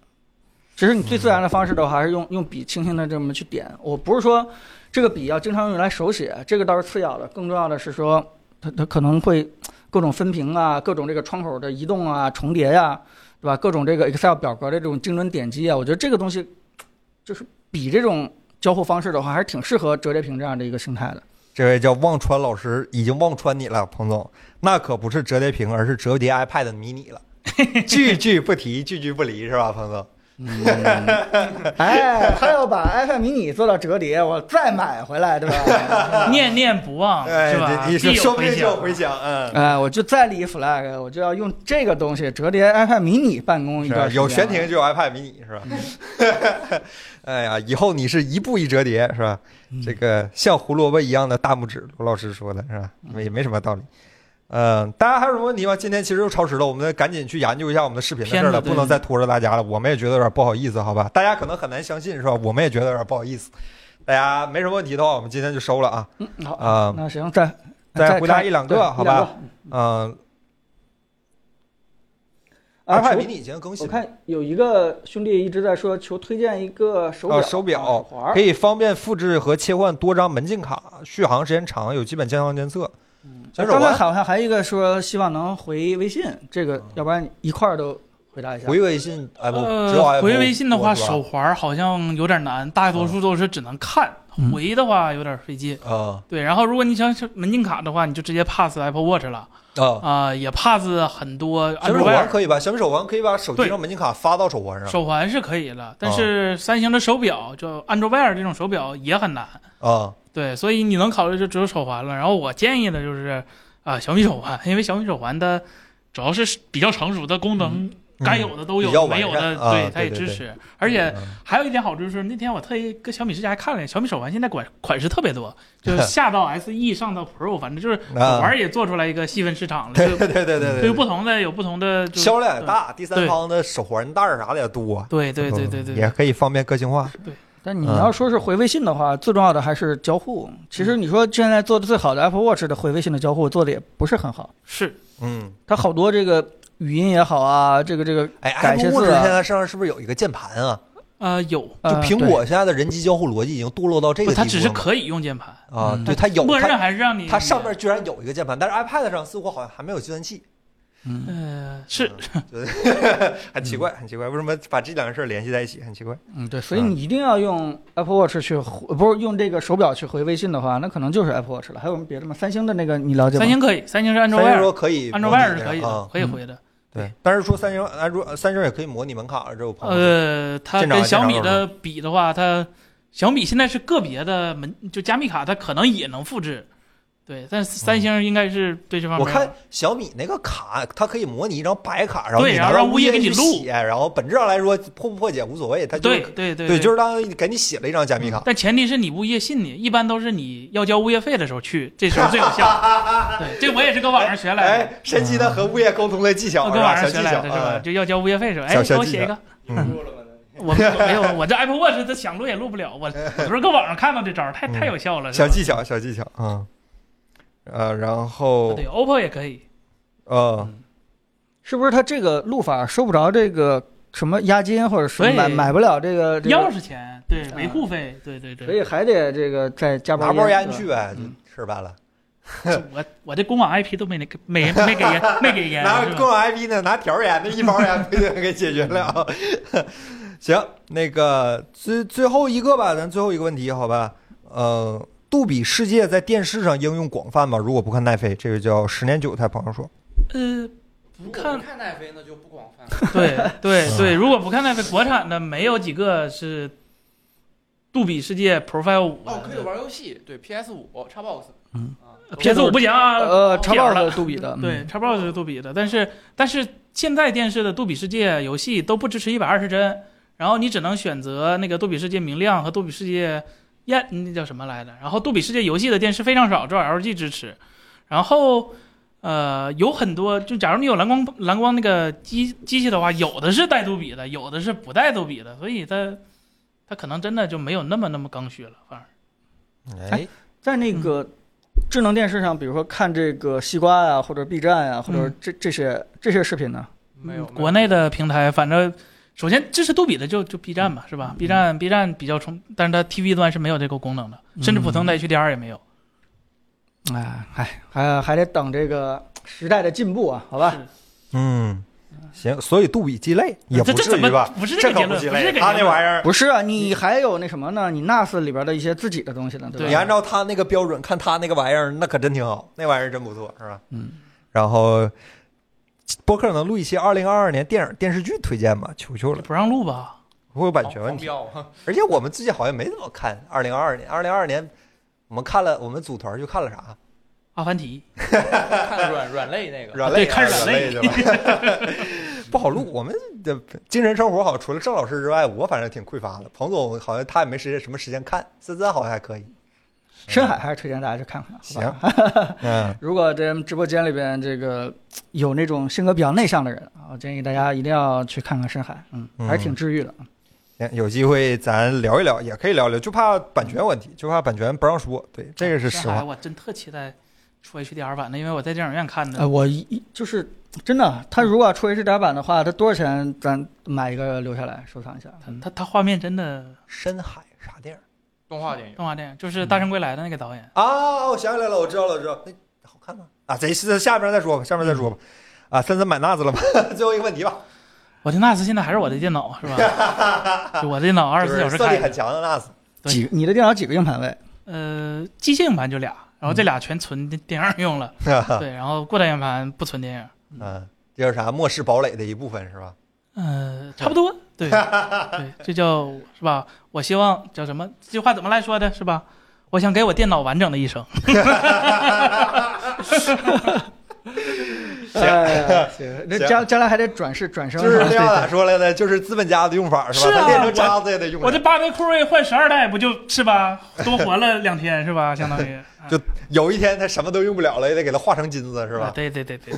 Speaker 1: 其实你最自然的方式的话，还是用用笔轻轻的这么去点。我不是说这个笔要经常用来手写，这个倒是次要的，更重要的是说它它可能会各种分屏啊，各种这个窗口的移动啊、重叠呀、对吧？各种这个 Excel 表格的这种精准点击啊，我觉得这个东西就是笔这种交互方式的话，还是挺适合折叠屏这样的一个形态的。
Speaker 2: 这位叫忘川老师已经忘川你了，彭总，那可不是折叠屏，而是折叠 iPad mini 了。句句不提，句句不离，是吧，彭总？
Speaker 1: 哎，他要把 iPad mini 做到折叠，我再买回来，对吧？
Speaker 3: 念念不忘
Speaker 2: 哎，
Speaker 3: 是吧？
Speaker 2: 这你
Speaker 3: 必
Speaker 2: 是
Speaker 3: 有
Speaker 2: 说不
Speaker 3: 回
Speaker 2: 定就有
Speaker 3: 响。
Speaker 2: 回响，嗯，
Speaker 1: 哎，我就再立一 flag，我就要用这个东西折叠 iPad mini 办公一段时间。
Speaker 2: 是
Speaker 1: 嗯
Speaker 2: 有悬停就有 iPad mini 是吧？ 哎呀，以后你是一步一折叠是吧？这
Speaker 1: 嗯
Speaker 2: 个像胡萝卜一样的大拇指，罗老师说的是吧？也没什么道理。嗯，大家还有什么问题吗？今天其实又超时了，我们赶紧去研究一下我们的视频的事儿
Speaker 3: 片
Speaker 2: 了，
Speaker 3: 子
Speaker 2: 不能再拖着大家了。我们也觉得有点不好意思，好吧？大家可能很难相信是吧？我们也觉得有点不好意思。大家没什么问题的话，我们今天就收了啊。
Speaker 1: 嗯，好，
Speaker 2: 啊、
Speaker 1: 那行，再
Speaker 2: 再
Speaker 1: 再
Speaker 2: 回答
Speaker 1: 看
Speaker 2: 一两个
Speaker 1: 对
Speaker 2: 好
Speaker 1: 一两
Speaker 2: 吧
Speaker 1: 个
Speaker 2: 嗯
Speaker 1: 啊
Speaker 2: ，iPad
Speaker 1: 手
Speaker 2: mini 已经更
Speaker 1: 我
Speaker 2: 新了。
Speaker 1: 看有一个兄弟一直在说求推荐一个手表，
Speaker 2: 啊手表
Speaker 1: 啊环
Speaker 2: 可
Speaker 1: 儿
Speaker 2: 以方便复制和切换多张门禁卡，续航时间长，有基本健康监测。
Speaker 3: 嗯
Speaker 2: 小手
Speaker 1: 刚才
Speaker 2: 环
Speaker 1: 好像还有一个说希望能回微信，这个要不然一块儿都回答一下。
Speaker 2: 回微信，哎不，只有
Speaker 3: 呃，
Speaker 2: iPhone
Speaker 3: 回微信的话，
Speaker 2: 是吧
Speaker 3: 手环儿好像有点难，大多数都是只能看，
Speaker 1: 嗯
Speaker 3: 回的话有点费劲。
Speaker 2: 啊
Speaker 3: 对，然后如果你想是门禁卡的话，你就直接 pass Apple Watch 了
Speaker 2: 啊，
Speaker 3: 啊、也 pass 很多
Speaker 2: 小米手
Speaker 3: Android
Speaker 2: 环可以吧？小米手环可以把手机
Speaker 3: 对
Speaker 2: 上门禁卡发到手环上
Speaker 3: 手环是可以了，
Speaker 2: 嗯
Speaker 3: 但是三星的手表，就 Android Wear 这种手表也很难。
Speaker 2: 啊。
Speaker 3: 对，所以你能考虑就只有手环了。然后我建议的就是啊、小米手环，因为小米手环它主要是比较成熟的功能，
Speaker 2: 嗯
Speaker 3: 该有的都有，
Speaker 2: 比较完
Speaker 3: 没有
Speaker 2: 善
Speaker 3: 的、
Speaker 2: 啊对
Speaker 3: 它也
Speaker 2: 对
Speaker 3: 支
Speaker 2: 对
Speaker 3: 持。而且
Speaker 2: 嗯
Speaker 3: 还有一点好处就是，那天我特意跟小米之家还看了一眼，小米手环现在款款式特别多， 就是下到 SE 上到 Pro，反正就是手
Speaker 2: 啊
Speaker 3: 环也做出来一个细分市场了。
Speaker 2: 对
Speaker 3: 就
Speaker 2: 对对对对
Speaker 3: 对于
Speaker 2: 对，
Speaker 3: 不同的有不同的就是
Speaker 2: 销量也大，第三
Speaker 3: 对
Speaker 2: 方的手环袋儿啥的也多。
Speaker 3: 对对对对
Speaker 2: 嗯
Speaker 3: 对
Speaker 2: 也
Speaker 3: 对，
Speaker 2: 可以方便个性化。
Speaker 1: 但你
Speaker 2: 嗯
Speaker 1: 要说是回微信的话，最重要的还是交互。其实你说现在做的最好的 Apple Watch 的回微信的交互做的也不是很好，
Speaker 3: 是
Speaker 2: 嗯，
Speaker 1: 它好多这个语音也好啊，这个这个
Speaker 2: 哎
Speaker 1: 改一些
Speaker 2: ，iPhone
Speaker 1: 字啊
Speaker 2: Watch 现在上面是不是有一个键盘啊？
Speaker 3: 呃有。
Speaker 2: 就
Speaker 1: 呃
Speaker 2: 苹果现在的人机交互逻辑已经堕落到这
Speaker 3: 不，
Speaker 2: 个地步
Speaker 3: 它
Speaker 2: 了吗。
Speaker 3: 只是可以用键盘，
Speaker 2: 啊，
Speaker 1: 嗯
Speaker 2: 对，它有
Speaker 3: 默
Speaker 2: 它
Speaker 3: 认还是让你
Speaker 2: 它上面居然有一个键盘，但是 iPad 上似乎好像还没有计算器，
Speaker 1: 嗯
Speaker 2: 嗯
Speaker 3: 呃是
Speaker 2: 很奇怪，很奇怪，为什么把这两个事儿联系在一起？很奇怪。
Speaker 1: 嗯，对，所以你一定要用 Apple Watch 去回，不是用这个手表去回微信的话，那可能就是 Apple Watch 了。还有什么别的吗？三星的那个你了解吗？
Speaker 3: 三星可以，三星是
Speaker 2: 三星
Speaker 3: Android
Speaker 2: 说可以模拟
Speaker 3: Android Wear 是可以的
Speaker 2: 啊，，
Speaker 3: 可以回的。
Speaker 2: 对，但是说三星安卓三星也可以模拟门卡，这我朋友说
Speaker 3: 呃，它
Speaker 2: 见着
Speaker 3: 跟小米
Speaker 2: 见着
Speaker 3: 的比的话，它小米现在是个别的门就加密卡，它可能也能复制。对，但是三星应该是对这方
Speaker 2: 我
Speaker 3: 面，
Speaker 2: 看小米那个卡，它可以模拟一张白卡，然后
Speaker 3: 对
Speaker 2: 你
Speaker 3: 然
Speaker 2: 拿
Speaker 3: 后
Speaker 2: 到
Speaker 3: 让物业给你
Speaker 2: 去
Speaker 3: 录
Speaker 2: 写，然后本质上来说破不破解无所谓，它就
Speaker 3: 对
Speaker 2: 是
Speaker 3: 对对嗯
Speaker 2: 对，
Speaker 3: 对，
Speaker 2: 就是当给你写了一张加密卡。
Speaker 3: 但前提是你物业信你，一般都是你要交物业费的时候去，这时候最有 效。对，这我也是搁网上学来嗯的，
Speaker 2: 哎，神奇的和物业沟通的技巧
Speaker 3: 我
Speaker 2: 是
Speaker 3: 搁
Speaker 2: 吧？
Speaker 3: 网
Speaker 2: 小
Speaker 3: 上
Speaker 2: 技
Speaker 3: 学来
Speaker 2: 巧
Speaker 3: 的是吧？
Speaker 2: 啊，
Speaker 3: 就要交物业费的时候，
Speaker 2: 小
Speaker 3: 哎，
Speaker 2: 小
Speaker 3: 给我
Speaker 2: 技
Speaker 3: 写一
Speaker 2: 巧
Speaker 3: 个，
Speaker 2: 嗯
Speaker 3: 我没有，我这 Apple Watch 这想录也录不了，我我不是搁网上看到这招儿，太太有效了。
Speaker 2: 嗯
Speaker 3: 是
Speaker 2: 小
Speaker 3: 吧
Speaker 2: 技巧，小技巧啊。呃，然后
Speaker 3: 啊对，OPPO 也可以，
Speaker 2: 呃，
Speaker 1: 是不是它这个录法收不着这个什么押金，或者说
Speaker 3: 对
Speaker 1: 买买不了这个这
Speaker 3: 钥
Speaker 1: 个，
Speaker 3: 匙钱，对，维护费，对对
Speaker 1: 所以
Speaker 3: 对。
Speaker 1: 还得这个再加包
Speaker 2: 拿包烟
Speaker 1: 烟
Speaker 2: 去
Speaker 1: 是吧
Speaker 2: 呗，
Speaker 1: 嗯
Speaker 2: 就吃饭了。
Speaker 3: 我我这公网 IP 都没那个没没给烟没给 烟，
Speaker 2: 拿
Speaker 3: 是吧
Speaker 2: 够 IP 呢，拿条烟，那一包烟不就给解决了 啊？行，那个最最后一个吧，咱最后一个问题，好吧？呃，杜比世界在电视上应用广泛吗？如果不看奈飞，这个叫十年韭菜朋友说，
Speaker 3: 呃，
Speaker 5: 如
Speaker 3: 看
Speaker 5: 果不看奈飞，那就不广泛。
Speaker 3: 对
Speaker 2: 嗯
Speaker 3: 对对，如果不看那个国产的，没有几个是杜比世界 Profile 五
Speaker 5: 哦，可以
Speaker 3: 的
Speaker 5: 玩游戏，对 PS 五、Xbox，
Speaker 1: 嗯
Speaker 5: 啊，
Speaker 3: ，PS 五不行啊，
Speaker 1: 呃，超
Speaker 3: 撇
Speaker 1: 爆
Speaker 3: 了
Speaker 1: 的杜比的，嗯
Speaker 3: 对，，Xbox 是杜比的，但是但是现在电视的杜比世界游戏都不支持一百二十帧，然后你只能选择那个杜比世界明亮和杜比世界艳，那叫什么来着？然后杜比世界游戏的电视非常少，只有 LG 支持。然后呃，有很多就假如你有蓝光蓝光那个机机器的话，有的是带杜比的，有的是不带杜比的，所以它它可能真的就没有那么那么刚需了，反而
Speaker 2: 哎，
Speaker 1: 在那个智能电视上，比如说看这个西瓜啊，或者 B 站啊，或者
Speaker 3: 嗯
Speaker 2: 嗯
Speaker 1: 这这些这些视频呢，
Speaker 5: 没有。
Speaker 3: 国内的平台，反正首先支持杜比的就就 B
Speaker 2: 嗯
Speaker 3: 站嘛，是吧？B 站 B 站比较充，但是它 TV 端是没有这个功能的，
Speaker 2: 嗯
Speaker 3: 甚至普通的 HDR 也没有。
Speaker 1: 哎，还还还得等这个时代的进步啊，好吧？
Speaker 2: 嗯，行，所以杜比鸡肋也
Speaker 3: 这
Speaker 2: 不
Speaker 3: 这
Speaker 2: 至
Speaker 3: 怎
Speaker 2: 于
Speaker 3: 么
Speaker 2: 吧？
Speaker 3: 不是
Speaker 2: 这
Speaker 3: 这个
Speaker 2: 可
Speaker 3: 结
Speaker 2: 不
Speaker 3: 论？
Speaker 2: 鸡
Speaker 3: 不是这
Speaker 2: 肋，
Speaker 3: 个
Speaker 2: 他
Speaker 3: 结
Speaker 2: 那玩
Speaker 3: 论。
Speaker 2: 意儿，
Speaker 1: 不是啊，你还有那什么呢？你 NAS 里边的一些自己的东西呢，对啊
Speaker 3: 对
Speaker 2: 你
Speaker 1: 吧？
Speaker 2: 按照他那个标准看他那个玩意儿，那可真挺好，那玩意儿真不错，是吧？
Speaker 1: 嗯。
Speaker 2: 然后，呃播客能录一期二零二二年电影电视剧推荐吗？求求了，
Speaker 3: 不让录吧？
Speaker 2: 会有版
Speaker 5: 狂
Speaker 2: 权问
Speaker 5: 狂
Speaker 2: 题。
Speaker 5: 飙
Speaker 2: 而且我们自己好像没怎么看二零二二年，二零二二年我们看了，我们组团就看了啥？
Speaker 3: 阿凡提，
Speaker 5: 看软软肋那个，
Speaker 2: 软肋啊
Speaker 3: 对看
Speaker 2: 软
Speaker 3: 软
Speaker 2: 肋
Speaker 3: 肋
Speaker 2: 对吧？不好录，我们的精神生活好，像除了郑老师之外，我反正挺匮乏的。彭总好像他也没时间什么时间看，森森好像还可以。
Speaker 1: 深海还是推荐大家去看看。好吧
Speaker 2: 行，嗯，
Speaker 1: 如果这直播间里边这个有那种性格比较内向的人啊，我建议大家一定要去看看深海，嗯，
Speaker 2: 嗯
Speaker 1: 还是挺治愈的。
Speaker 2: 行有机会咱聊一聊，也可以聊聊，就怕版权问题，就怕版权不让说。对，这个是实
Speaker 3: 上海
Speaker 2: 话。
Speaker 3: 我真特期待出 HDR 版的，因为我在电影院看
Speaker 2: 哎
Speaker 1: 呃，
Speaker 3: 的。
Speaker 1: 我一一就是真的，他如果要出 HDR 版的话，他多少钱咱买一个留下来收藏一下？嗯
Speaker 3: 它它画面真的
Speaker 2: 深海啥电影
Speaker 5: 动画电影，
Speaker 3: 动画电影，就是《大圣归来》的那个导演。
Speaker 2: 啊？我想起来了，我知道了，我知道。那好看吗？啊，咱是下边再说吧，下边再说吧。
Speaker 3: 嗯
Speaker 2: 啊，森森买 NAS 了吗？ 最后一个问题吧，
Speaker 3: 我的 NAS 现在还是我的电脑是吧？就我的电脑二十四小时
Speaker 2: 嗯就是算
Speaker 3: 开
Speaker 2: 力很
Speaker 3: 着。
Speaker 2: 强的 NAS。
Speaker 3: 对
Speaker 1: 几你的电脑几个硬盘位？
Speaker 3: 呃，机械硬盘就俩，然后
Speaker 2: 嗯
Speaker 3: 这俩全存电影用了。
Speaker 2: 啊
Speaker 3: 对，然后固态硬盘不存电影。
Speaker 2: 嗯，这叫啥？末世堡垒的一部分是吧？
Speaker 3: 呃，差不多，对， 对，这叫是吧？我希望叫什么？这句话怎么来说的？是吧？我想给我电脑完整的一生。
Speaker 1: 哎呀行，那
Speaker 2: 行
Speaker 1: 将将来还得转世转生
Speaker 2: 就是是
Speaker 1: 吧
Speaker 2: 那样咋说来的？就是资本家的用法是吧？
Speaker 3: 是啊
Speaker 2: 他练成渣子也得用上。
Speaker 3: 我这八代酷睿换十二代，不就是吧？多活了两天是吧？相当于
Speaker 2: 就有一天他什么都用不了了，也得给它化成金子是
Speaker 3: 是
Speaker 2: 吧？
Speaker 3: 啊对对对对，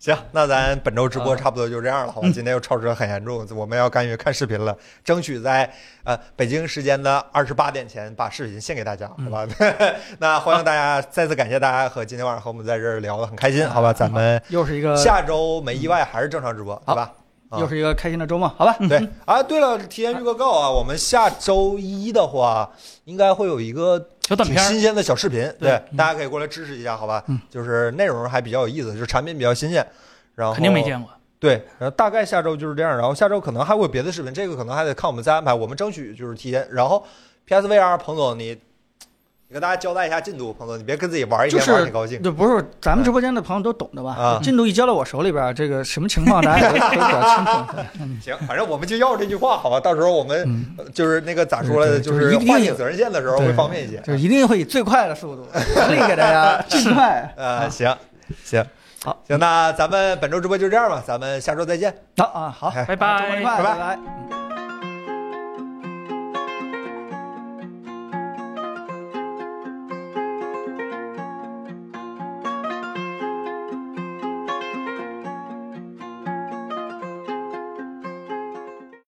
Speaker 2: 行，那咱本周直
Speaker 3: 啊
Speaker 2: 播差不多就这样了，好吧？今天又超时了很严 重，我们要干预看视频了，争取在呃北京时间的二十八点前把视频献给大家，
Speaker 3: 嗯
Speaker 2: 好吧？ 那欢迎大家，再次感谢大家和今天晚上和我们在这儿聊的很开心，
Speaker 3: 啊
Speaker 2: 好吧？咱们
Speaker 1: 又是一
Speaker 3: 呃
Speaker 1: 个
Speaker 2: 下周没意外还是正常直播，
Speaker 3: 嗯
Speaker 2: 好吧？啊
Speaker 1: 又是一个开心的周末，好吧？
Speaker 2: 对啊，对了，提前预个告啊，我们下周一的话，应该会有一个
Speaker 3: 小短
Speaker 2: 挺
Speaker 3: 片儿
Speaker 2: 新鲜的小视频，对，
Speaker 3: 对嗯
Speaker 2: 大家可以过来支持一下，好吧？
Speaker 1: 嗯
Speaker 2: 就是内容还比较有意思，就是产品比较新鲜，然后
Speaker 3: 肯定没见过。
Speaker 2: 对，然后大概下周就是这样，然后下周可能还会有别的视频，这个可能还得看我们再安排，我们争取就是提前。然后 PSVR 彭总你。你跟大家交代一下进度，彭总，你别跟自己玩一
Speaker 1: 就
Speaker 2: 天、
Speaker 1: 是
Speaker 2: 玩儿挺高兴。
Speaker 1: 对，不是咱们直播间的朋友都懂的
Speaker 2: 啊
Speaker 1: 吧？进度一交到我手里边，这个什么情况大家也都都比较清楚。
Speaker 2: 行，反正我们就要这句话，好吧？到时候我们
Speaker 1: 嗯
Speaker 2: 呃就是那个咋说来
Speaker 1: 对
Speaker 2: 着，
Speaker 1: 对
Speaker 2: 就
Speaker 1: 就是
Speaker 2: 是
Speaker 1: 一定
Speaker 2: 划清责任线的时候会
Speaker 1: 对
Speaker 2: 方便一些。
Speaker 1: 就一定会以最快的速度力给大家尽快。
Speaker 2: 呃，行，行，
Speaker 1: 好，
Speaker 2: 行，那咱们本周直播就这样吧，咱们下周再见。
Speaker 1: 那啊，好，
Speaker 2: 哎
Speaker 3: 拜
Speaker 1: 周末愉
Speaker 3: 拜。
Speaker 1: 快
Speaker 2: 拜拜
Speaker 1: 拜拜。嗯